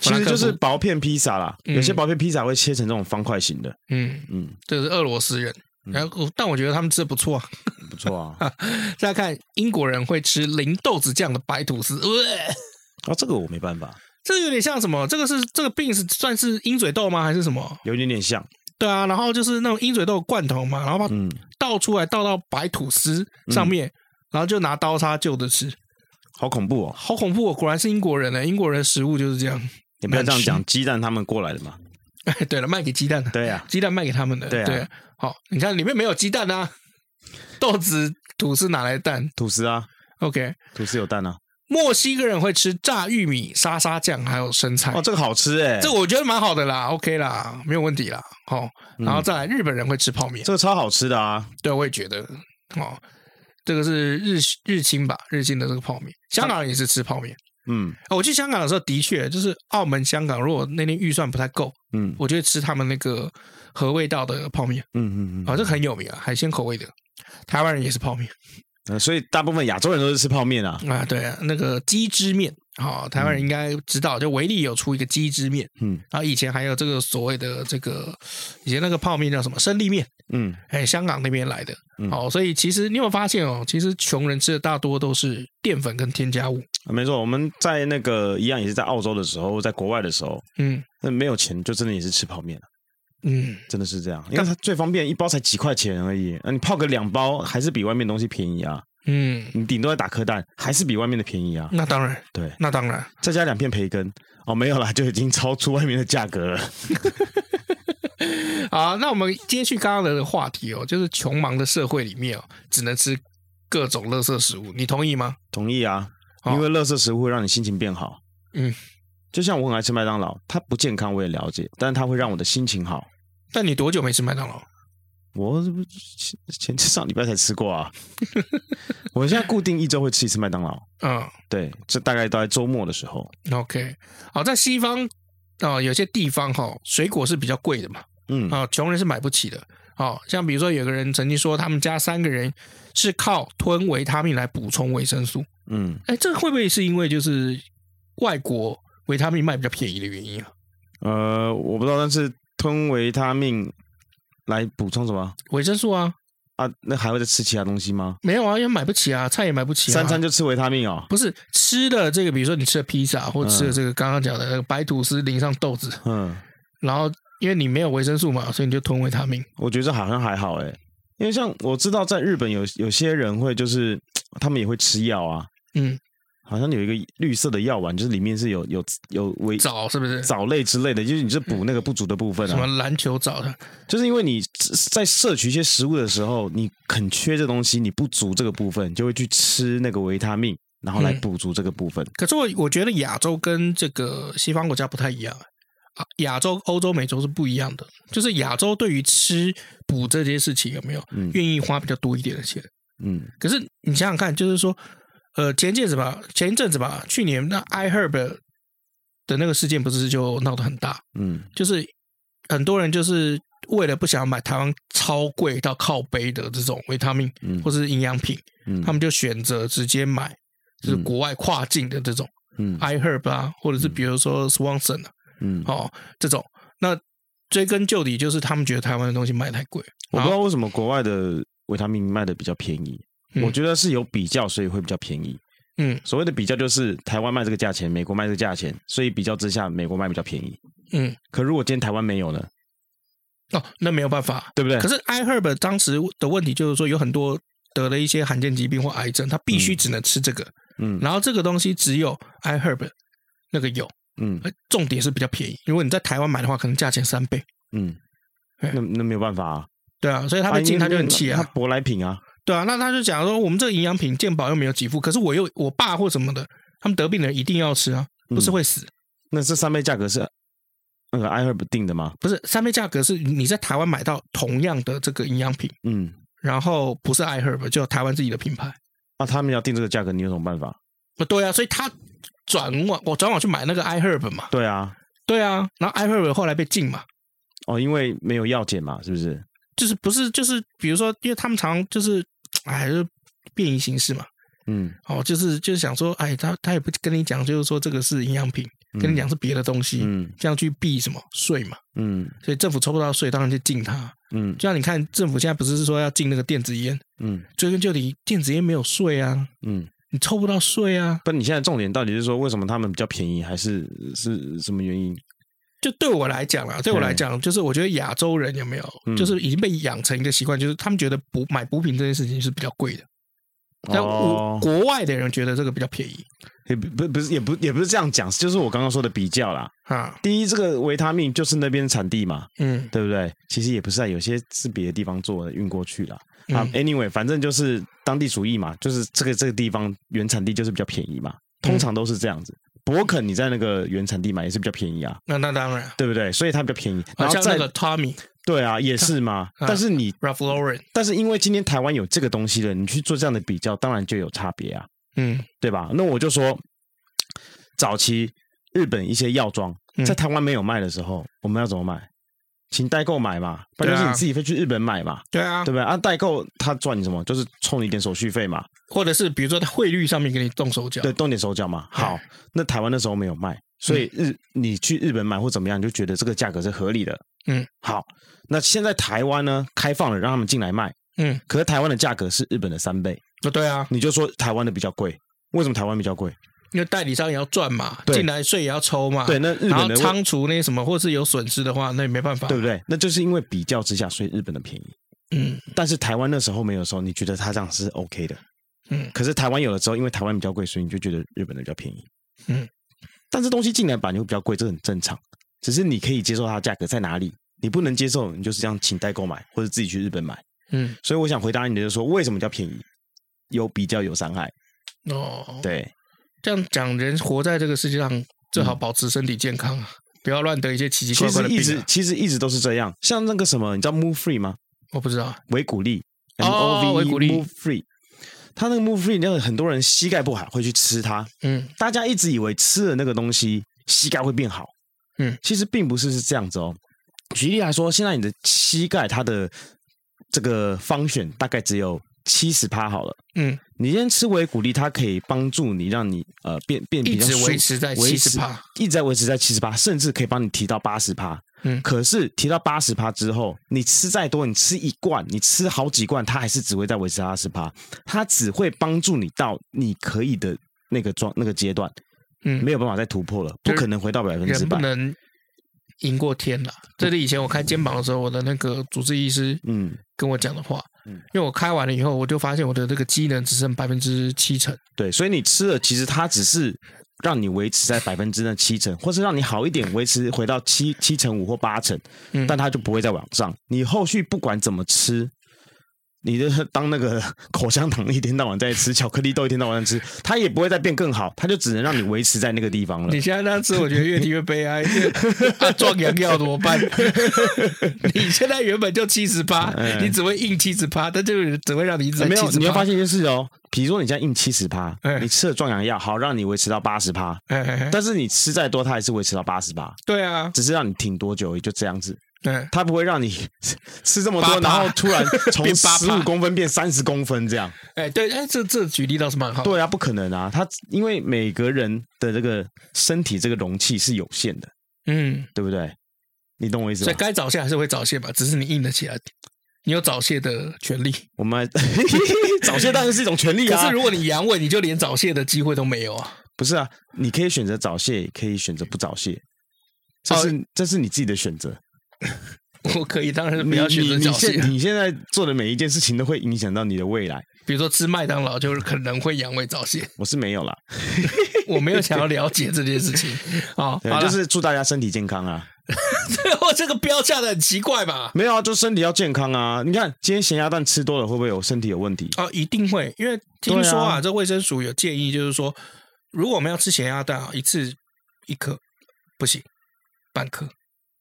Speaker 1: 其实就是
Speaker 2: 法兰克福
Speaker 1: 薄片披萨啦，
Speaker 2: 嗯
Speaker 1: 有些薄片披萨会切成这种方块形的。
Speaker 2: 嗯，
Speaker 1: 嗯，
Speaker 2: 这是俄罗斯人。然后，但我觉得他们吃的不错、啊。
Speaker 1: 不错 [laughs] 啊。
Speaker 2: 再来看英国人会吃淋豆子酱的白吐司，呃、
Speaker 1: 哦，这个我没办法，
Speaker 2: 这有点像什么？这个是这个病是算是鹰嘴豆吗？还是什么？
Speaker 1: 有一点点像。
Speaker 2: 对啊，然后就是那种鹰嘴豆罐头嘛，然后把它
Speaker 1: 嗯，
Speaker 2: 倒出来，倒到白吐司上面，然后就拿刀叉就着吃，
Speaker 1: 好恐怖哦！
Speaker 2: 好恐怖、哦！果然是英国人呢、英国人的食物就是这样。 [laughs]
Speaker 1: 你不要这样
Speaker 2: 难
Speaker 1: 讲，鸡蛋他们过来的嘛。
Speaker 2: 哎，对了，卖给鸡蛋的。
Speaker 1: 对呀、
Speaker 2: 鸡蛋卖给他们的。
Speaker 1: 对啊
Speaker 2: 好，你看里面没有鸡蛋啊，豆子吐司哪来的蛋
Speaker 1: 吐司啊，
Speaker 2: ？OK，
Speaker 1: 吐司有蛋啊。
Speaker 2: 墨西哥人会吃炸玉米、沙沙酱还有生菜，
Speaker 1: 哦，这个好吃哎、
Speaker 2: 这我觉得蛮好的啦，OK 啦，没有问题啦。哦，
Speaker 1: 嗯
Speaker 2: 然后再来日本人会吃泡面，
Speaker 1: 这个超好吃的啊。
Speaker 2: 对，我也觉得哦，这个是日日清吧，日清的这个泡面，香港人也是吃泡面。
Speaker 1: 嗯
Speaker 2: 哦我去香港的时候，的确就是澳门、香港，如果那天预算不太够，
Speaker 1: 嗯
Speaker 2: 我就会吃他们那个和味道的泡面，
Speaker 1: 嗯嗯嗯。
Speaker 2: 哦，这很有名啊，海鲜口味的。台湾人也是泡面。
Speaker 1: 呃所以大部分亚洲人都是吃泡面啊。
Speaker 2: 啊，对啊，那个鸡汁面，好、台湾人应该知道，就维力有出一个鸡汁面，
Speaker 1: 嗯
Speaker 2: 然后以前还有这个所谓的这个以前那个泡面叫什么生力面，
Speaker 1: 嗯，
Speaker 2: 哎，香港那边来的，
Speaker 1: 嗯
Speaker 2: 哦，所以其实你有没有发现哦，其实穷人吃的大多都是淀粉跟添加物，
Speaker 1: 没错。我们在那个一样也是在澳洲的时候，在国外的时候，
Speaker 2: 嗯
Speaker 1: 那没有钱就真的也是吃泡面、啊、
Speaker 2: 嗯，
Speaker 1: 真的是这样，因为它最方便，一包才几块钱而已。那、你泡个两包还是比外面东西便宜啊。
Speaker 2: 嗯，
Speaker 1: 你顶多再打颗蛋，还是比外面的便宜啊。
Speaker 2: 那当然，
Speaker 1: 对，
Speaker 2: 那当然， [laughs]
Speaker 1: 再加两片培根，哦，没有啦， [laughs] 就已经超出外面的价格了。 [laughs]
Speaker 2: 好，那我们接续刚刚的话题哦，就是穷忙的社会里面哦，只能吃各种垃圾食物，你同意吗？
Speaker 1: 同意啊，
Speaker 2: 好
Speaker 1: 因为垃圾食物会让你心情变好。
Speaker 2: 嗯，
Speaker 1: 就像我很爱吃麦当劳，它不健康我也了解，但是它会让我的心情好。
Speaker 2: 但你多久没吃麦当劳？
Speaker 1: 我这不前前上礼拜才吃过啊， [laughs] 我现在固定一周会吃一次麦当劳，
Speaker 2: 嗯。
Speaker 1: 对，这大概都在周末的时候。
Speaker 2: OK，好，在哦西方啊、呃有些地方哈、水果是比较贵的嘛，
Speaker 1: 嗯，
Speaker 2: 啊、穷人是买不起的。哦，像比如说有个人曾经说，他们家三个人是靠吞维他命来补充维生素。
Speaker 1: 嗯，
Speaker 2: 哎，这会不会是因为就是外国维他命卖比较便宜的原因啊？
Speaker 1: 呃，我不知道，但是吞维他命来补充什么
Speaker 2: 维生素啊，
Speaker 1: 啊？那还会再吃其他东西吗？
Speaker 2: 没有啊，也买不起啊，菜也买不起啊。
Speaker 1: 三餐就吃维他命哦。
Speaker 2: 不是吃的这个，比如说你吃的披萨或吃的这个刚刚讲的那个白吐司淋上豆子，
Speaker 1: 嗯，
Speaker 2: 然后因为你没有维生素嘛，所以你就吞维他命。
Speaker 1: 我觉得这好像还好哎、因为像我知道在日本有有些人会就是他们也会吃药啊，
Speaker 2: 嗯，
Speaker 1: 好像有一个绿色的药丸，就是里面是有有有维
Speaker 2: 枣是不是？
Speaker 1: 藻类之类的，就是你是补那个不足的部分
Speaker 2: 什么
Speaker 1: 啊。
Speaker 2: 篮球枣的？
Speaker 1: 就是因为你在摄取一些食物的时候，你很缺这东西，你不足这个部分，就会去吃那个维他命，然后来
Speaker 2: 嗯
Speaker 1: 补足这个部分。
Speaker 2: 可是我我觉得亚洲跟这个西方国家不太一样啊，亚洲、欧洲、美洲是不一样的。就是亚洲对于吃补这件事情有没有
Speaker 1: 嗯
Speaker 2: 愿意花比较多一点的钱？
Speaker 1: 嗯
Speaker 2: 可是你想想看，就是说，呃，前一阵子吧，前一阵子吧，去年那 iHerb 的那个事件不是就闹得很大，
Speaker 1: 嗯
Speaker 2: 就是很多人就是为了不想买台湾超贵到靠背的这种维他命
Speaker 1: 嗯
Speaker 2: 或是营养品，
Speaker 1: 嗯，
Speaker 2: 他们就选择直接买就是
Speaker 1: 嗯
Speaker 2: 国外跨境的这种。
Speaker 1: 嗯
Speaker 2: iHerb 啊，或者是比如说 Swanson 啊，
Speaker 1: 嗯，
Speaker 2: 哦这种，那追根究底就是他们觉得台湾的东西卖太贵，
Speaker 1: 我不
Speaker 2: 然
Speaker 1: 知
Speaker 2: 后
Speaker 1: 道为什么国外的维他命卖的比较便宜，
Speaker 2: 嗯
Speaker 1: 我觉得是有比较，所以会比较便宜。
Speaker 2: 嗯
Speaker 1: 所谓的比较就是台湾卖这个价钱，美国卖这个价钱，所以比较之下，美国卖比较便宜。
Speaker 2: 嗯
Speaker 1: 可如果今天台湾没有呢，
Speaker 2: 哦，那没有办法。
Speaker 1: 对不对？
Speaker 2: 可是 iHerb 当时的问题就是说，有很多得了一些罕见疾病或癌症，他必须只能吃这个，
Speaker 1: 嗯
Speaker 2: 然后这个东西只有 iHerb 那个有，
Speaker 1: 嗯
Speaker 2: 而重点是比较便宜。如果你在台湾买的话，可能价钱三倍，
Speaker 1: 嗯，
Speaker 2: 哎
Speaker 1: 那那没有办法啊，
Speaker 2: 对啊，所以他被
Speaker 1: 因
Speaker 2: 禁
Speaker 1: 为
Speaker 2: 他就很气啊
Speaker 1: 他，舶来品啊，
Speaker 2: 对啊，那他就讲说，我们这个营养品健保又没有给付，可是我又我爸或什么的，他们得病的人一定要吃啊，不是
Speaker 1: 嗯
Speaker 2: 会死。
Speaker 1: 那这三倍价格是那个 iHerb 定的吗？
Speaker 2: 不是三倍价格是你在台湾买到同样的这个营养品，
Speaker 1: 嗯，
Speaker 2: 然后不是 iHerb 就台湾自己的品牌。
Speaker 1: 那啊他们要定这个价格，你有什么办法？
Speaker 2: 不对啊，所以他转网我转网去买那个 iHerb 嘛，
Speaker 1: 对啊，
Speaker 2: 对啊，然后 iHerb 后来被禁嘛，
Speaker 1: 哦，因为没有药检嘛，是不是？
Speaker 2: 就是不是就是比如说，因为他们常就是哎就是便宜形式嘛，
Speaker 1: 嗯
Speaker 2: 哦，就是就是想说，哎，他他也不跟你讲，就是说这个是营养品，跟你讲是别的东西，
Speaker 1: 嗯
Speaker 2: 这样去避什么税嘛，
Speaker 1: 嗯
Speaker 2: 所以政府抽不到税，当然就禁它。
Speaker 1: 嗯
Speaker 2: 就像你看，政府现在不是说要禁那个电子烟，
Speaker 1: 嗯
Speaker 2: 追根究底，电子烟没有税啊，
Speaker 1: 嗯。
Speaker 2: 你抽不到税啊。
Speaker 1: 但你现在重点到底是说为什么他们比较便宜，还是是什么原因？
Speaker 2: 就对我来讲啦，对我来讲，就是我觉得亚洲人有没有，
Speaker 1: 嗯
Speaker 2: 就是已经被养成一个习惯，就是他们觉得补买补品这件事情是比较贵的，但我
Speaker 1: 哦，
Speaker 2: 国外的人觉得这个比较便宜
Speaker 1: 也不不不是也不也不是这样讲，就是我刚刚说的比较啦。
Speaker 2: 啊，
Speaker 1: 第一，这个维他命就是那边产地嘛，
Speaker 2: 嗯
Speaker 1: 对不对？其实也不是啊，有些是别的地方做的运过去啦。啊
Speaker 2: 嗯
Speaker 1: ，anyway，反正就是当地主义嘛，就是这个这个地方原产地就是比较便宜嘛，通常都是这样子。勃肯你在那个原产地买也是比较便宜啊，
Speaker 2: 那那当然，
Speaker 1: 对不对？所以它比较便宜。然
Speaker 2: 啊
Speaker 1: 后
Speaker 2: 像
Speaker 1: 再
Speaker 2: 那个 Tommy
Speaker 1: 对啊，也是嘛。
Speaker 2: 啊
Speaker 1: 但是你
Speaker 2: Ralph Lauren，
Speaker 1: 但是因为今天台湾有这个东西了，你去做这样的比较，当然就有差别啊，
Speaker 2: 嗯
Speaker 1: 对吧？那我就说，早期日本一些药妆
Speaker 2: 嗯
Speaker 1: 在台湾没有卖的时候，我们要怎么买？请代购买嘛，不然就是
Speaker 2: 对啊
Speaker 1: 你自己飞去日本买嘛，
Speaker 2: 对啊
Speaker 1: 对，不对？啊，代购他赚你什么？就是充你一点手续费嘛，
Speaker 2: 或者是比如说在汇率上面给你动手脚，
Speaker 1: 对，动点手脚嘛。
Speaker 2: 啊对
Speaker 1: 好，那台湾那时候没有卖，所以日、你去日本买或怎么样，你就觉得这个价格是合理的。
Speaker 2: 嗯，
Speaker 1: 好，那现在台湾呢开放了，让他们进来卖，
Speaker 2: 嗯，
Speaker 1: 可是台湾的价格是日本的三倍，
Speaker 2: 不对啊，
Speaker 1: 你就说台湾的比较贵，为什么台湾比较贵？
Speaker 2: 因为代理商也要赚嘛，
Speaker 1: 对
Speaker 2: 进来税也要抽嘛，
Speaker 1: 对，，那日
Speaker 2: 啊
Speaker 1: 本
Speaker 2: 然后
Speaker 1: 的
Speaker 2: 仓储那些什么或是有损失的话，那也没办法，
Speaker 1: 对不对？那就是因为比较之下，所以日本的便宜。
Speaker 2: 嗯
Speaker 1: 但是台湾那时候没有的时候，你觉得它这样是 OK 的，
Speaker 2: 嗯
Speaker 1: 可是台湾有了之后，因为台湾比较贵，所以你就觉得日本的比较便宜。
Speaker 2: 嗯，
Speaker 1: 但是东西进来版就比较贵，这很正常。只是你可以接受它的价格在哪里，你不能接受，你就是这样请代购买或者自己去日本买。
Speaker 2: 嗯，
Speaker 1: 所以我想回答你的就是说，为什么叫便宜？有比较有伤害，
Speaker 2: 哦，
Speaker 1: 对，
Speaker 2: 这样讲，人活在这个世界上，最好保持身体健康啊，不要乱得一些奇奇
Speaker 1: 嗯其
Speaker 2: 怪怪
Speaker 1: 实
Speaker 2: 的
Speaker 1: 一
Speaker 2: 病、
Speaker 1: 直
Speaker 2: 啊。
Speaker 1: 其实一直都是这样。像那个什么，你知道 Move Free 吗？
Speaker 2: 我不知道，
Speaker 1: 维骨力
Speaker 2: 哦
Speaker 1: M O V
Speaker 2: 维
Speaker 1: E
Speaker 2: 骨力
Speaker 1: Move Free，它那个 Move Free，那个很多人膝盖不好会去吃它，
Speaker 2: 嗯
Speaker 1: 大家一直以为吃了那个东西膝盖会变好，
Speaker 2: 嗯，
Speaker 1: 其实并不是是这样子哦。举例来说，现在你的膝盖它的这个方选大概只有七十趴好了。
Speaker 2: 嗯，
Speaker 1: 你先吃维骨力，它可以帮助你让你呃变变比
Speaker 2: 一
Speaker 1: 较
Speaker 2: 直
Speaker 1: 舒
Speaker 2: 维持在
Speaker 1: 维
Speaker 2: 七十
Speaker 1: 持
Speaker 2: 帕。
Speaker 1: 一直在维持在七十八，甚至可以帮你提到八十趴。
Speaker 2: 嗯
Speaker 1: 可是提到八十趴之后，你吃再多，你吃一罐，你吃好几罐，它还是只会在维持八十趴，它只会帮助你到你可以的那个状那个阶段，
Speaker 2: 嗯，
Speaker 1: 没有办法再突破了，不可能回到百分嗯之
Speaker 2: 人不
Speaker 1: 百。
Speaker 2: 能赢过天啦。这是以前我开肩膀的时候，我的那个主治医师
Speaker 1: 嗯，
Speaker 2: 跟我讲的话。
Speaker 1: 嗯
Speaker 2: 因为我开完了以后，我就发现我的这个机能只剩百分之七成。
Speaker 1: 对，所以你吃了，其实它只是让你维持在百分之那七成，或是让你好一点，维持回到七七成五或八成，
Speaker 2: 嗯
Speaker 1: 但它就不会再往上。你后续不管怎么吃，你的 [laughs] 当那个口香糖一天到晚在吃，巧克力豆一天到晚在吃，它也不会再变更好，它就只能让你维持在那个地方了
Speaker 2: 你。现在那样吃，我觉得越听越悲
Speaker 1: [laughs]
Speaker 2: 哀。因为啊壮阳药怎么办？你现在原本就七十八，你只会硬七十八，但这个只会让你一直在
Speaker 1: 嗯没
Speaker 2: 七
Speaker 1: 有，
Speaker 2: 十
Speaker 1: 你会
Speaker 2: 八
Speaker 1: 发。现一件事哦，比如说你现在硬七十趴
Speaker 2: 哎，
Speaker 1: 你吃了壮阳药，好让你维持到八十趴，
Speaker 2: 哎哎哎
Speaker 1: 但是你吃再多，它还是维持到八十趴，
Speaker 2: 对啊，
Speaker 1: 只是让你挺多久而已，就这样子。
Speaker 2: 嗯，
Speaker 1: 它不会让你 [laughs] 吃这么
Speaker 2: 八
Speaker 1: 多，
Speaker 2: 趴
Speaker 1: 然后
Speaker 2: [laughs]
Speaker 1: 突然从
Speaker 2: 变八
Speaker 1: 十
Speaker 2: 趴
Speaker 1: 五公分变三十公分这样。
Speaker 2: 哎对，哎这这举例倒是蛮好的。
Speaker 1: 对啊，不可能啊！它因为每个人的这个身体这个容器是有限的，
Speaker 2: 嗯，
Speaker 1: 对不对？你懂我意思
Speaker 2: 所以
Speaker 1: 吧？
Speaker 2: 该早泄还是会早泄吧，只是你硬得起来，你有早泄的权利。
Speaker 1: 我们 [laughs] 早泄当然是一种权利
Speaker 2: 可
Speaker 1: 啊
Speaker 2: 是，如果你阳痿，你就连早泄的机会都没有啊。
Speaker 1: 不是啊？你可以选择早泄，也可以选择不早泄，这
Speaker 2: 哦
Speaker 1: 是、这是你自己的选择。
Speaker 2: [laughs] 我可以，当然是不
Speaker 1: 你
Speaker 2: 要选择
Speaker 1: 你
Speaker 2: 早
Speaker 1: 你
Speaker 2: 泄啊
Speaker 1: 现。你现在做的每一件事情都会影响到你的未来。
Speaker 2: 比如说吃麦当劳，就是可能会阳痿早 [laughs] 泄。
Speaker 1: 我是没有啦，
Speaker 2: 我没有想要了解这件事情啊，
Speaker 1: 对
Speaker 2: 好
Speaker 1: 就
Speaker 2: 啦
Speaker 1: 是祝大家身体健康啊。
Speaker 2: [laughs] 我这个标价的很奇怪吧？
Speaker 1: 没有啊，就身体要健康啊！你看今天咸鸭蛋吃多了，会不会有身体有问题？
Speaker 2: 哦，一定会，因为听
Speaker 1: 对
Speaker 2: 说啊，
Speaker 1: 啊
Speaker 2: 这卫生署有建议，就是说，如果我们要吃咸鸭蛋啊，一次一颗不行，半颗。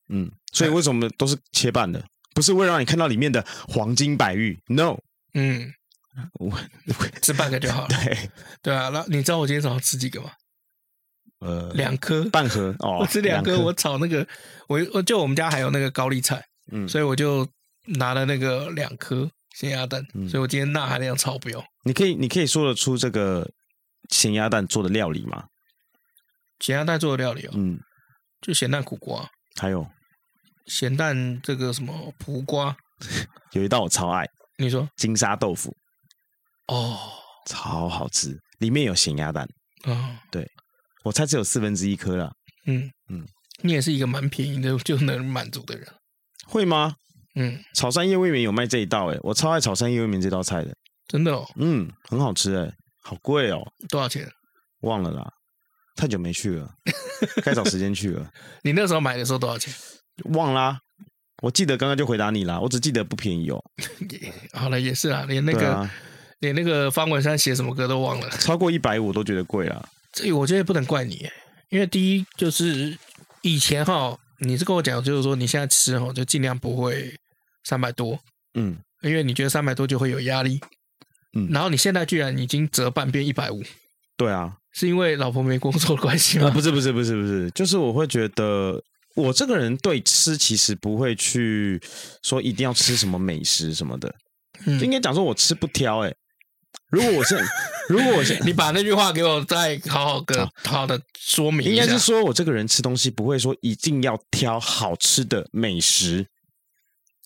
Speaker 1: 嗯，所以为什么都是切半的？不是为了让你看到里面的黄金百玉，no，
Speaker 2: 嗯，
Speaker 1: 我
Speaker 2: 吃半个就好了。
Speaker 1: 对，
Speaker 2: 对啊，那你知道我今天早上吃几个吗？
Speaker 1: 呃，
Speaker 2: 两颗，
Speaker 1: 半盒哦，
Speaker 2: [laughs] 我吃两颗，
Speaker 1: 颗
Speaker 2: 我炒那个，我我就我们家还有那个高丽菜，
Speaker 1: 嗯，
Speaker 2: 所以我就拿了那个两颗咸鸭蛋，
Speaker 1: 嗯
Speaker 2: 所以我今天钠含量超标。
Speaker 1: 你可以你可以说得出这个咸鸭蛋做的料理吗？
Speaker 2: 咸鸭蛋做的料理哦，
Speaker 1: 嗯，
Speaker 2: 就咸蛋苦瓜，啊
Speaker 1: 还有
Speaker 2: 咸蛋这个什么苦瓜，
Speaker 1: 有一道我超爱
Speaker 2: 你说
Speaker 1: 金沙豆腐，
Speaker 2: 哦
Speaker 1: 超好吃，里面有咸鸭蛋，
Speaker 2: 啊
Speaker 1: 我猜只有四分之一颗了，
Speaker 2: 嗯嗯
Speaker 1: 嗯，
Speaker 2: 你也是一个蛮便宜的 [laughs] 就能满足的人，
Speaker 1: 会吗？
Speaker 2: 嗯，
Speaker 1: 草山夜未眠有卖这一道诶、我超爱草山夜未眠这道菜的，
Speaker 2: 真的哦，
Speaker 1: 嗯，很好吃诶、好贵哦、
Speaker 2: 多少钱？
Speaker 1: 忘了啦，太久没去 [laughs] 了，该找时间去了，
Speaker 2: 你那时候买的时候多少钱？
Speaker 1: 忘啦。我记得刚刚就回答你啦，我只记得不便宜哦，
Speaker 2: 也好了，也是啊，连那
Speaker 1: 对
Speaker 2: 个、
Speaker 1: 啊，
Speaker 2: 连那个方文山写什么歌都忘了，
Speaker 1: 超过一百五我都觉得贵啦。
Speaker 2: 这我觉得不能怪你，因为第一就是以前哈，你是跟我讲，就是说你现在吃哈，就尽量不会三百多，
Speaker 1: 嗯，
Speaker 2: 因为你觉得三百多就会有压力，
Speaker 1: 嗯
Speaker 2: 然后你现在居然已经折半变一百五，
Speaker 1: 对啊，
Speaker 2: 是因为老婆没工作的关系
Speaker 1: 啊 [laughs]
Speaker 2: 吗？
Speaker 1: 不是不是不是不是，就是我会觉得我这个人对吃其实不会去说一定要吃什么美食什么的，
Speaker 2: 嗯
Speaker 1: 应该讲说我吃不挑诶、如果我现 [laughs] 如果我现
Speaker 2: 你把那句话给我再好好的、好好的说明
Speaker 1: 应
Speaker 2: 一下。
Speaker 1: 该是说我这个人吃东西不会说一定要挑好吃的美食，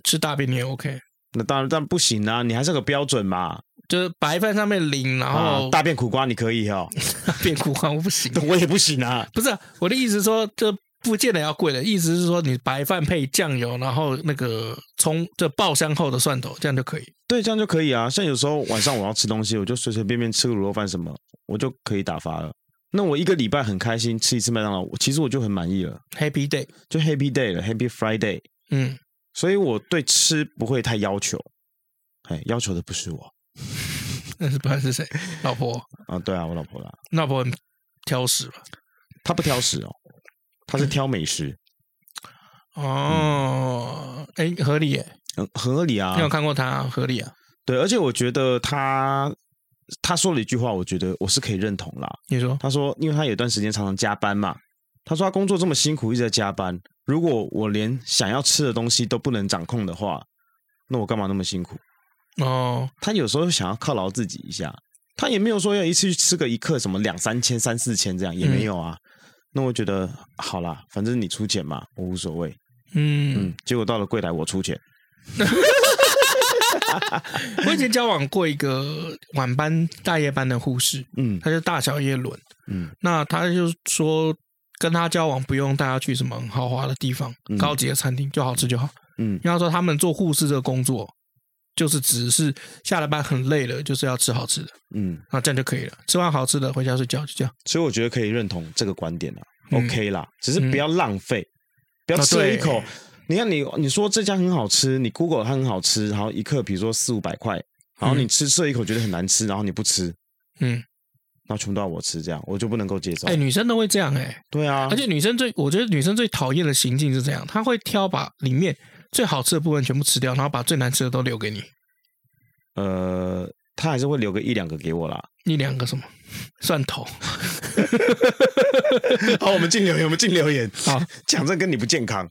Speaker 2: 吃大便你也 OK，
Speaker 1: 那当然但不行啊，你还是有个标准嘛。
Speaker 2: 就是白饭上面淋，然
Speaker 1: 啊
Speaker 2: 后，
Speaker 1: 大便苦瓜你可以哦， [laughs]
Speaker 2: 大便苦瓜我不行。
Speaker 1: 我也不行啊。
Speaker 2: 不是啊、我的意思是说，这不见得要贵的，意思是说你白饭配酱油，然后那个葱，这爆香后的蒜头，这样就可以。
Speaker 1: 对，这样就可以啊。像有时候晚上我要吃东西，我就随随便便吃个卤肉饭什么，我就可以打发了。那我一个礼拜很开心吃一次麦当劳，我其实我就很满意了，
Speaker 2: Happy day，
Speaker 1: 就 Happy Day 了，Happy Friday。
Speaker 2: 嗯，
Speaker 1: 所以我对吃不会太要求，哎，要求的不是我
Speaker 2: 那是不然是谁？老婆，
Speaker 1: 啊，对啊，我老婆啦，
Speaker 2: 老婆很挑食吧？
Speaker 1: 她不挑食哦，她是挑美食，
Speaker 2: 哦，哎、合理耶，
Speaker 1: 很很合理嗯啊
Speaker 2: 你。有看过他合理啊？
Speaker 1: 对，而且我觉得她她说了一句话，我觉得我是可以认同啦。
Speaker 2: 你说，
Speaker 1: 他说，因为他有一段时间常常加班嘛，他说他工作这么辛苦，一直在加班。如果我连想要吃的东西都不能掌控的话，那我干嘛那么辛苦？
Speaker 2: 哦，
Speaker 1: 他有时候想要犒劳自己一下，他也没有说要一次去吃个一克什么两三千、三四千这样，也没有啊。那我觉得好啦，反正你出钱嘛，我无所谓。
Speaker 2: 嗯，
Speaker 1: 嗯，结果到了柜台我出钱，
Speaker 2: 我以前交往过一个晚班大夜班的护士，
Speaker 1: 嗯
Speaker 2: 她就大小夜轮，
Speaker 1: 嗯
Speaker 2: 那她就说跟她交往不用带她去什么很豪华的地方、
Speaker 1: 嗯
Speaker 2: 高级的餐厅，就好吃就好。
Speaker 1: 嗯
Speaker 2: 因为她说他们做护士这个工作，就是只是下了班很累了，就是要吃好吃的，
Speaker 1: 嗯，
Speaker 2: 那这样就可以了。吃完好吃的回家睡觉，就这样。
Speaker 1: 所以我觉得可以认同这个观点啦、
Speaker 2: 嗯
Speaker 1: o k 啦，只是不要浪费，不要吃了一口。
Speaker 2: 啊
Speaker 1: 你看你你说这家很好吃，你 Google 它很好吃，然后一克比如说四五百块，然后你吃吃了一口觉得很难吃，然后你不吃，
Speaker 2: 嗯，
Speaker 1: 那全部都要我吃，这样我就不能够接受。
Speaker 2: 哎、女生都会这样哎、
Speaker 1: 对啊，
Speaker 2: 而且女生最，我觉得女生最讨厌的行径是这样，她会挑把里面最好吃的部分全部吃掉，然后把最难吃的都留给你，
Speaker 1: 呃，他还是会留个一两个给我啦。
Speaker 2: 一两个什么蒜头。
Speaker 1: [laughs] 好，我们进留言，我们进留言。
Speaker 2: [laughs] 好，
Speaker 1: 讲这跟你不健康。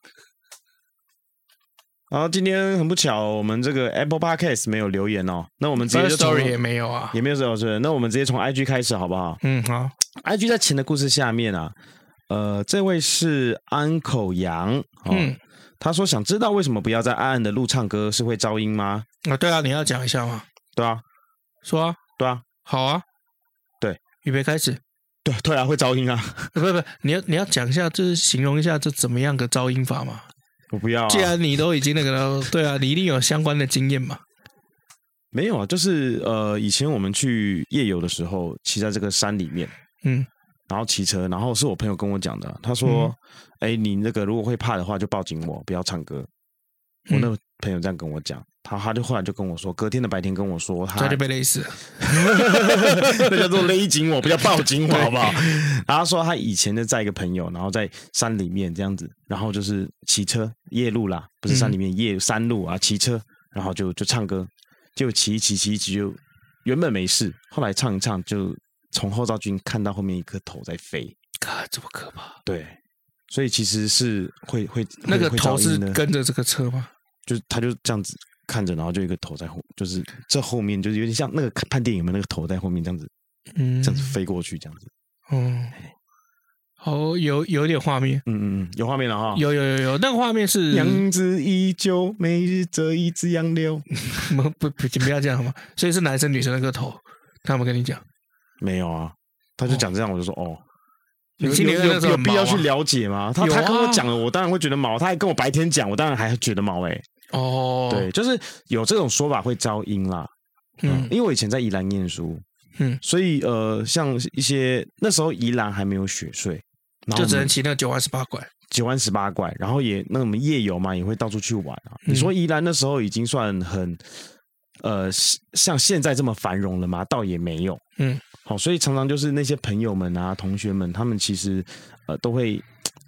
Speaker 1: 然后今天很不巧，我们这个 Apple Podcast 没有留言哦，那我们直接
Speaker 2: First
Speaker 1: 就从
Speaker 2: Story 也没有啊。
Speaker 1: 也没有什么是，那我们直接从 IG 开始好不好
Speaker 2: 嗯，好，
Speaker 1: ？IG 在前的故事下面啊，呃，这位是 Uncle 杨，哦、
Speaker 2: 嗯
Speaker 1: 他说想知道为什么不要在暗暗的路唱歌是会噪音吗？
Speaker 2: 啊，对啊，你要讲一下嘛，
Speaker 1: 对啊，
Speaker 2: 说啊，
Speaker 1: 对啊，
Speaker 2: 好啊，
Speaker 1: 对，
Speaker 2: 预备开始，
Speaker 1: 对对啊，会噪音啊，
Speaker 2: 不不，你要你要讲一下，就是形容一下这怎么样个噪音法嘛。
Speaker 1: 我不要、啊，
Speaker 2: 既然你都已经那
Speaker 1: [laughs]
Speaker 2: 个了，对啊，你一定有相关的经验嘛。
Speaker 1: 没有啊，就是呃，以前我们去夜游的时候，骑在这个山里面，
Speaker 2: 嗯
Speaker 1: 然后骑车，然后是我朋友跟我讲的，啊他说：“哎、你那个如果会怕的话，就抱紧我，不要唱歌。”
Speaker 2: 嗯
Speaker 1: 我那个朋友这样跟我讲，他他就后来就跟我说，隔天的白天跟我说，他
Speaker 2: 差点被勒死了。
Speaker 1: [laughs] 那叫做勒紧我，不叫抱紧我，好
Speaker 2: [laughs]
Speaker 1: 不好？然后他说他以前就在一个朋友，然后在山里面这样子，然后就是骑车夜路啦，不是山里面夜山路啊，骑车，然后就就唱歌，就骑一骑骑一骑就原本没事，后来唱一唱就从后照镜看到后面一颗头在飞，
Speaker 2: God，这么可怕！
Speaker 1: 对，所以其实是会会
Speaker 2: 那个
Speaker 1: 会会
Speaker 2: 头
Speaker 1: 噪
Speaker 2: 是
Speaker 1: 音的
Speaker 2: 跟着这个车吗？
Speaker 1: 就是他就这样子看着，然后就一个头在后，就是这后面就是有点像那个看电影有没有那个头在后面这样子
Speaker 2: 嗯，
Speaker 1: 这样子飞过去这样子，
Speaker 2: 嗯，哦，有有点画面，
Speaker 1: 嗯嗯嗯，有画面了哈。
Speaker 2: 有有有有，那个画面是
Speaker 1: 杨子依旧，每日这一只杨柳。
Speaker 2: 不不不，请不要这样好吗？所以是男生女生那个头，他们跟你讲，
Speaker 1: 没有啊，他就讲这样，我就说哦，
Speaker 2: 你
Speaker 1: 有
Speaker 2: 心里
Speaker 1: 有
Speaker 2: 面那
Speaker 1: 有
Speaker 2: 时候
Speaker 1: 有
Speaker 2: 很
Speaker 1: 必要
Speaker 2: 毛
Speaker 1: 去
Speaker 2: 啊
Speaker 1: 了解吗？他他
Speaker 2: 有
Speaker 1: 跟我
Speaker 2: 啊
Speaker 1: 讲了，我当然会觉得毛，他还跟我白天讲，我当然还觉得毛哎。
Speaker 2: 哦，
Speaker 1: 对，，就是有这种说法会招音啦。嗯，
Speaker 2: 嗯
Speaker 1: 因为我以前在宜兰念书，
Speaker 2: 嗯，
Speaker 1: 所以呃，像一些那时候宜兰还没有雪隧，然后
Speaker 2: 就只能骑那个九万十八拐，
Speaker 1: 九弯十八拐，然后也那我们夜游嘛，也会到处去玩啊。
Speaker 2: 嗯
Speaker 1: 你说宜兰那时候已经算很呃是像现在这么繁荣了吗？倒也没有。
Speaker 2: 嗯，
Speaker 1: 好，所以常常就是那些朋友们啊、同学们，他们其实呃都会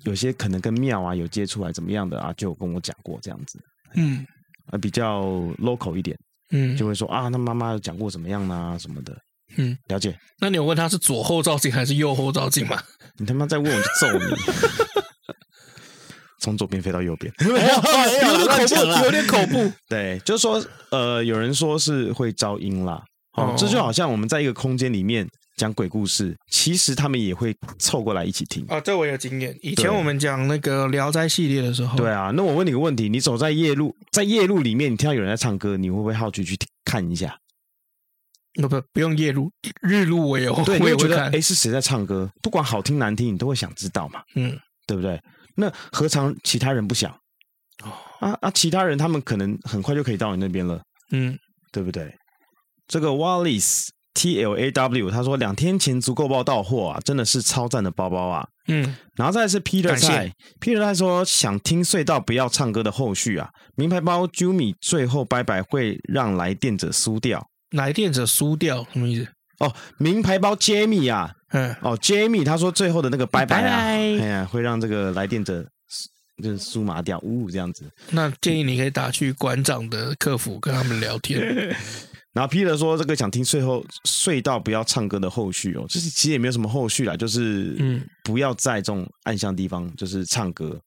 Speaker 1: 有些可能跟庙啊有接触啊怎么样的啊，就有跟我讲过这样子，
Speaker 2: 嗯
Speaker 1: 呃比较 local 一点。
Speaker 2: 嗯
Speaker 1: 就会说啊，那妈妈有讲过怎么样啦、什么的。
Speaker 2: 嗯，
Speaker 1: 了解。
Speaker 2: 那你有问他是左后照镜还是右后照镜吗？
Speaker 1: 你他妈再问我就揍你。从左边飞到右边，
Speaker 2: 有啊点
Speaker 1: 乱
Speaker 2: 恐
Speaker 1: 讲啦
Speaker 2: 怖，有点恐 [laughs] 怖。
Speaker 1: 对，就是说，呃，有人说是会招阴啦，哦
Speaker 2: 哦，
Speaker 1: 这就好像我们在一个空间里面讲鬼故事，其实他们也会凑过来一起听。
Speaker 2: 啊，这我有经验。以
Speaker 1: 对
Speaker 2: 前我们讲那个《聊斋》系列的时候，
Speaker 1: 对啊，那我问你个问题，你走在夜路，在夜路里面，你听到有人在唱歌，你会不会好奇去听看一下？
Speaker 2: 不不不用夜路，日路我也会
Speaker 1: 对，你
Speaker 2: 我也
Speaker 1: 会觉
Speaker 2: 会
Speaker 1: 得
Speaker 2: 看
Speaker 1: 哎，。是谁在唱歌？不管好听难听，你都会想知道嘛。
Speaker 2: 嗯，
Speaker 1: 对不对？那何尝其他人不想？啊啊，其他人他们可能很快就可以到你那边了，
Speaker 2: 嗯
Speaker 1: 对不对？这个 Wallace T L A W 他说两天前足够报到货啊，真的是超赞的包包啊。
Speaker 2: 嗯，
Speaker 1: 然后再来是 Peter
Speaker 2: 感谢
Speaker 1: 蔡，Peter 蔡说想听隧道不要唱歌的后续啊，名牌包 Jumi 最后拜拜会让来电者输掉
Speaker 2: 来电者输掉什么意思？
Speaker 1: 哦，名牌包 Jamie 啊，
Speaker 2: 嗯，
Speaker 1: 哦，Jamie 他说最后的那个拜拜啊，
Speaker 2: 拜拜
Speaker 1: 哎呀，会让这个来电者就是酥麻掉，呜这样子。
Speaker 2: 那建议你可以打去馆长的客服跟他们聊天。
Speaker 1: 然后 Peter 说这个想听最后隧道不要唱歌的后续哦，就是其实也没有什么后续啦，就是
Speaker 2: 嗯
Speaker 1: 不要在这种暗巷地方就是唱歌。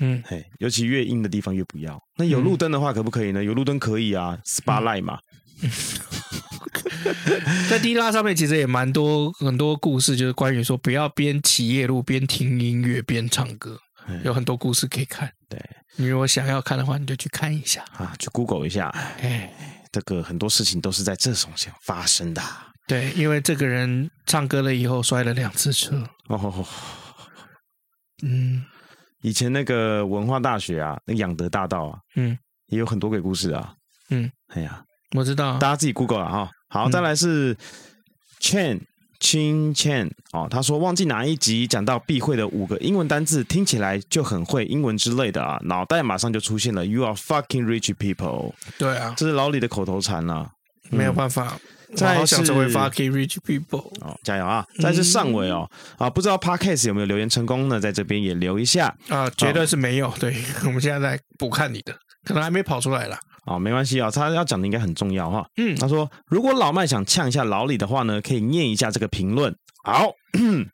Speaker 2: 嗯
Speaker 1: 嘿，尤其越硬的地方越不要。那有路灯的话可不可以呢？有路灯可以啊，spotlight 嘛，
Speaker 2: [laughs] 在滴拉上面其实也蛮多很多故事，就是关于说不要边骑夜路边听音乐边唱歌，
Speaker 1: 哎
Speaker 2: 有很多故事可以看。
Speaker 1: 对
Speaker 2: 你如果想要看的话，你就去看一下。
Speaker 1: 啊，去 Google 一下，
Speaker 2: 哎，
Speaker 1: 这个很多事情都是在这种上发生的啊。
Speaker 2: 对，因为这个人唱歌了以后摔了两次车，
Speaker 1: 哦，
Speaker 2: 嗯
Speaker 1: 以前那个文化大学啊，那养德大道啊，
Speaker 2: 嗯，
Speaker 1: 也有很多鬼故事啊。
Speaker 2: 嗯，
Speaker 1: 哎呀，
Speaker 2: 我知道
Speaker 1: 大，家自己 Google 了哈。好，再来是 Chen Chin Chen 哦，他说忘记哪一集讲到必会的五个英文单字，听起来就很会英文之类的啊，脑袋马上就出现了 You are fucking rich people，
Speaker 2: 对啊，
Speaker 1: 这是老李的口头禅啦、啊。
Speaker 2: 没有办法，我
Speaker 1: 再
Speaker 2: 好想
Speaker 1: 是
Speaker 2: 成为 fucking rich people。
Speaker 1: 哦，加油啊！再来是上尾哦，啊，不知道 Podcast 有没有留言成功呢？在这边也留一下。
Speaker 2: 啊，绝对是没有。对，我们现在在补看你的，可能还没跑出来啦。
Speaker 1: 啊、没关系啊、他要讲的应该很重要哈。
Speaker 2: 嗯
Speaker 1: 他说如果老麦想呛一下老李的话呢，可以念一下这个评论。好，嗯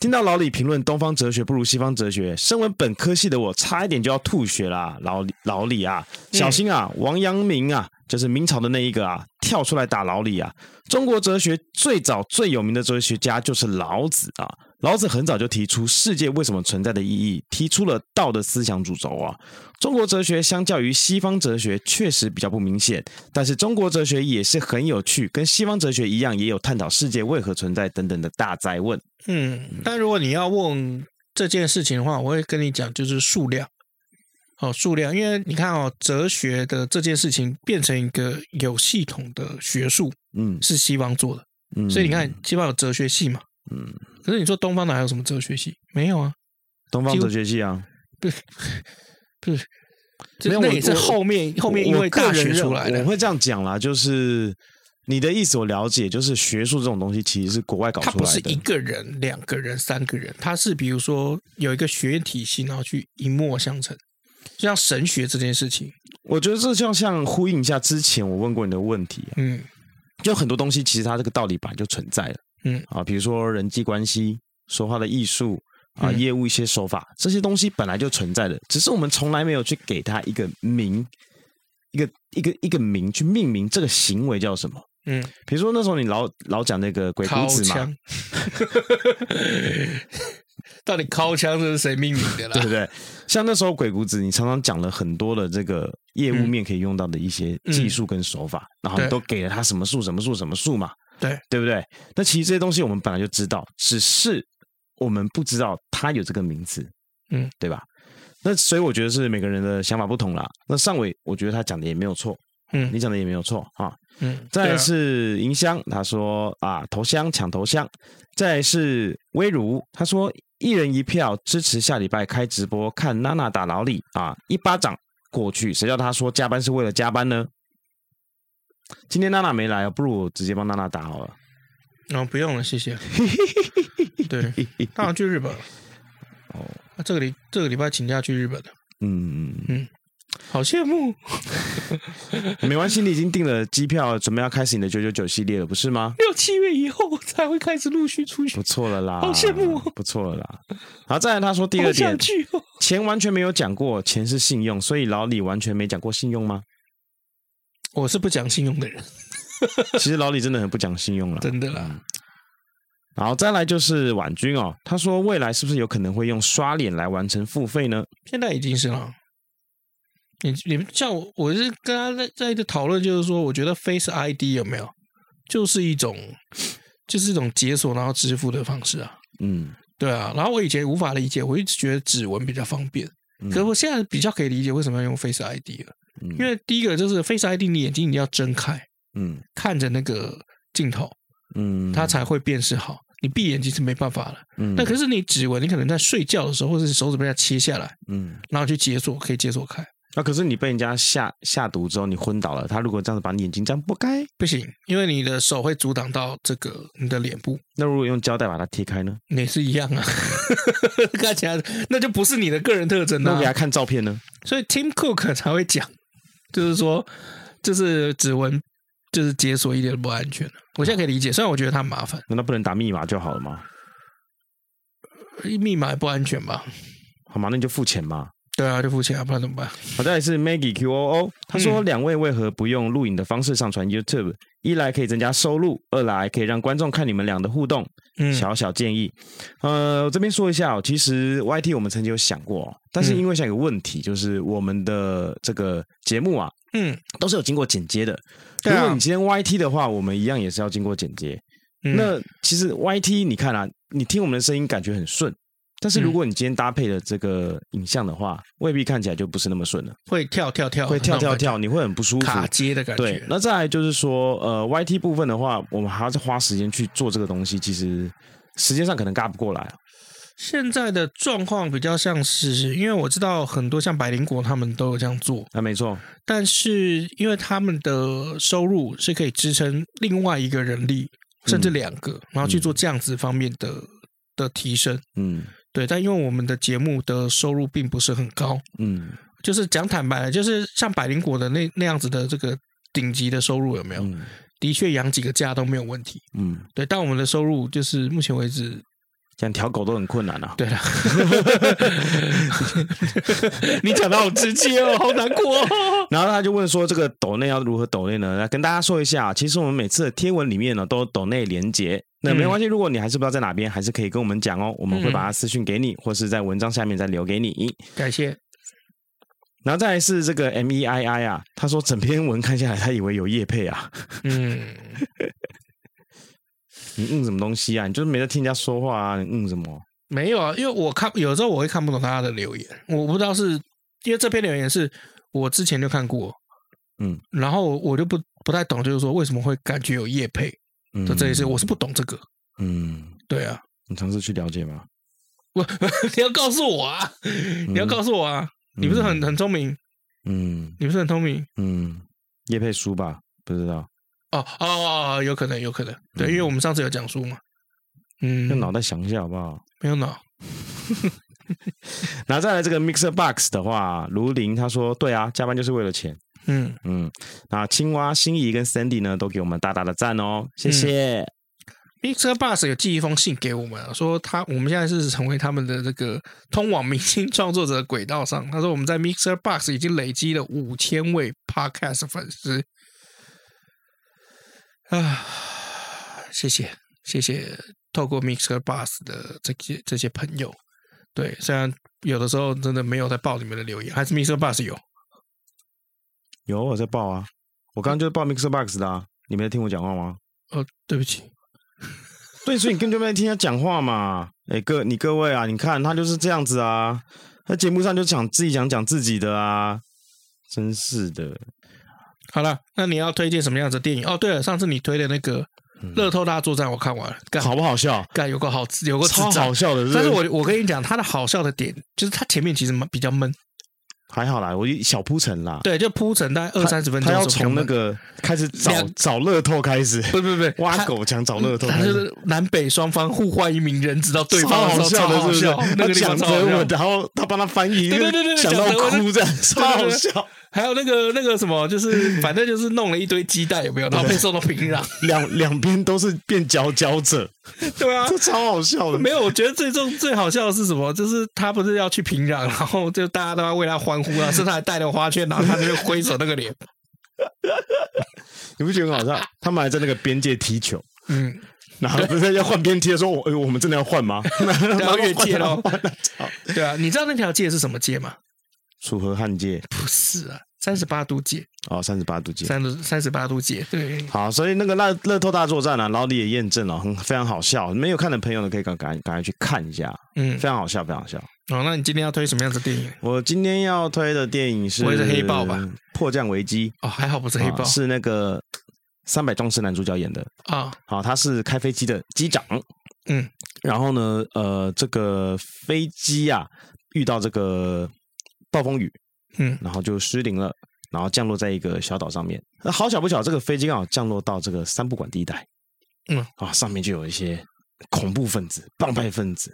Speaker 1: 听到老李评论东方哲学不如西方哲学，身为本科系的我，差一点就要吐血啦！老李老李啊，小心啊！王阳明啊，就是明朝的那一个啊，跳出来打老李啊！中国哲学最早最有名的哲学家就是老子啊。老子很早就提出世界为什么存在的意义，提出了道的思想主轴啊。中国哲学相较于西方哲学确实比较不明显，但是中国哲学也是很有趣，跟西方哲学一样，也有探讨世界为何存在等等的大灾问。
Speaker 2: 嗯，但如果你要问这件事情的话，我会跟你讲，就是数量。哦，数量，因为你看哦，哲学的这件事情变成一个有系统的学术，
Speaker 1: 嗯，
Speaker 2: 是西方做的，
Speaker 1: 嗯
Speaker 2: 所以你看，西方有哲学系嘛。
Speaker 1: 嗯，
Speaker 2: 可是你说东方的还有什么哲学系？没有啊，
Speaker 1: 东方哲学系啊，
Speaker 2: 这
Speaker 1: 没有
Speaker 2: 那
Speaker 1: 我
Speaker 2: 也是
Speaker 1: 我
Speaker 2: 后面后面因
Speaker 1: 我
Speaker 2: 为
Speaker 1: 个
Speaker 2: 大
Speaker 1: 人
Speaker 2: 学
Speaker 1: 认
Speaker 2: 出来
Speaker 1: 我
Speaker 2: 的，
Speaker 1: 会这样讲啦，就是你的意思我了解，就是学术这种东西其实是国外搞
Speaker 2: 它
Speaker 1: 出
Speaker 2: 不
Speaker 1: 来
Speaker 2: 是一
Speaker 1: 的。
Speaker 2: 个人、两个人、三个人，它是比如说有一个学院体系，然后去一脉相承，就像神学这件事情，
Speaker 1: 我觉得这就像呼应一下之前我问过你的问题啊、
Speaker 2: 嗯
Speaker 1: 就很多东西其实它这个道理本来就存在了。
Speaker 2: 嗯
Speaker 1: 啊，比如说人际关系、说话的艺术啊、
Speaker 2: 嗯
Speaker 1: 业务一些手法，这些东西本来就存在的，只是我们从来没有去给它一个名，一个一个一个名去命名这个行为叫什么。
Speaker 2: 嗯，
Speaker 1: 比如说那时候你老老讲那个鬼谷
Speaker 2: 掏
Speaker 1: 子嘛，
Speaker 2: 枪， [laughs] 到底掏枪这是谁命名的
Speaker 1: 对
Speaker 2: 啦？
Speaker 1: 不对？像那时候鬼谷子，你常常讲了很多的这个业务面可以用到的一些技术跟手法，然后你
Speaker 2: 嗯对
Speaker 1: 都给了他什么数、什么数、什么数嘛，
Speaker 2: 对
Speaker 1: 对不对？那其实这些东西我们本来就知道，只是我们不知道它有这个名字，
Speaker 2: 嗯，
Speaker 1: 对吧？那所以我觉得是每个人的想法不同啦。那上伟，我觉得他讲的也没有错，
Speaker 2: 嗯
Speaker 1: 你讲的也没有错啊。
Speaker 2: 嗯，
Speaker 1: 再
Speaker 2: 对
Speaker 1: 来
Speaker 2: 啊
Speaker 1: 是银香，他说啊，投香抢投香。再来是微如，他说一人一票支持下礼拜开直播看娜娜打老李啊，一巴掌过去，谁叫他说加班是为了加班呢？今天娜娜没来，不如我直接帮娜娜打好了。
Speaker 2: 哦，不用了，
Speaker 1: [laughs]
Speaker 2: 谢谢。对，他好像去日本了。
Speaker 1: 哦，
Speaker 2: 他这个礼这个礼拜请假去日本了，
Speaker 1: 嗯，
Speaker 2: 好羡慕。
Speaker 1: 没关系，你已经订了机票，准备要开始你的九九九系列了，不是吗？
Speaker 2: 六七月以后我才会开始陆续出去
Speaker 1: 不，错了啦，
Speaker 2: 好羡慕哦
Speaker 1: 不错了啦。好，再来他说第
Speaker 2: 好
Speaker 1: 二点
Speaker 2: 想，去哦。
Speaker 1: 钱完全没有讲过，钱是信用，所以老李完全没讲过信用吗？
Speaker 2: 我是不讲信用的人，
Speaker 1: [laughs] 其实老李真的很不讲信用了。
Speaker 2: 真的啦。
Speaker 1: 然后再来就是婉君哦，他说未来是不是有可能会用刷脸来完成付费呢？
Speaker 2: 现在已经是了。你你们像我，我是跟他在在一个讨论，就是说，我觉得 Face ID 有没有，就是一种，就是一种解锁然后支付的方式啊。
Speaker 1: 嗯，
Speaker 2: 对啊，然后我以前无法理解，我一直觉得指纹比较方便，可是我现在比较可以理解为什么要用 Face ID 了。
Speaker 1: 嗯
Speaker 2: 因为第一个就是 Face ID，你眼睛一定要睁开，
Speaker 1: 嗯
Speaker 2: 看着那个镜头，
Speaker 1: 嗯，
Speaker 2: 它才会辨识好。你闭眼睛是没办法的。
Speaker 1: 嗯
Speaker 2: 那可是你指纹，你可能在睡觉的时候，或者是手指被人家切下来，
Speaker 1: 嗯，
Speaker 2: 然后去解锁，可以解锁开。
Speaker 1: 那、可是你被人家下下毒之后，你昏倒了，他如果这样子把你眼睛这样拨开，
Speaker 2: 不行，因为你的手会阻挡到这个你的脸部，
Speaker 1: 那如果用胶带把它贴开呢？
Speaker 2: 也是一样啊。 [laughs] 看起来那就不是你的个人特征
Speaker 1: 那我给
Speaker 2: 啊
Speaker 1: 他。看照片呢？
Speaker 2: 所以 Tim Cook 才会讲，就是说，就是指纹，就是解锁一点都不安全。啊我现在可以理解，虽然我觉得它很麻烦，
Speaker 1: 难道不能打密码就好了吗？
Speaker 2: 密码也不安全吧？
Speaker 1: 好吗？那你就付钱嘛。
Speaker 2: 对啊，就付钱啊，不然怎么办？
Speaker 1: 好，再来是 Maggie Q O O，他说
Speaker 2: 嗯
Speaker 1: 两位为何不用录影的方式上传 YouTube？一来可以增加收入，二来可以让观众看你们俩的互动。
Speaker 2: 嗯，
Speaker 1: 小小建议，呃，我这边说一下哦，其实 YT 我们曾经有想过哦，但
Speaker 2: 嗯
Speaker 1: 是因为想有个问题，就是我们的这个节目啊，
Speaker 2: 嗯，
Speaker 1: 都是有经过剪接的。
Speaker 2: 对
Speaker 1: 如
Speaker 2: 啊
Speaker 1: 果你今天 YT 的话，我们一样也是要经过剪接。
Speaker 2: 嗯
Speaker 1: 那其实 YT 你看啊，你听我们的声音感觉很顺，但
Speaker 2: 嗯
Speaker 1: 是如果你今天搭配了这个影像的话，未必看起来就不是那么顺了，
Speaker 2: 会跳跳跳，
Speaker 1: 会跳跳
Speaker 2: 哦那种
Speaker 1: 跳，你会很不舒服
Speaker 2: 感觉，。卡接的感
Speaker 1: 对
Speaker 2: 觉，。
Speaker 1: 那再来就是说，呃，YT 部分的话，我们还要再花时间去做这个东西，其实时间上可能嘎不过来啊。
Speaker 2: 现在的状况比较像是，因为我知道很多像百灵果他们都有这样做，
Speaker 1: 那、啊没错，
Speaker 2: 但是因为他们的收入是可以支撑另外一个人力，甚至两个，然后去做这样子方面的的提升。
Speaker 1: 嗯
Speaker 2: 对，但因为我们的节目的收入并不是很高，
Speaker 1: 嗯
Speaker 2: 就是讲坦白了，就是像百灵果的那那样子的这个顶级的收入有没有？
Speaker 1: 嗯
Speaker 2: 的确养几个假都没有问题。
Speaker 1: 嗯，
Speaker 2: 对，但我们的收入就是目前为止，
Speaker 1: 想条狗都很困难啊。
Speaker 2: [laughs] 对了，你讲的好直接哦，好难过、哦。
Speaker 1: 然后他就问说：“这个抖内要如何抖内呢？”来跟大家说一下，啊其实我们每次的贴文里面呢都有抖内连接。那
Speaker 2: 嗯
Speaker 1: 没关系，如果你还是不知道在哪边，还是可以跟我们讲哦，我们会把它私讯给你，或是在文章下面再留给你。
Speaker 2: 感谢，
Speaker 1: 然后再来是这个 M E I I 啊，他说整篇文看下来，他以为有叶配啊，
Speaker 2: 嗯，
Speaker 1: 你嗯什么东西啊？你就是没在听人家说话啊，你嗯什么？
Speaker 2: 没有啊，因为我看有时候我会看不懂大家的留言，我不知道是因为这篇留言是我之前就看过，
Speaker 1: 嗯，
Speaker 2: 然后我就不不太懂，就是说为什么会感觉有叶配
Speaker 1: 嗯，
Speaker 2: 的这一些，我是不懂这个，
Speaker 1: 嗯，
Speaker 2: 对啊， [laughs]
Speaker 1: 你尝试去了解吗？
Speaker 2: 我你要告诉我啊，你要告诉我啊，你不是很很聪明，
Speaker 1: 嗯
Speaker 2: 你不是很聪明。
Speaker 1: 嗯，叶配书吧？不知道，
Speaker 2: 哦哦哦，哦有可能，有可能，对，因为我们上次有讲述嘛，嗯，
Speaker 1: 用嗯脑袋想一下好不好？
Speaker 2: 没有脑，
Speaker 1: 然后再来这个 Mixer Box 的话，卢林他说：“对啊，加班就是为了钱。
Speaker 2: 嗯，”
Speaker 1: 嗯，那青蛙、心仪跟 Sandy 呢，都给我们大大的赞哦，谢谢。
Speaker 2: Mixer Bus 有寄一封信给我们、啊，说他我们现在是成为他们的这个通往明星创作者的轨道上。他说我们在 Mixer Bus 已经累积了五千位 Podcast 粉丝啊，谢谢谢谢，透过 Mixer Bus 的这些这些朋友，对，虽然有的时候真的没有在报你们的留言，还是 Mixer Bus 有
Speaker 1: 有我在报啊，我刚刚就是报 Mixer Box 的、啊，你没在听我讲话吗？
Speaker 2: 哦，对不起，
Speaker 1: 对，所以你根本就没在听他讲话嘛。哎，各你各位啊，你看他就是这样子啊，他节目上就讲自己想讲自己的啊，真是的。
Speaker 2: 好了，那你要推荐什么样子的电影？哦，对了，上次你推的那个《乐透大作战》，我看完了，干
Speaker 1: 好不好笑？
Speaker 2: 干有个好有个
Speaker 1: 超好笑的，
Speaker 2: 但是
Speaker 1: 不
Speaker 2: 我我跟你讲，它的好笑的点就是它前面其实蛮比较闷，
Speaker 1: 还好啦，我一小铺陈啦。
Speaker 2: 对，就铺陈大概二
Speaker 1: 他
Speaker 2: 三十分钟
Speaker 1: 他
Speaker 2: 的
Speaker 1: 要
Speaker 2: 时候比较
Speaker 1: 从那
Speaker 2: 闷，
Speaker 1: 个开始找
Speaker 2: 两
Speaker 1: 找乐透开始，
Speaker 2: 不不不
Speaker 1: 挖狗墙找乐透
Speaker 2: 它
Speaker 1: 开
Speaker 2: 就
Speaker 1: 始，
Speaker 2: 是南北双方互换一名人，直到对方
Speaker 1: 超
Speaker 2: 的
Speaker 1: 好
Speaker 2: 时候
Speaker 1: 笑的，
Speaker 2: 超好
Speaker 1: 是
Speaker 2: 笑
Speaker 1: 不是？，
Speaker 2: 那个
Speaker 1: 他
Speaker 2: 地
Speaker 1: 讲
Speaker 2: 方超
Speaker 1: 德
Speaker 2: 好笑
Speaker 1: 文，。然后他帮他翻译，
Speaker 2: 对对对对 [laughs] 对
Speaker 1: 想到
Speaker 2: 讲德文
Speaker 1: 哭这样，超好笑。
Speaker 2: 还有那个那个什么，就是反正就是弄了一堆鸡蛋，有没有？然后被送到平壤，
Speaker 1: 两两边都是变佼佼者，
Speaker 2: [laughs] 对啊，
Speaker 1: 这超好笑的。
Speaker 2: 没有，我觉得最重最好笑的是什么？就是他不是要去平壤，然后就大家都要为他欢呼啊，甚至还带了花圈，然后他就挥手那个脸，
Speaker 1: 你不觉得很好笑？他们还在那个边界踢球，
Speaker 2: 嗯， [laughs]
Speaker 1: 然后不是要换边踢的时候，我哎我们真的要换吗？ [laughs]
Speaker 2: 然后啊越界
Speaker 1: 了
Speaker 2: 喽，， [laughs] 对啊，你知道那条界是什么界吗？
Speaker 1: 楚河汉界
Speaker 2: 不是啊，三十八度界，
Speaker 1: 哦，三十八度界。
Speaker 2: 三十三十八度界，嗯对，
Speaker 1: 好，所以那个乐乐透大作战啊，老李也验证了，很非常好笑。没有看的朋友呢，可以赶赶赶快去看一下，
Speaker 2: 嗯
Speaker 1: 非，常好笑，非常好笑。
Speaker 2: 好，那你今天要推什么样子的电影？
Speaker 1: 我今天要推的电影是
Speaker 2: 不
Speaker 1: 《
Speaker 2: 会是黑豹吧？
Speaker 1: 《迫降危机
Speaker 2: 哦，还好不是》黑豹
Speaker 1: 啊是那个三百壮士男主角演的。
Speaker 2: 啊，
Speaker 1: 好，他是开飞机的机长。
Speaker 2: 嗯，
Speaker 1: 然后呢，呃，这个飞机啊遇到这个暴风雨，
Speaker 2: 嗯
Speaker 1: 然后就失灵了，然后降落在一个小岛上面。那好巧不巧，这个飞机刚好降落到这个三不管地带，
Speaker 2: 嗯
Speaker 1: 啊，上面就有一些恐怖分子、帮派分
Speaker 2: [laughs]
Speaker 1: 子、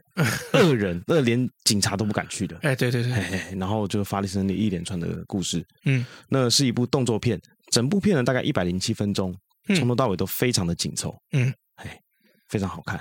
Speaker 1: 恶人，那连警察都不敢去的。
Speaker 2: 哎，对对对，
Speaker 1: 嘿嘿，然后就发生了一连串的故事。
Speaker 2: 嗯，
Speaker 1: 那是一部动作片，整部片呢大概一百零七分钟，
Speaker 2: 嗯
Speaker 1: 从头到尾都非常的紧凑。
Speaker 2: 嗯，
Speaker 1: 嘿，非常好看。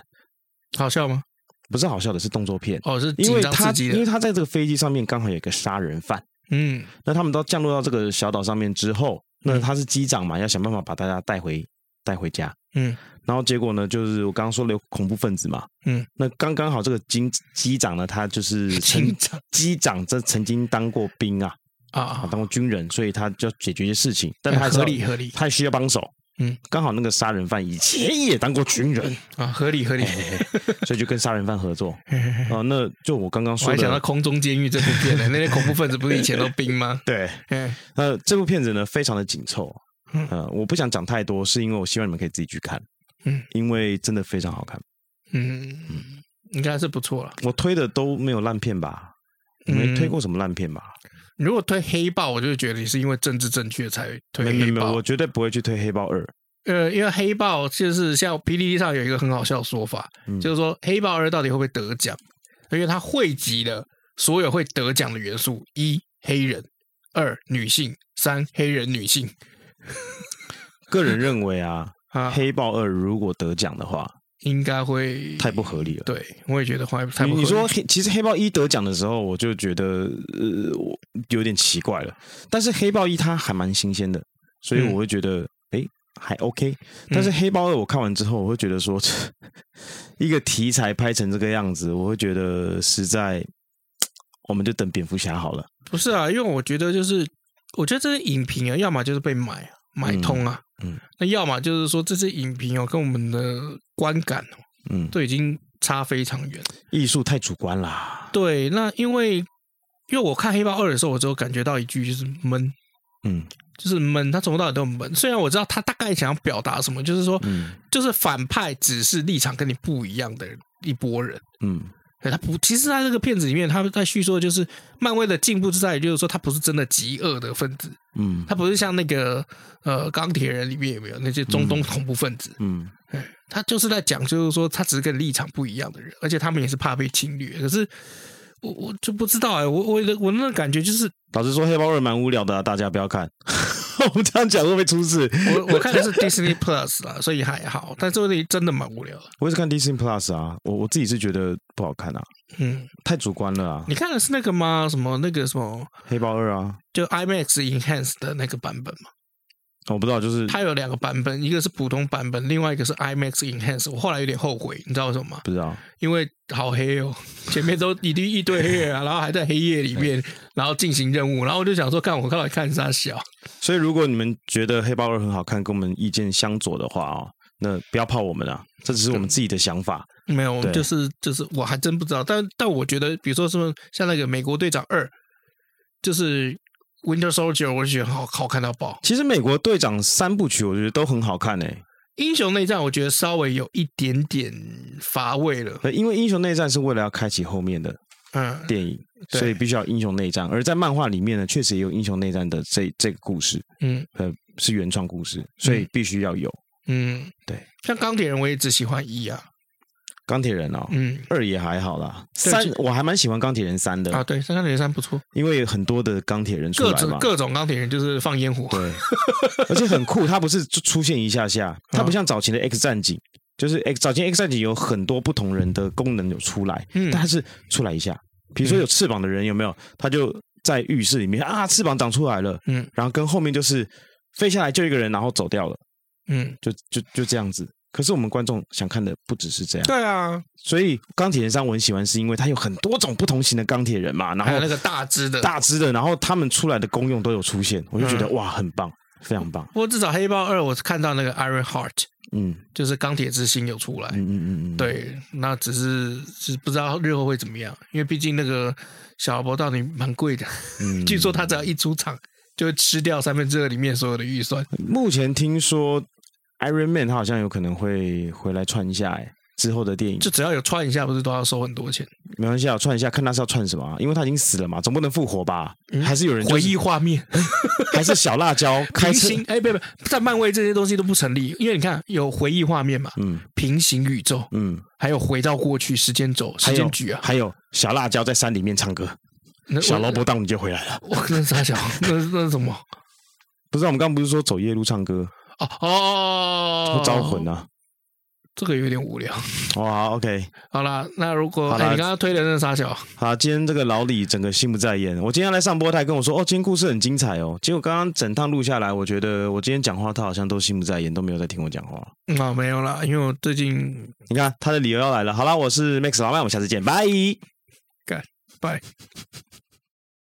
Speaker 2: 好笑吗？
Speaker 1: 不是好笑的，是动作片。
Speaker 2: 哦，是
Speaker 1: 因为
Speaker 2: 紧张
Speaker 1: 他
Speaker 2: 刺激
Speaker 1: 因为
Speaker 2: 的，
Speaker 1: 他在这个飞机上面刚好有一个杀人犯，
Speaker 2: 嗯
Speaker 1: 那他们都降落到这个小岛上面之后，那他是机长嘛，要想办法把大家带回带回家。
Speaker 2: 嗯
Speaker 1: 然后结果呢，就是我刚刚说了有恐怖分子嘛，
Speaker 2: 嗯，
Speaker 1: 那刚刚好这个机机长呢，他就是曾
Speaker 2: [laughs] 机长
Speaker 1: 机长这曾经当过兵啊，
Speaker 2: 啊
Speaker 1: 啊
Speaker 2: 啊，
Speaker 1: 当过军人，所以他就要解决一些事情，但
Speaker 2: 哎
Speaker 1: 他还是
Speaker 2: 合
Speaker 1: 要
Speaker 2: 理合理
Speaker 1: 他需要帮手。
Speaker 2: 嗯，
Speaker 1: 刚好那个杀人犯以前也当过军
Speaker 2: [laughs]
Speaker 1: 人，
Speaker 2: 啊，合理合理。
Speaker 1: 所以就跟杀人犯合作。
Speaker 2: 嘿嘿嘿
Speaker 1: 哦、那就我刚刚
Speaker 2: [laughs] 哎我
Speaker 1: 说
Speaker 2: 还
Speaker 1: 的，
Speaker 2: 想到空中监狱这部片 [laughs] 呢，那些恐怖分子不是以前都兵吗？
Speaker 1: 对，
Speaker 2: 嗯
Speaker 1: 呃，这部片子呢非常的紧凑
Speaker 2: 嗯。
Speaker 1: 呃，我不想讲太多，是因为我希望你们可以自己去看，
Speaker 2: 嗯
Speaker 1: 因为真的非常好看。
Speaker 2: 嗯，应该是不错了。
Speaker 1: 我推的都没有烂片吧？
Speaker 2: 嗯
Speaker 1: 你没推过什么烂片吧？
Speaker 2: 如果推黑豹，我就觉得你是因为政治正确才推
Speaker 1: 没没
Speaker 2: 黑
Speaker 1: 没，
Speaker 2: 豹
Speaker 1: 我。绝对不会去推《黑豹二》。
Speaker 2: 呃，因为黑豹就是像 PDD 上有一个很好笑的说法，
Speaker 1: 嗯
Speaker 2: 就是说黑豹二到底会不会得奖？因为它汇集了所有会得奖的元素：一黑人，二女性，三黑人女性
Speaker 1: 个人认为啊，
Speaker 2: 啊
Speaker 1: 《，黑豹二》如果得奖的话，
Speaker 2: 应该会
Speaker 1: 太不合理了。
Speaker 2: 对，我也觉得会太
Speaker 1: 你
Speaker 2: 不合理
Speaker 1: 你说黑，其实《黑豹一》得奖的时候，我就觉得呃，我有点奇怪了。但是《黑豹一》它还蛮新鲜的，所以
Speaker 2: 嗯
Speaker 1: 我会觉得诶还 OK。但是《黑豹二》我看完之后，我会觉得说， [laughs] 一个题材拍成这个样子，我会觉得实在，我们就等蝙蝠侠好了。
Speaker 2: 不是啊，因为我觉得就是，我觉得这些影评啊，要么就是被买啊买通啊，
Speaker 1: 嗯嗯
Speaker 2: 那要么就是说这些影评哦，跟我们的观感哦，
Speaker 1: 嗯，
Speaker 2: 都已经差非常远。
Speaker 1: 艺术太主观啦。
Speaker 2: 对，那因为因为我看《黑豹二》的时候，我只有感觉到一句就是闷，
Speaker 1: 嗯
Speaker 2: 就是闷，他从头到尾都很闷。虽然我知道他大概想要表达什么，就是说，
Speaker 1: 嗯
Speaker 2: 就是反派只是立场跟你不一样的一拨人。
Speaker 1: 嗯
Speaker 2: 对他不，其实他这个片子里面，他们在叙说的就是漫威的进步之在于，就是说他不是真的极恶的分子，
Speaker 1: 嗯
Speaker 2: 他不是像那个呃钢铁人里面有没有那些中东恐怖分子，
Speaker 1: 嗯
Speaker 2: 他就是在讲，就是说他只是跟立场不一样的人，而且他们也是怕被侵略。可是我我就不知道哎、我我的我那个感觉就是，
Speaker 1: 老实说，《黑豹二》蛮无聊的啊、大家不要看。 [laughs] 我们这样讲会不会出事？
Speaker 2: 我我看的是 Disney Plus 啦，所以还好，但这个问题真的蛮无聊的。
Speaker 1: 我也是看 Disney Plus 啊，我我自己是觉得不好看啊，
Speaker 2: 嗯，
Speaker 1: 太主观了啊。
Speaker 2: 你看的是那个吗？什么那个什么，
Speaker 1: 黑豹二啊，
Speaker 2: 就 IMAX Enhance 的那个版本嘛？
Speaker 1: 我不知道，就是
Speaker 2: 它有两个版本，一个是普通版本，另外一个是 IMAX Enhance。我后来有点后悔，你知道为什么吗？
Speaker 1: 不知道。
Speaker 2: 因为好黑哦，前面都一堆一堆黑人啊，然后还在黑夜里面，然后进行任务，然后我就想说，看我到底看啥小？
Speaker 1: 所以如果你们觉得黑豹二很好看，跟我们意见相左的话哦，那不要怕我们啊，这只是我们自己的想法。
Speaker 2: 没有，我
Speaker 1: 对
Speaker 2: 们就是就是，我还真不知道。但但我觉得，比如说什么像那个《美国队长二》，就是《Winter Soldier》，我就觉得好好看到爆。
Speaker 1: 其实美国队长三部曲我觉得都很好看欸诶、
Speaker 2: 英雄内战我觉得稍微有一点点乏味了，
Speaker 1: 那因为英雄内战是为了要开启后面的
Speaker 2: 嗯，
Speaker 1: 电影，
Speaker 2: 对
Speaker 1: 所以必须要有英雄内战。而在漫画里面呢，确实也有英雄内战的这这个故事，
Speaker 2: 嗯
Speaker 1: 呃，是原创故事，所以必须要有
Speaker 2: 嗯，
Speaker 1: 对。
Speaker 2: 像钢铁人，我也只喜欢一啊，
Speaker 1: 钢铁人哦。
Speaker 2: 嗯
Speaker 1: 二也还好啦，
Speaker 2: 对
Speaker 1: 三
Speaker 2: 其
Speaker 1: 我还蛮喜欢钢铁人三的，
Speaker 2: 啊，对，像钢铁人三不错，
Speaker 1: 因为有很多的钢铁人出
Speaker 2: 各
Speaker 1: 来
Speaker 2: 种
Speaker 1: 嘛，
Speaker 2: 各种钢铁人就是放烟火，
Speaker 1: 对， [laughs] 而且很酷，它不是就出现一下下，
Speaker 2: 嗯
Speaker 1: 它不像早前的 X 战警，就是 X 早前 X 战警有很多不同人的功能有出来，
Speaker 2: 嗯
Speaker 1: 但它是出来一下，比如说有翅膀的人有没有，他就在浴室里面啊，翅膀长出来了，
Speaker 2: 嗯
Speaker 1: 然后跟后面就是飞下来就一个人，然后走掉了，
Speaker 2: 嗯，
Speaker 1: 就就就这样子。可是我们观众想看的不只是这样，
Speaker 2: 对啊，
Speaker 1: 所以钢铁人三我很喜欢，是因为它有很多种不同型的钢铁人嘛，然
Speaker 2: 还有哎那
Speaker 1: 后
Speaker 2: 个大只的，
Speaker 1: 大只的，然后他们出来的功用都有出现，我就觉得、
Speaker 2: 嗯
Speaker 1: 哇，很棒，非常棒，
Speaker 2: 不过至少黑豹二我是看到那个 Iron Heart，
Speaker 1: 嗯。
Speaker 2: 就是钢铁之心有出来，
Speaker 1: 嗯嗯嗯嗯，，
Speaker 2: 对，那只是是不知道日后会怎么样，因为毕竟那个小罗伯到底蛮贵的，
Speaker 1: 嗯
Speaker 2: [laughs] 据说他只要一出场就会吃掉三分之二里面所有的预算。
Speaker 1: 目前听说 Iron Man 他好像有可能会回来串一下、欸，之后的电影
Speaker 2: 就只要有串一下，不是都要收很多钱？
Speaker 1: 没关系啊，串一下看他是要串什么、啊，因为他已经死了嘛，总不能复活吧？还是有人、就
Speaker 2: 嗯回
Speaker 1: 是
Speaker 2: 忆画面、
Speaker 1: 还是小辣椒开
Speaker 2: 平
Speaker 1: 车，
Speaker 2: 行，哎，不不，在漫威这些东西都不成立，因为你看有回忆画面嘛，
Speaker 1: 嗯
Speaker 2: 平行宇宙，
Speaker 1: 嗯，
Speaker 2: 还有回到过去时间轴、
Speaker 1: 还
Speaker 2: 时
Speaker 1: 有
Speaker 2: 间局啊，
Speaker 1: 还有小辣椒在山里面唱歌，
Speaker 2: 那
Speaker 1: 小
Speaker 2: 我
Speaker 1: 萝卜当你就回来了。
Speaker 2: 我那傻小，那那是什么？哦
Speaker 1: 不是、啊、我们刚刚不是说走夜路唱歌
Speaker 2: 哦哦，
Speaker 1: 会招魂啊？
Speaker 2: 这个有点无聊。
Speaker 1: 哇，OK，哦
Speaker 2: 好啦，那如果
Speaker 1: 好
Speaker 2: 哎
Speaker 1: 啦
Speaker 2: 你刚刚推的那个傻小，
Speaker 1: 好，今天这个老李整个心不在焉。我今天来上播，他还跟我说：“哦，今天故事很精彩哦。”结果刚刚整趟录下来，我觉得我今天讲话，他好像都心不在焉，都没有在听我讲话。
Speaker 2: 嗯啊没有啦，因为我最近
Speaker 1: 你看他的理由要来了。好啦，我是 Max 老麦，我们下次见，拜。
Speaker 2: 拜。